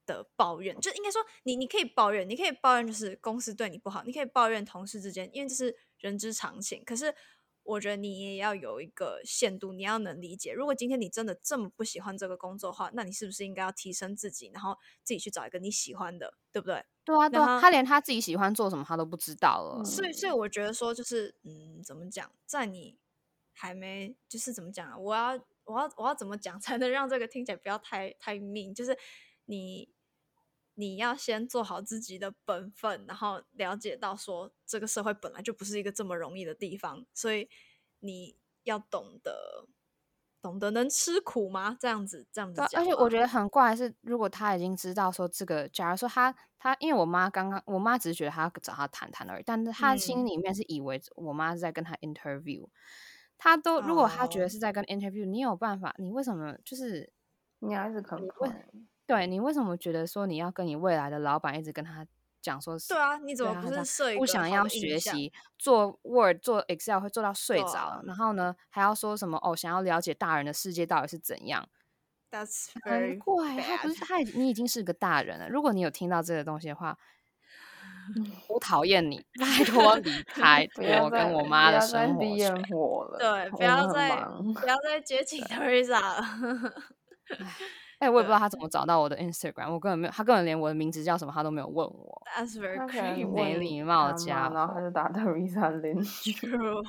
Speaker 2: 的抱怨，就应该说你，你可以抱怨，你可以抱怨，就是公司对你不好，你可以抱怨同事之间，因为这是人之常情。可是我觉得你也要有一个限度，你要能理解。如果今天你真的这么不喜欢这个工作的话，那你是不是应该要提升自己，然后自己去找一个你喜欢的，对不对？
Speaker 1: 对啊，对
Speaker 2: 然
Speaker 1: 啊，
Speaker 2: 后
Speaker 1: 他连他自己喜欢做什么他都不知道了。
Speaker 2: 所以，所以
Speaker 3: 嗯，
Speaker 2: 我觉得说，就是嗯，怎么讲，在你还没就是怎么讲啊，我要我要我要怎么讲 <laughs> 才能让这个听起来不要太太 mean？就是你你要先做好自己的本分，然后了解到说这个社会本来就不是一个这么容易的地方，所以你要懂得懂得能吃苦吗？这样子这样子
Speaker 1: 对啊，而
Speaker 2: 讲
Speaker 1: 且我
Speaker 2: 吗？
Speaker 1: 觉得很怪的是，如果他已经知道说这个，假如说他他，因为我妈刚刚，我妈只是觉得他要找他谈谈而已，但是他心
Speaker 2: 嗯，
Speaker 1: 里面是以为我妈是在跟他 interview。他都如果他觉得
Speaker 2: 哦，
Speaker 1: 是在跟 interview，你有办法，你为什么就是
Speaker 3: 你要一直
Speaker 1: 你为
Speaker 3: complain，
Speaker 1: 对你为什么觉得说你要跟你未来的老板一直跟他讲说是
Speaker 2: 对啊，你怎
Speaker 1: 对
Speaker 2: 么
Speaker 1: 他
Speaker 2: 不
Speaker 1: 很
Speaker 2: 是
Speaker 1: 差，
Speaker 2: 设一
Speaker 1: 不
Speaker 2: 个
Speaker 1: 想
Speaker 2: 好
Speaker 1: 要
Speaker 2: 的印
Speaker 1: 学
Speaker 2: 象？
Speaker 1: 习做 Word 做 Excel 会做到
Speaker 2: 对
Speaker 1: 睡着，
Speaker 2: 啊。
Speaker 1: 然后呢还要说什么哦想要了解大人的世界到底是怎样，
Speaker 2: That's
Speaker 1: 很
Speaker 2: very
Speaker 1: 怪。他不
Speaker 2: bad
Speaker 1: 是他已你已经是个大人了，如果你有听到这个东西的话，我讨厌你，拜托离开
Speaker 3: <laughs> 不
Speaker 1: 我
Speaker 3: 要再
Speaker 1: 跟我妈
Speaker 3: 不
Speaker 1: 的
Speaker 3: 要再
Speaker 1: 生活圈。
Speaker 3: 逼眼我了，
Speaker 2: 对，不
Speaker 3: 我
Speaker 2: 要
Speaker 3: 很
Speaker 2: 再
Speaker 3: 忙
Speaker 2: 不要再绝情 Teresa 了。
Speaker 1: 哎、我也不知道他怎么找到我的 Instagram，我根本没有，他根本连我的名字叫什么他都没有问我。
Speaker 2: That's very
Speaker 3: 他可
Speaker 2: creepy.
Speaker 1: 没
Speaker 3: 能问
Speaker 1: 礼貌的
Speaker 3: 他
Speaker 1: 家
Speaker 3: 妈然后他就打 <laughs> Teresa Lin。
Speaker 2: True.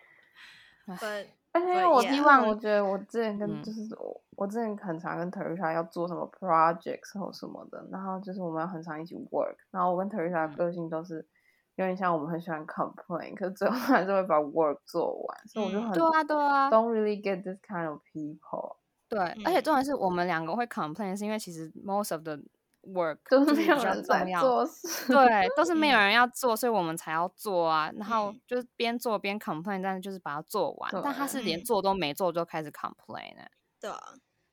Speaker 2: <laughs> But
Speaker 3: 而且因为
Speaker 2: But
Speaker 3: 我
Speaker 2: yeah
Speaker 3: 希
Speaker 1: 希
Speaker 3: 望，
Speaker 1: 望
Speaker 3: 我觉得我之前跟
Speaker 1: 嗯
Speaker 3: 就是我我之前很常跟 Teresa 要做什么 projects 或什么的，然后就是我们很常一起 work，然后我跟 Teresa 的个性都是有点像我们很喜欢 complain，可是最后还是会把 work 做完，所以我就
Speaker 2: 嗯
Speaker 3: 很
Speaker 1: 对啊，对啊，
Speaker 3: don't really get this kind of people，
Speaker 1: 对。而且
Speaker 2: 嗯
Speaker 1: 重点是我们两个会 complain，是因为其实 most of the work
Speaker 3: 就
Speaker 1: 就是是
Speaker 3: 没
Speaker 1: 比
Speaker 3: 有
Speaker 1: 较
Speaker 3: 人
Speaker 1: 重
Speaker 3: 在
Speaker 1: 要
Speaker 3: 做事。
Speaker 1: 对，都是没
Speaker 3: <laughs>
Speaker 1: 有
Speaker 2: 嗯
Speaker 1: 人要做，所以我们才要做啊。然后
Speaker 2: 嗯
Speaker 1: 就是边做边 complain，但是就是把它做完。但他
Speaker 3: 对
Speaker 1: 是连
Speaker 2: 嗯
Speaker 1: 做都没做就开始 complain 了、
Speaker 2: 对啊，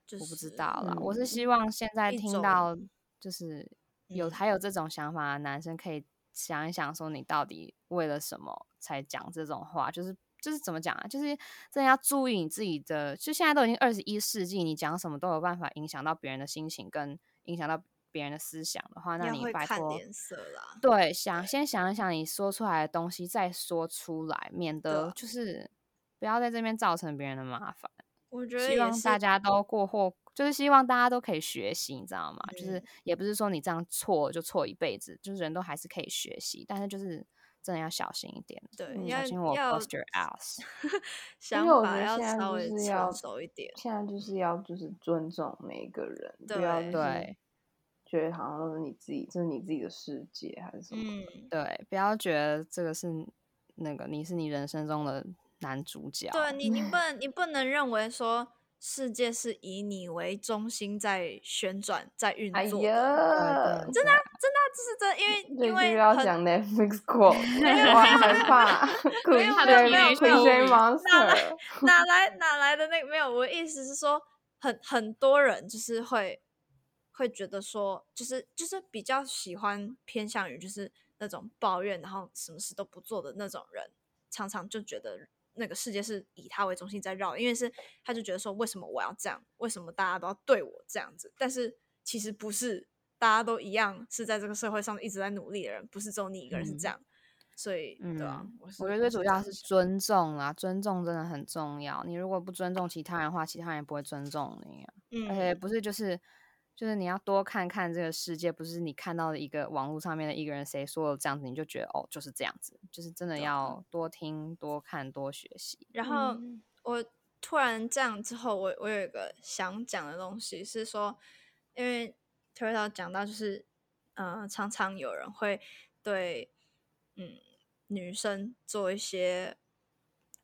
Speaker 2: 就
Speaker 1: 我不知
Speaker 2: 是
Speaker 1: 道啦。我是
Speaker 3: 嗯
Speaker 1: 希望现在
Speaker 2: 一
Speaker 1: 听
Speaker 2: 种
Speaker 1: 到就是有
Speaker 2: 嗯
Speaker 1: 还有这种想法的男生，可以想一想，说你到底为了什么才讲这种话？就是就是怎么讲啊？就是真的要注意你自己的。就现在都已经二十一世纪，你讲什么都有办法影响到别人的心情，跟影响到别人的思想的话，那
Speaker 2: 要
Speaker 1: 你
Speaker 2: 会
Speaker 1: 拜
Speaker 2: 看
Speaker 1: 托。
Speaker 2: 脸色啦。
Speaker 1: 对，想先想一想你说出来的东西，再说出来，免得
Speaker 2: 啊
Speaker 1: 就是不要在这边造成别人的麻烦。
Speaker 2: 我觉得
Speaker 1: 希
Speaker 2: 也
Speaker 1: 望
Speaker 2: 是
Speaker 1: 大，家都过货，就是希望大家都可以学习，你知道吗？就是
Speaker 2: 嗯
Speaker 1: 也不是说你这样错就错一辈子，就是人都还是可以学习，但是就是真的要小心一点，
Speaker 2: 对，
Speaker 3: 嗯
Speaker 1: 小心
Speaker 2: 要
Speaker 1: 我
Speaker 2: 要
Speaker 1: bust your
Speaker 2: <laughs>
Speaker 1: ass。
Speaker 3: 因
Speaker 2: 想
Speaker 3: 为我觉
Speaker 2: 法
Speaker 3: 得
Speaker 2: 要
Speaker 3: 现在
Speaker 2: 稍
Speaker 3: 就
Speaker 2: 微
Speaker 3: 是
Speaker 2: 成
Speaker 3: 要，
Speaker 2: 熟一点。
Speaker 3: 现在就是要就是尊重每一个人，不要就是
Speaker 2: 对
Speaker 1: 对
Speaker 3: 觉得好像都是你自己，这是你自己的世界还是什么的。
Speaker 2: 嗯，
Speaker 1: 对，不要觉得这个是那个你是你人生中的男主角，
Speaker 2: 对啊你，
Speaker 1: <laughs>
Speaker 2: 你不能，你不能认为说世界是以你为中心在旋转、在运
Speaker 3: 哎
Speaker 2: 作的。
Speaker 1: 对对
Speaker 3: 呀，
Speaker 1: 对，
Speaker 2: 真的啊，这是真的，因为
Speaker 3: 这
Speaker 2: 因
Speaker 3: 就
Speaker 2: 为
Speaker 3: 是要
Speaker 2: 很
Speaker 3: 讲
Speaker 2: <laughs>
Speaker 3: Netflix quote，
Speaker 2: 有
Speaker 3: 哇，
Speaker 2: 没有
Speaker 3: 害
Speaker 2: 没有
Speaker 3: 怕，
Speaker 2: 没
Speaker 3: 苦
Speaker 2: 有没有
Speaker 3: 水
Speaker 2: 没有没有
Speaker 1: Cliche
Speaker 3: 水
Speaker 2: 哪来
Speaker 3: monster，
Speaker 2: 哪来哪来的那个没有？我的意思是说，很很多人就是会会觉得说，就是就是比较喜欢偏向于就是那种抱怨，然后什么事都不做的那种人，常常就觉得那个世界是以他为中心在绕，因为是他就觉得说，为什么我要这样？为什么大家都要对我这样子？但是其实不是，大家都一样是在这个社会上一直在努力的人，不是只有你一个人是
Speaker 1: 嗯
Speaker 2: 这样。所以，对啊，
Speaker 1: 嗯，
Speaker 2: 我是
Speaker 1: 我觉得最
Speaker 2: 我是
Speaker 1: 主
Speaker 2: 这
Speaker 1: 要
Speaker 2: 样
Speaker 1: 是
Speaker 2: 想。
Speaker 1: 尊重啦，尊重真的很重要。你如果不尊重其他人的话，其他人也不会尊重你啊。而且
Speaker 2: 嗯，
Speaker 1: 不是就是就是你要多看看这个世界，不是你看到的一个网络上面的一个人谁说了这样子，你就觉得哦就是这样子，就是真的
Speaker 2: 对啊。
Speaker 1: 要多听、多看、多学习。
Speaker 2: 然后
Speaker 3: 嗯
Speaker 2: 我突然这样之后，我我有一个想讲的东西是说，因为 t e r e 讲到就是，呃，常常有人会对，嗯，女生做一些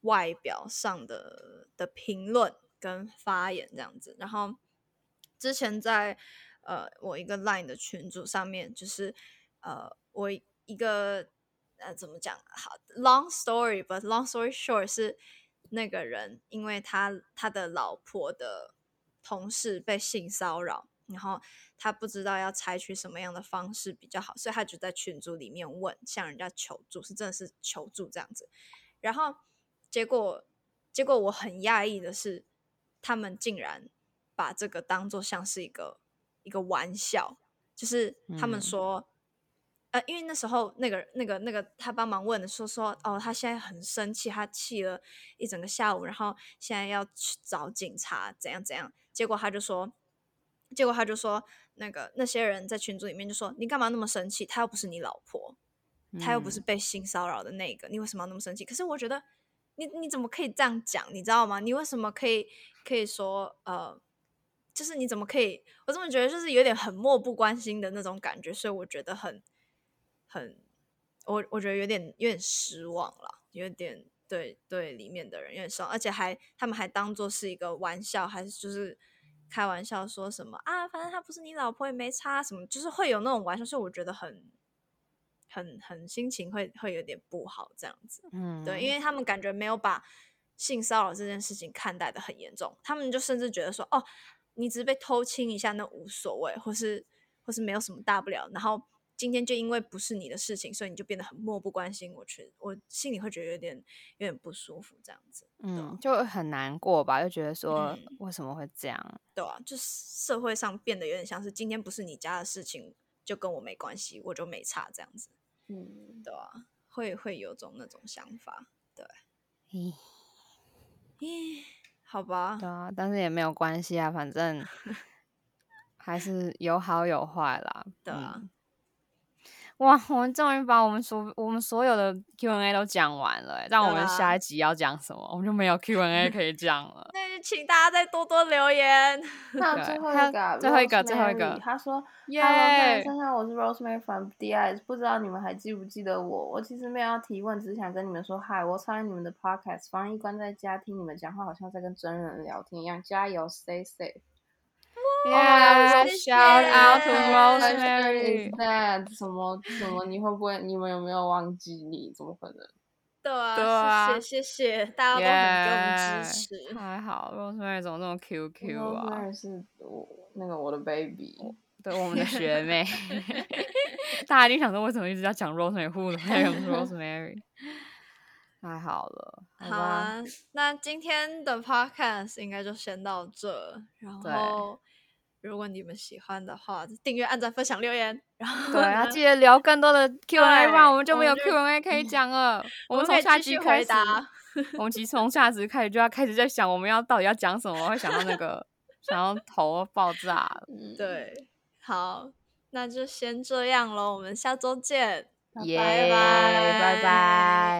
Speaker 2: 外表上的的评论跟发言这样子。然后之前在呃我一个 Line 的群组上面，就是呃我一个呃怎么讲好，long story，but long story short 是那个人因为他他的老婆的同事被性骚扰。然后他不知道要采取什么样的方式比较好，所以他就在群组里面问，向人家求助，是真的是求助这样子。然后结果结果我很讶异的是，他们竟然把这个当做像是一个一个玩笑，就是他们
Speaker 1: 嗯
Speaker 2: 说，呃，因为那时候那个那个那个他帮忙问的说说哦，他现在很生气，他气了一整个下午，然后现在要去找警察，怎样怎样。结果他就说，结果他就说，那个那些人在群组里面就说，你干嘛那么生气？他又不是你老婆，他又不是
Speaker 1: 嗯，
Speaker 2: 被性骚扰的那个，你为什么要那么生气？可是我觉得你你怎么可以这样讲？你知道吗？你为什么可以可以说呃，就是你怎么可以？我这么觉得就是有点很漠不关心的那种感觉，所以我觉得很很，我我觉得有点有点失望了，有点对对里面的人有点失望，而且还他们还当做是一个玩笑，还是就是。开玩笑说什么啊？反正他不是你老婆也没差什么，就是会有那种玩笑，所以我觉得很很很心情会会有点不好这样子。对，
Speaker 1: 嗯，
Speaker 2: 因为他们感觉没有把性骚扰这件事情看待的很严重，他们就甚至觉得说，哦，你只是被偷亲一下那无所谓，或是或是没有什么大不了，然后今天就因为不是你的事情，所以你就变得很漠不关心。我觉我心里会觉得有点有点不舒服这样子，对
Speaker 1: 嗯，
Speaker 2: 啊，
Speaker 1: 就很难过吧，就觉得说
Speaker 2: 嗯。
Speaker 1: 为什么会这样？
Speaker 2: 对啊，就是社会上变得有点像是今天不是你家的事情，就跟我没关系，我就没差这样子。
Speaker 3: 嗯，
Speaker 2: 对啊，会会有种那种想法。 <sighs>
Speaker 1: 咦
Speaker 2: 咦，好吧
Speaker 1: 对，啊，但是也没有关系啊，反
Speaker 2: <laughs>
Speaker 1: 正还是有好有坏啦。
Speaker 2: 对啊
Speaker 1: 嗯哇，我们终于把我们所我们所有的 Q&A 都讲完了欸，让我
Speaker 2: 对
Speaker 1: 们
Speaker 2: 啊
Speaker 1: 下一集要讲什么，我们就没有 Q&A 可以讲了。
Speaker 2: 那就请大家再多多留言。
Speaker 1: 对
Speaker 3: 那最后
Speaker 1: 还
Speaker 3: 一
Speaker 1: 有
Speaker 3: 个啊，
Speaker 1: 最后一个最后一
Speaker 3: Rosemary，
Speaker 1: 个
Speaker 3: 他
Speaker 2: <laughs>
Speaker 3: 说
Speaker 1: 耶
Speaker 3: ：“Hello，大家好，我是 Rosemary from DI，不知道你们还记不记得我？我其实没有要提问，只是想跟你们说嗨，我超爱你们的 Podcast，防疫关在家听你们讲话，好像在跟真人聊天一样，加油，Stay safe。
Speaker 1: Yeah,
Speaker 2: 谢谢
Speaker 1: shout out to
Speaker 3: <laughs>
Speaker 2: Question
Speaker 1: Rosemary。
Speaker 3: 那什么什么，你会不会？你们有没有忘记你？怎么可能？
Speaker 2: 对
Speaker 1: 对
Speaker 2: 啊，
Speaker 1: 啊
Speaker 2: 谢谢谢谢，大家都很给我们支持。
Speaker 1: 还好，Rosemary 怎么这么 QQ
Speaker 3: 那
Speaker 1: 啊？
Speaker 3: 然是我那个我的 baby，
Speaker 1: 对，我们的学妹， <laughs> 大家一定想说为什么一直要讲 Rosemary，互 <laughs> 动在用 Rosemary，太好了，好
Speaker 2: 好
Speaker 1: 吧，
Speaker 2: 啊，那今天的 podcast 应该就先到这。然
Speaker 1: 对
Speaker 2: 后，如果你们喜欢的话，订阅、按赞、分享、留言。然后
Speaker 1: 对，啊要
Speaker 2: <laughs> 呢
Speaker 1: 记得聊更多的 Q&A，不然我们就
Speaker 2: 我
Speaker 1: 没有
Speaker 2: 们就嗯
Speaker 1: Q&A 可以讲了。我
Speaker 2: 我
Speaker 1: 们
Speaker 2: 们
Speaker 1: 从
Speaker 2: 可以
Speaker 1: 下
Speaker 2: 继
Speaker 1: 集
Speaker 2: 续
Speaker 1: 开
Speaker 2: 回
Speaker 1: 始
Speaker 2: 答，
Speaker 1: 我们其实从下集开始就要开始在想我们要到底要讲什么，会想到那个想要头爆炸
Speaker 2: <laughs>
Speaker 1: 了。
Speaker 3: 嗯，
Speaker 2: 对，好，那就先这样喽，我们下周见。
Speaker 3: 拜
Speaker 1: 耶，
Speaker 2: 拜
Speaker 1: 拜拜。